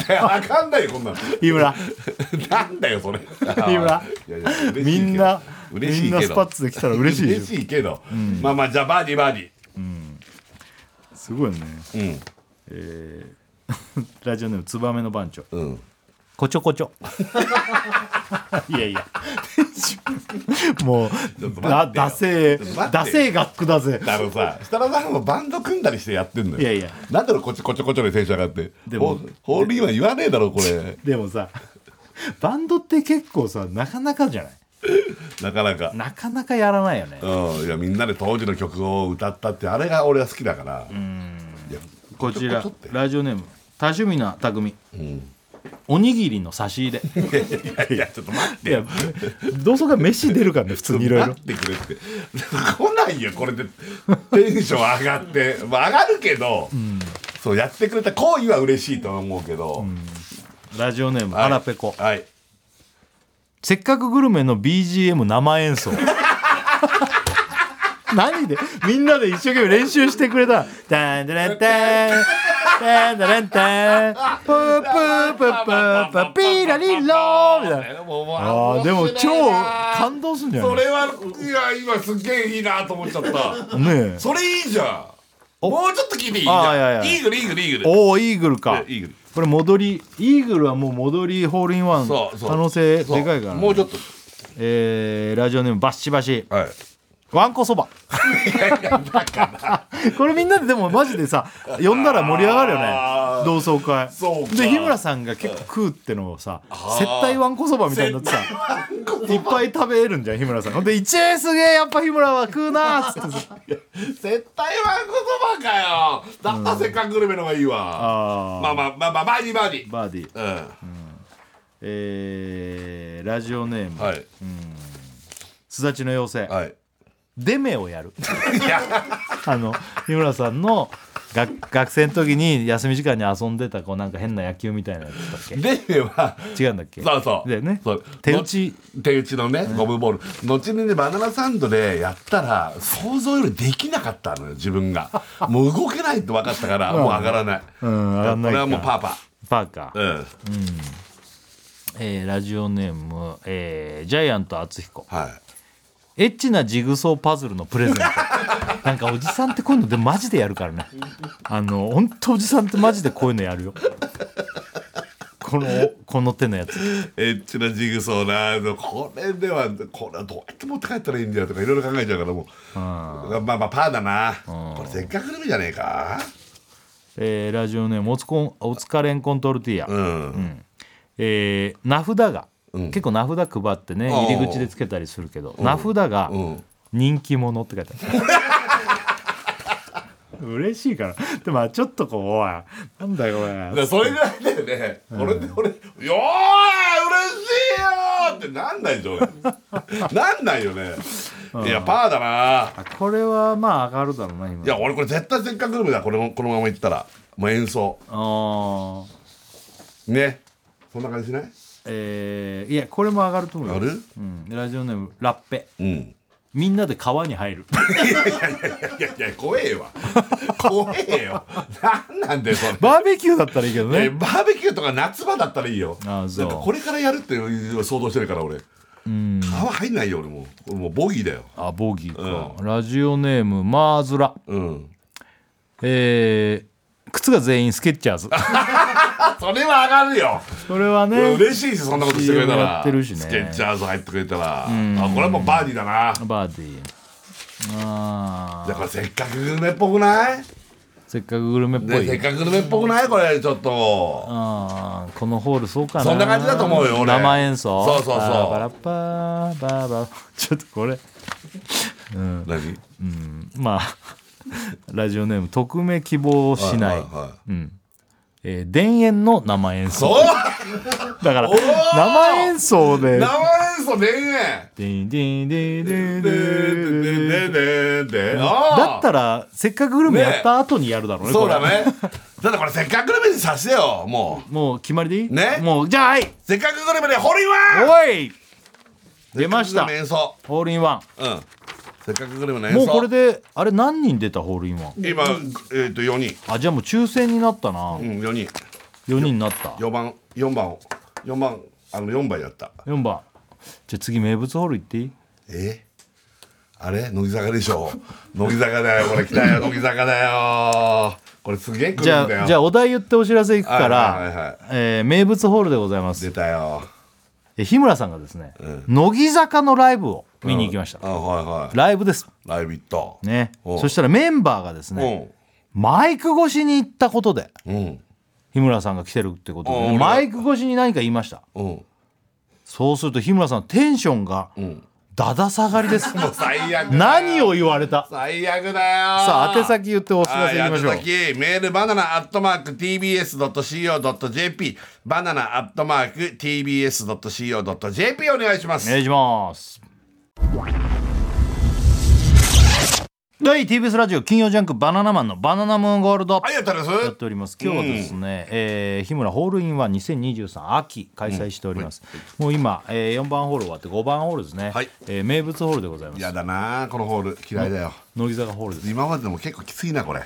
B: えよ上がんないよこんなの
A: 井村。
B: なんだよそれ
A: 井村。
B: いやいや嬉しいけど
A: みんな、
B: 嬉しい
A: み
B: け
A: ん
B: ど
A: なスパッツできたら 嬉しいで
B: 嬉
A: しょ。
B: しいけど、まあまあじゃあバーディーバーディ
A: すごいね。
B: ーうん
A: ラジオネーム ツバメの番長
B: うん
A: こちょこちょ いやいや もう
B: ちょっと待ってよ
A: だダセえ
B: ちょっと待って
A: ダセえ学区だぜ
B: だからさ設楽さんもバンド組んだりしてやってんのよ
A: いやいや
B: なんだろうこっちこっちこっちでテンション上がって
A: で
B: で
A: も
B: もホールインワン言わねえだろこれ
A: でもさバンドって結構さなかなかじゃない
B: なかなか
A: なかなかやらないよね
B: うんいやみんなで当時の曲を歌ったってあれが俺は好きだからいや
A: こちら
B: ょって
A: ラジオネーム多趣味な匠
B: うん
A: おにぎりの差し入れ
B: いやいやいやちょっと待って
A: いや同窓会飯出るからね普通にいろいろ
B: 待ってくれって来ないよこれでテンション上がって、まあ、上がるけど、そうやってくれた行為は嬉しいと思うけど、
A: ラジオネーム
B: はい
A: あらぺこ
B: はい
A: せっかくグルメの BGM 生演奏 何でみんなで一生懸命練習してくれた「タンタランタンタンタランタンプープープープープーピーラリロー」みたいな
B: もうもう
A: あーでも
B: 面
A: 超
B: 白いな
A: 感動すんじゃ
B: そ
A: ない
B: れはいや今すっげえいいなと思っちゃった
A: ねえ
B: それいいじゃんもうちょっと聞いていいじ
A: あーいやい
B: ゃん
A: や
B: イーグルイーグルイーグル
A: おおイーグルか
B: イーグル
A: これ戻りイーグルはもう戻りホールインワン
B: そ
A: 可
B: うそう
A: 能性
B: そう
A: でかいからね
B: もうちょっと
A: えーラジオネームバッシバシ
B: はい
A: わんこそば これみんなででもマジでさ呼んだら盛り上がるよ
B: あ
A: ね
B: ー
A: 同窓会
B: そうか
A: で日村さんが結構食うってのをさ接待わんこそばみたいになってさいっぱい食べるんじゃん日村さんほんで「一円すげえやっぱ日村は食うな」っつ ってさ
B: 絶対ワンコそばかよだったらせっかくグルメの方がいいわ
A: あ
B: まあまあまあまあバーディーバーデ
A: ー
B: ィ
A: バーディー
B: ー
A: えーラジオネー
B: うん
A: ム、
B: はい
A: すだちの妖精、
B: はい
A: デメをやる あの日村さんの学学生の時に休み時間に遊んでたこうなんか変な野球みたいなやつだっけ
B: デメは
A: 違うんだっけ
B: そうそう
A: だよね
B: そう
A: 手打ち
B: の手打ちのねゴムボール、後にねバナナサンドでやったら想像よりできなかったのよ自分 がもう動けないって分かったからもう上がらない、
A: うん上がんないか
B: これはもうパーパ
A: パーカー、
B: ーうん
A: えーラジオネーム、えージャイアント厚彦
B: はい
A: エッチなジグソーパズルのプレ ゼントなんかおじさんってこういうのでマジでやるからねあの本当おじさんってマジでこういうのやるよこのこの手のやつ
B: エッチなジグソーなこれではこれはどうやって持って帰ったらいいんだよとかいろいろ考えちゃうからもう、まあまあパーだな、これせっかくグルメじゃねえか
A: えーラジオネームおつこんおつかれんコントルティーヤ、
B: うん、
A: えー名札が、結構名札配ってね
B: あー
A: 入り口でつけたりするけど名札が
B: うん
A: 「人気者」って書いてある 嬉しいからでもちょっとこうおいなんだよこ
B: だ
A: れ
B: からそれぐらいだよね、俺で俺「よーい嬉しいよー!」ってなんないでしょ俺 なんないよね、いやパーだな
A: あこれはまあ上がるだろうな今
B: いや俺これ絶対せっかくグルメだこれもこのままいったらもう演奏
A: あー
B: ねそんな感じしない
A: えーいやこれも上がると思うよ
B: ある
A: うん、ラジオネームラッペ
B: うんい
A: みんなで川に入る
B: やいやいや怖えわ 怖えよなんなんだよそれ
A: バーベキューだったらいいけど
B: え
A: ね
B: バーベキューとか夏場だったらいいよ
A: あーそう
B: なんかこれからやるっていう想像してるから俺うん川入んないよ俺もう俺もうボギーだよ
A: あボギーか、ラジオネームマーズラ
B: うん
A: えー靴が全員スケッチャーズ
B: それは上がるよ
A: それはね
B: 嬉しいですそんなことしてくれた
A: CM
B: ら
A: やってるしね
B: スケッチャーズ入ってくれたらあこれはもうバーディーだな
A: バーディーあ
B: だからせっかくグルメっぽくない、
A: ーせっかくグルメっぽ
B: ね、
A: い、
B: せっかくグルメっぽくないこれちょっと
A: あーこのホールそうかな
B: そんな感じだと思うよ俺
A: 生演奏
B: そうそうそう
A: バラバラパー バラバラちょっとこれ
B: 何
A: まあ ラジオネーム匿名希望しな
B: は
A: い、
B: いは
A: えー田園の生演
B: そ
A: 奏
B: う
A: だから
B: おー
A: 生演奏で
B: 生演奏田園
A: ディンディンディンディン
B: で
A: ディンディンディン
B: でででで
A: だ
B: あ
A: っ
B: あ
A: たらせっかくグルメやった後にやるだろうね
B: そうだ
A: これ
B: ねだってこれせっかくグルメにさせてよもう
A: もう決まりでいい
B: ね
A: もうじゃあはい
B: せっかくグルメでホリワン
A: おい出ました
B: せっかくグルメの演奏
A: ホールインワ
B: うんせっかくグルメの
A: ン
B: 演奏
A: もうこれであれ何人出たホールインワン
B: 今えっ、と4人
A: あじゃあもう抽選になったな
B: うん4人
A: 4人になった
B: 4番4番を4番あの4番やった
A: 4番じゃあ次名物ホール行っていい
B: えあれ乃木坂でしょ乃木坂だよこれ来たよ乃木坂だよこれすげえ来
A: じ
B: るんだ
A: ゃ
B: よ
A: あじゃあお題言ってお知らせいくか
B: はいはいはいはい
A: らえー名物ホールでございま
B: 出
A: す
B: たよ
A: え日村さんがですね、乃木坂のライブを見に行きました、
B: あはいはい
A: ライブです
B: ライブ行った
A: ね
B: うん
A: そしたらメンバーがですね、マイク越しに行ったことで
B: うんうん
A: 日村さんが来てるってことで
B: うん
A: ね、マイク越しに何か言いました
B: うん
A: そうすると日村さんテンションが
B: うん
A: だだ下がり です
B: 最悪だよ
A: 何を言われた
B: 最悪だよ
A: さあ宛先言ってお知ら
B: は
A: せ
B: い、
A: いきましょう
B: 宛先メールバナナアットマーク TBS.CO.JP バナナアットマーク TBS.CO.JP お願いしま
A: お
B: す、
A: 願いします第 TBS ラジオ金曜ジャンクバナナマンのバナナムーンゴールド
B: ありがとうござい
A: や
B: ま
A: っ
B: す
A: ております今日はですね、えー日村ホールインワン2023秋開催しております、もう今、え4番ホール終わって5番ホールですね、
B: はい
A: えー名物ホールでございま
B: や
A: す
B: だなこのホール嫌いだよ
A: 乃木坂ホールです
B: 今まででも結構きついなこれ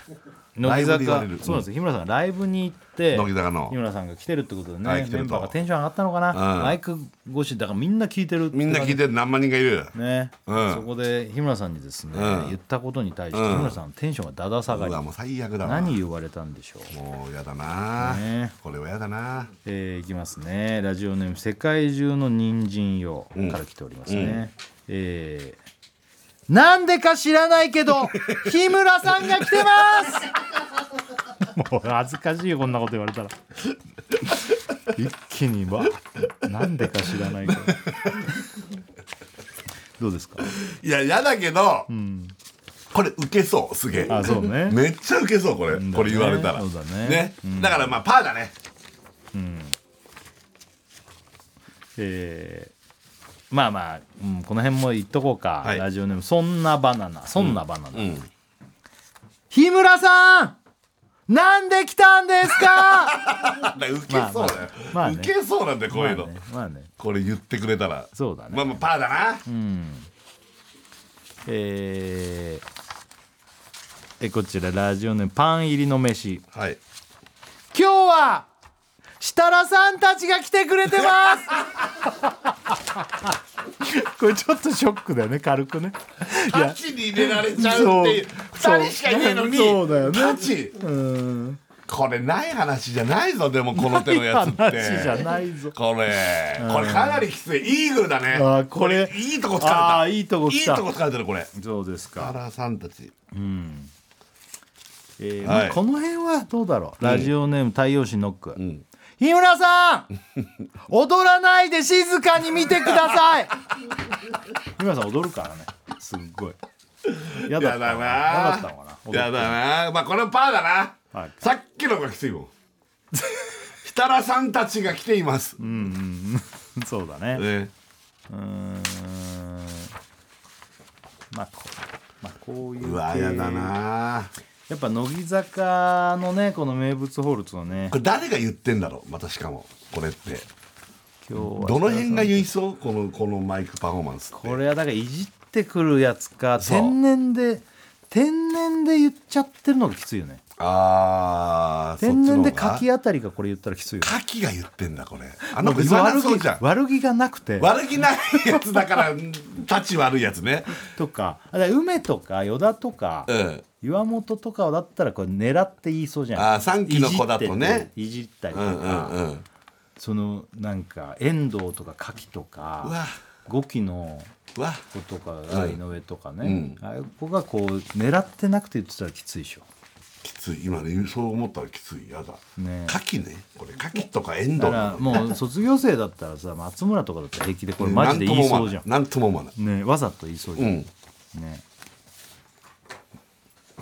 B: ラ
A: 乃
B: イ
A: 木
B: ブ
A: 坂
B: で言われる
A: そうなんですよ日村さんがライブに行って
B: 乃木坂の
A: 日村さんが来てるってことでね、
B: はい来てると
A: メンバーがテンション上がったのかな、
B: うん
A: マイク越しだからみんな聞いてる
B: みんな聞い
A: て
B: てる何万人がいる、
A: ね、
B: うん
A: そこで日村さんにですね、
B: うん
A: 言ったことに対して日村さんのテンションがだだ下が
B: う
A: り、
B: わもう最悪だわ
A: 何言われたんでしょう
B: もうやだな、
A: ね
B: これはやだな
A: えーいきますねラジオネーム「世界中の人参用」から来ておりますね、えーなんでか知らないけ ど日村さんが来 てますもう恥ずかしいよこんなこと言われたら一気にわなんでか知らないけどどうですか
B: いややだけど、これウケそうすげえ
A: あそうね
B: めっちゃウケそうこれ、
A: だね
B: これ言われたら
A: そうだね
B: だからまあパーだね
A: えーまあまあ、うん、この辺も言っとこうか、
B: はい
A: ラジオネーム「そんなバナナ」「そんなバナナ」
B: うん
A: 日村さんなんで来たんですか
B: あウケそうだよ、
A: まあまあまあね
B: ウケそうなんだ よこういうの、
A: まあねまあね
B: これ言ってくれたら
A: そうだね
B: まあまあパーだな、
A: えーえこちらラジオネームパン入りの飯
B: はい
A: 今日は設楽さんたちが来てくれてます これちょっとショックだよね軽くねい
B: パ
A: や
B: チに入れられちゃうっていう
A: そう
B: 2人しかいねえのに
A: そうだよね
B: パチ
A: うん
B: これない話じゃないぞでもこの手のやつって
A: 話じゃないぞ
B: これこれかなりきついイーグルだね
A: あーこれ
B: いいとこ疲れた
A: あーいいとこ来た
B: いいとこ疲れてるこれ
A: そうですか
B: 原さんたち
A: えー
B: はい
A: まあこの辺はどうだろう、ラジオネーム太陽神ノック、
B: ん
A: 日村さ ん踊らないで静かに見てください日村さん踊るからねすっごいやだ
B: や
A: った
B: だ
A: の
B: な
A: かったのかな
B: やだなまあこれもパーだな、
A: はい
B: さっきのがきついも ん設楽さんたちが来ています、
A: そうだね
B: ね
A: うーんまあこうまあこういう
B: うわ
A: 系
B: やだな
A: やっぱ乃木坂のねこの名物ホールツのね
B: これ誰が言ってんだろうまたしかもこれって
A: 今日は
B: どの辺が言いそうこのこのマイクパフォーマンスって
A: これはだからいじってくるやつか
B: そう
A: 天然で天然で言っちゃってるのがきついよね
B: あーそっち
A: 天
B: の
A: 然
B: 方が
A: で柿あたりがこれ言ったらきついよね
B: カキが言ってんだこれあの子言わなそうじゃん
A: 悪気がなくて
B: 悪気ないやつだからたち悪いやつね
A: とかだから梅とか依田とか、
B: うん
A: 岩本とかだったらこれ狙って言いそうじゃん
B: あー三期の子だとね
A: いじってていじったり
B: う
A: と
B: んう
A: か、
B: んうん
A: そのなんか遠藤とか柿と
B: うわ
A: か五期の
B: うわ
A: 子とかが井上とか
B: うん
A: ね、ああいう子がこう狙ってなくて言ってたらきついでしょ
B: きつい今ねそう思ったらきついやだ
A: ね
B: カキねこれカキとか遠藤
A: だ
B: な
A: から
B: の
A: もう卒業生だったらさ 松村とかだったら平気でこれマジで言いそうじゃん、
B: なんとも思わない
A: ね、わざと言いそうじゃん、
B: うん
A: ね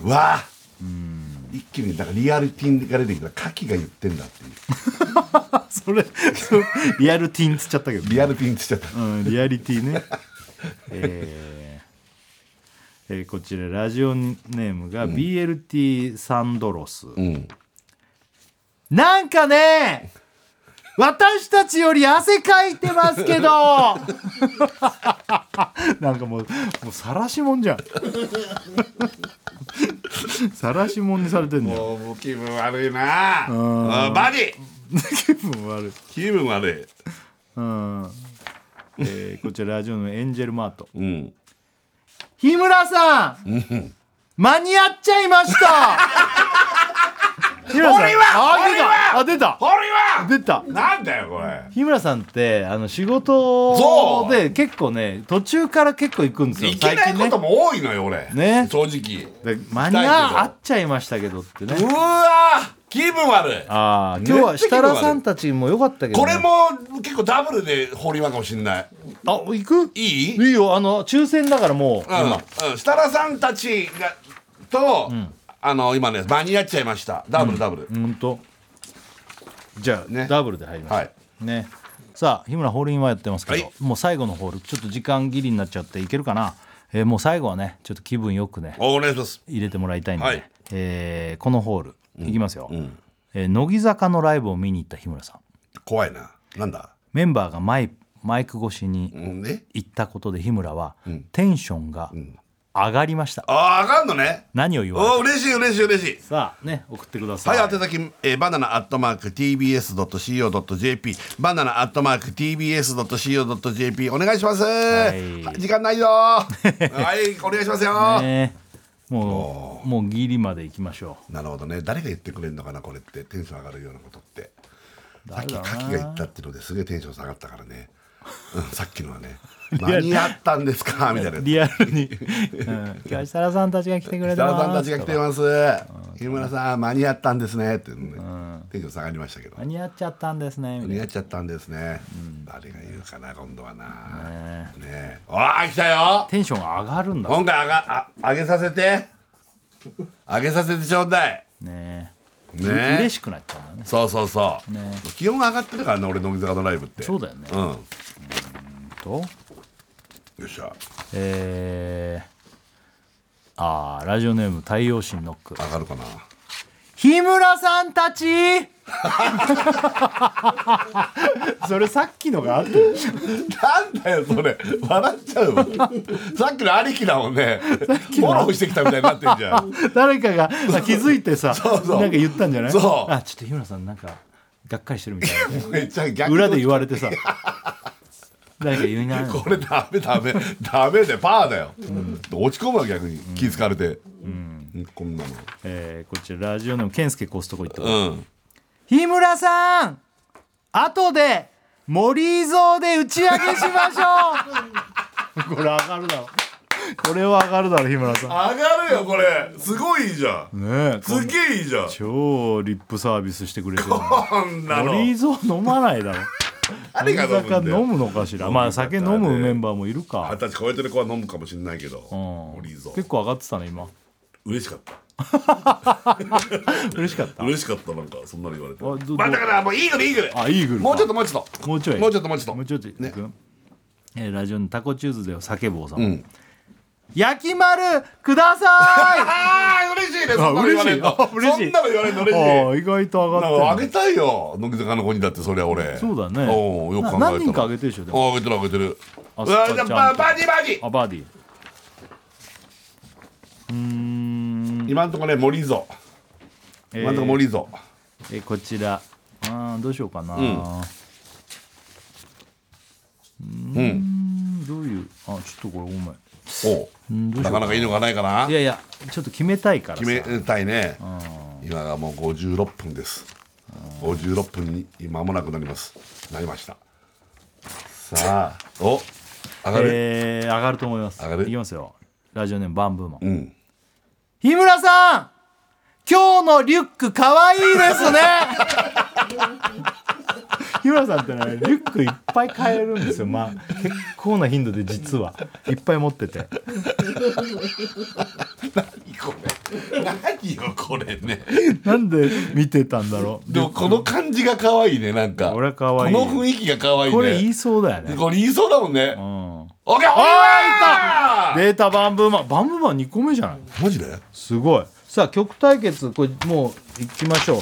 B: うわあ一気になんかリアルティンが出てきたらカキが言ってんだっていう
A: あ それそうリアルティーンつっちゃったけど
B: リアルティンって言っちゃった
A: うん、リアリティね えーえーこちらラジオネームが BLT サンドロス、
B: うん
A: なんかね私たちより汗かいてますけど なんかもうもう晒しも んじゃん晒しもんにされてんだよ
B: もうもう気分悪いなあーバディ
A: 気分悪い、
B: 気分悪
A: うんえーこちらラジオのエンジェルマート
B: いうん
A: 日村さん間に合っちゃいました 日村さん
B: 俺は
A: あ出た
B: ホ
A: あ
B: リ
A: 出た出た
B: なんだよこれ
A: 日村さんってあの仕
B: そ
A: 事
B: う
A: で結構ね途中から結構行くんですよ
B: いけないこ
A: ね
B: とも多いのよ俺
A: ね
B: 正直
A: で間に合っちゃいましたけどってね
B: うわー気分悪い
A: ああ今日は設楽さんたちも良かったけど、ね、
B: これも結構ダブルでホリワンかもしんない
A: あ行く
B: いい
A: いいよあの抽選だからもう今
B: うんうん、設楽さんたちがと、あの今ね間に合っちゃいましたダブルダブル、
A: うんとじゃあ、
B: ね
A: ダブルで入りました、
B: はい
A: ねさあ日村ホールインワンやってますけど、
B: はい
A: もう最後のホールちょっと時間ギリになっちゃっていけるかな、えーもう最後はねちょっと気分よくね
B: お願いします
A: 入れてもらいたいんで、
B: はい
A: えーこのホール、いきますよ、えー乃木坂のライブを見に行った日村さん
B: 怖いななんだ、
A: メンバーがマイマイク越しに
B: うん、ね
A: 行ったことで日村は、テンションが上がりました、
B: ああかんのね
A: 何を言われ
B: お
A: た
B: 嬉しい嬉しい嬉しい
A: さあね送ってくださ、
B: はいい、宛先、えーバナナアットマーク TBS.CO.JP バナナアットマーク TBS.CO.JP お願いします、
A: い
B: は時間 ないよーはいお願いしますよー、
A: ねもうもうギリまで行きましょう
B: なるほどね誰が言ってくれるのかなこれってテンション上がるようなことってさっきカキが言ったっていうのですげえテンション下がったからね、うん、さっきのはね間に合ったんですかみたいな
A: リアルに、うん、今日設楽さんたちが来てくれ
B: 設
A: てま
B: 楽
A: す
B: さんたちが来てます日村さん間に合ったんですねって、ねテンション下がりましたけど
A: 間に合っちゃったんですねみたい
B: 似合っちゃったんですね、誰が言うかな今度はなねえおー来たよ
A: なテンションが上がるんだ
B: 今回あがあ上げさせて上げさせてちょうだい
A: ね
B: ね
A: う嬉しくなっちゃうんだね
B: そうそうそう、
A: ね
B: 気温が上がってるからね俺乃木坂のライブって
A: そうだよね
B: うんよ
A: と
B: っしゃ
A: えー、あーラジオネーム太陽神ノック
B: 上がるかな
A: 日村さんたち それさっきのがあってる
B: なんだよそれ笑っちゃうわさっきの兄貴だもんねフォローしてきたみたいになってんじゃん
A: 誰かがあ気づいてさ
B: そうそう
A: なんか言ったんじゃない
B: そう
A: あちょっと日村さんなんかがっかりして るみたいな
B: めっちゃ逆に
A: 裏で言われてさ 誰か言いな
B: これダメダメダメでパーだよ、落ち込むわ逆に気づかれて、うんこんなの
A: えー、こちらラジオネーム健介コストコ行ってます
B: うん
A: 日村さん後で森蔵で打ち上げしまし ょうこれ上がるだろこれは上がるだろ日村さん
B: 上がるよこれすごいいいじゃん、
A: ねえ
B: すげえいいじゃん
A: 超リップサービスしてくれてるの
B: こんなの
A: 森蔵飲まないだろ
B: 誰が飲むんだ
A: 森
B: よ
A: 飲むのかしらまあ酒飲むメンバーもいる
B: 二
A: か、
B: 十歳超えてる子は飲むかもしれないけど、
A: うん
B: 森蔵
A: 結構上がってたね今
B: 嬉しかった
A: 嬉しかった
B: 嬉しかったなんかそんなの言われて
A: あど
B: まあだからもうイーグルイーグル
A: あイーグルか
B: もうちょっともうちょっと
A: もうちょい
B: もうちょっともうちょっと
A: もうちょっといく、
B: ね
A: えーラジオのタコチューズで叫ぼうさん、
B: ん
A: 焼き丸くださ
B: ああ嬉しいねそんなの言われる
A: あ
B: の
A: 嬉しいあ嬉し
B: そん
A: い
B: なの言われるの
A: い
B: 嬉しい
A: ああ意外と上
B: なんか
A: が
B: あ
A: って
B: げ
A: る
B: たいよ乃木坂の子にだってそりゃ俺
A: そうだね
B: おうよく考えた
A: な
B: ら
A: 何人かあげてるでしょでも
B: ああげてるあげてる
A: あ
B: う
A: そっ
B: わ
A: か
B: じゃあ
A: ちゃん
B: バ
A: と
B: バーディーバーディー
A: あバーディーうーん、
B: 今んとこね森ぞ
A: えー
B: 今んとこ森ぞ
A: えーこちらあーどうしようかな、う
B: うんうん
A: んどういうあちょっとこれごめん
B: おうなかなかいいのがないかない
A: やいやちょっと決めたいからさ
B: 決めたいね今がもう56分です56分に間もなくなりますなりましたさあお上がる
A: えー上がると思います
B: 上がる
A: いきますよラジオネームバンブーマン、
B: ん
A: 日村さん今日のリュックかわいい ですね日村さんってねリュックいっぱい買えるんですよまあ結構な頻度で実はいっぱい持ってて
B: これ何よこれね
A: なんで見てたんだろう
B: でもこの感じが可愛いねなんか
A: これ可愛い
B: この雰囲気が可愛いね
A: これ言いそうだよね
B: これ言いそうだもんね
A: うん
B: オッケー
A: あーいた
B: い
A: データバンブーマンバンブーマン2個目じゃない
B: マジでは
A: すごいさあ曲対決これもういきましょう
B: い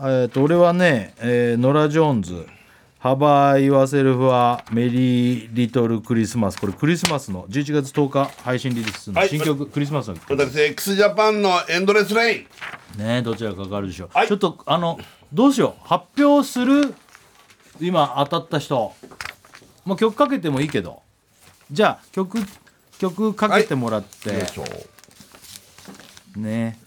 A: えー、と俺はね、えーノラ・ジョーンズ「ハバイ・ワセルフ・はメリー・リトル・クリスマス」これクリスマスの11月10日配信リリースの
B: はい
A: 新曲、クリスマスの曲
B: 私 x ジャパンのエンドレスレイン
A: ねどちらかかるでしょう、
B: はい
A: ちょっとあのどうしよう発表する今当たった人もう曲かけてもいいけどじゃあ曲曲かけてもらって、
B: よいしょ
A: ね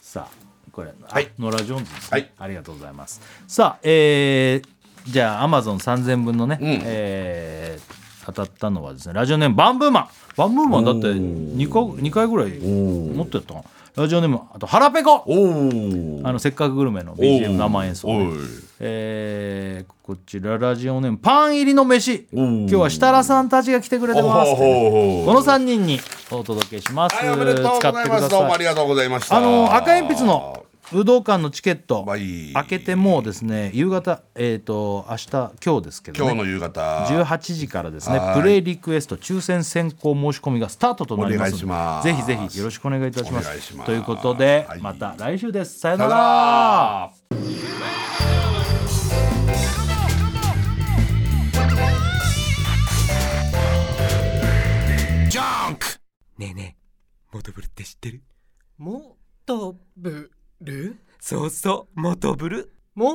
A: さあこれ、あ
B: はい
A: ノラ・ジョーンズですね、
B: はい
A: ありがとうございますさあえー、じゃあアマゾン3000分のね、えー当たったのはですねラジオネームバンブーマンバンブーマンだって2回二回ぐらい持ってたのラジオネームあと腹ペコ
B: おー
A: あのせっかくグルメの BGM 生演奏で
B: おい
A: えーこちらラジオネームパン入りの飯
B: ん
A: 今日は設楽さんたちが来てくれてますってね
B: おほほほ
A: この3人にお届けします、
B: はいおめでとうご
A: 使っ
B: ざい
A: てく
B: ま
A: だ
B: すどうも
A: さ
B: あ
A: い
B: りがとうございました
A: あの赤鉛筆の武道館のチケット
B: はい
A: 開けてもうですね夕方えっ、と明日今日ですけど
B: 今
A: ね
B: 日の夕方
A: 18時からですね
B: は
A: プ
B: い
A: レイリクエスト抽選先行申し込みがスタートとなりますので
B: お願いします
A: ぜひぜひよろしくお願いいたします
B: お願いします
A: ということで、
B: はい
A: また来週ですさよ
B: さよ
A: な
B: な
A: ら
B: ら
E: junk ねえねえモトブルって知ってる
F: もっとぶる
E: そうそうモトブル
F: もっ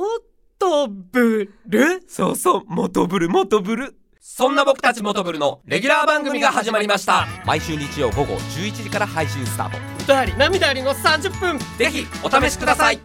F: とぶる
E: そうそうモトブルモトブルそんな僕たちモトブルのレギュラー番組が始まりました毎週日曜午後11時から配信スタート
F: 歌あり涙ありの30分
E: ぜひお試しください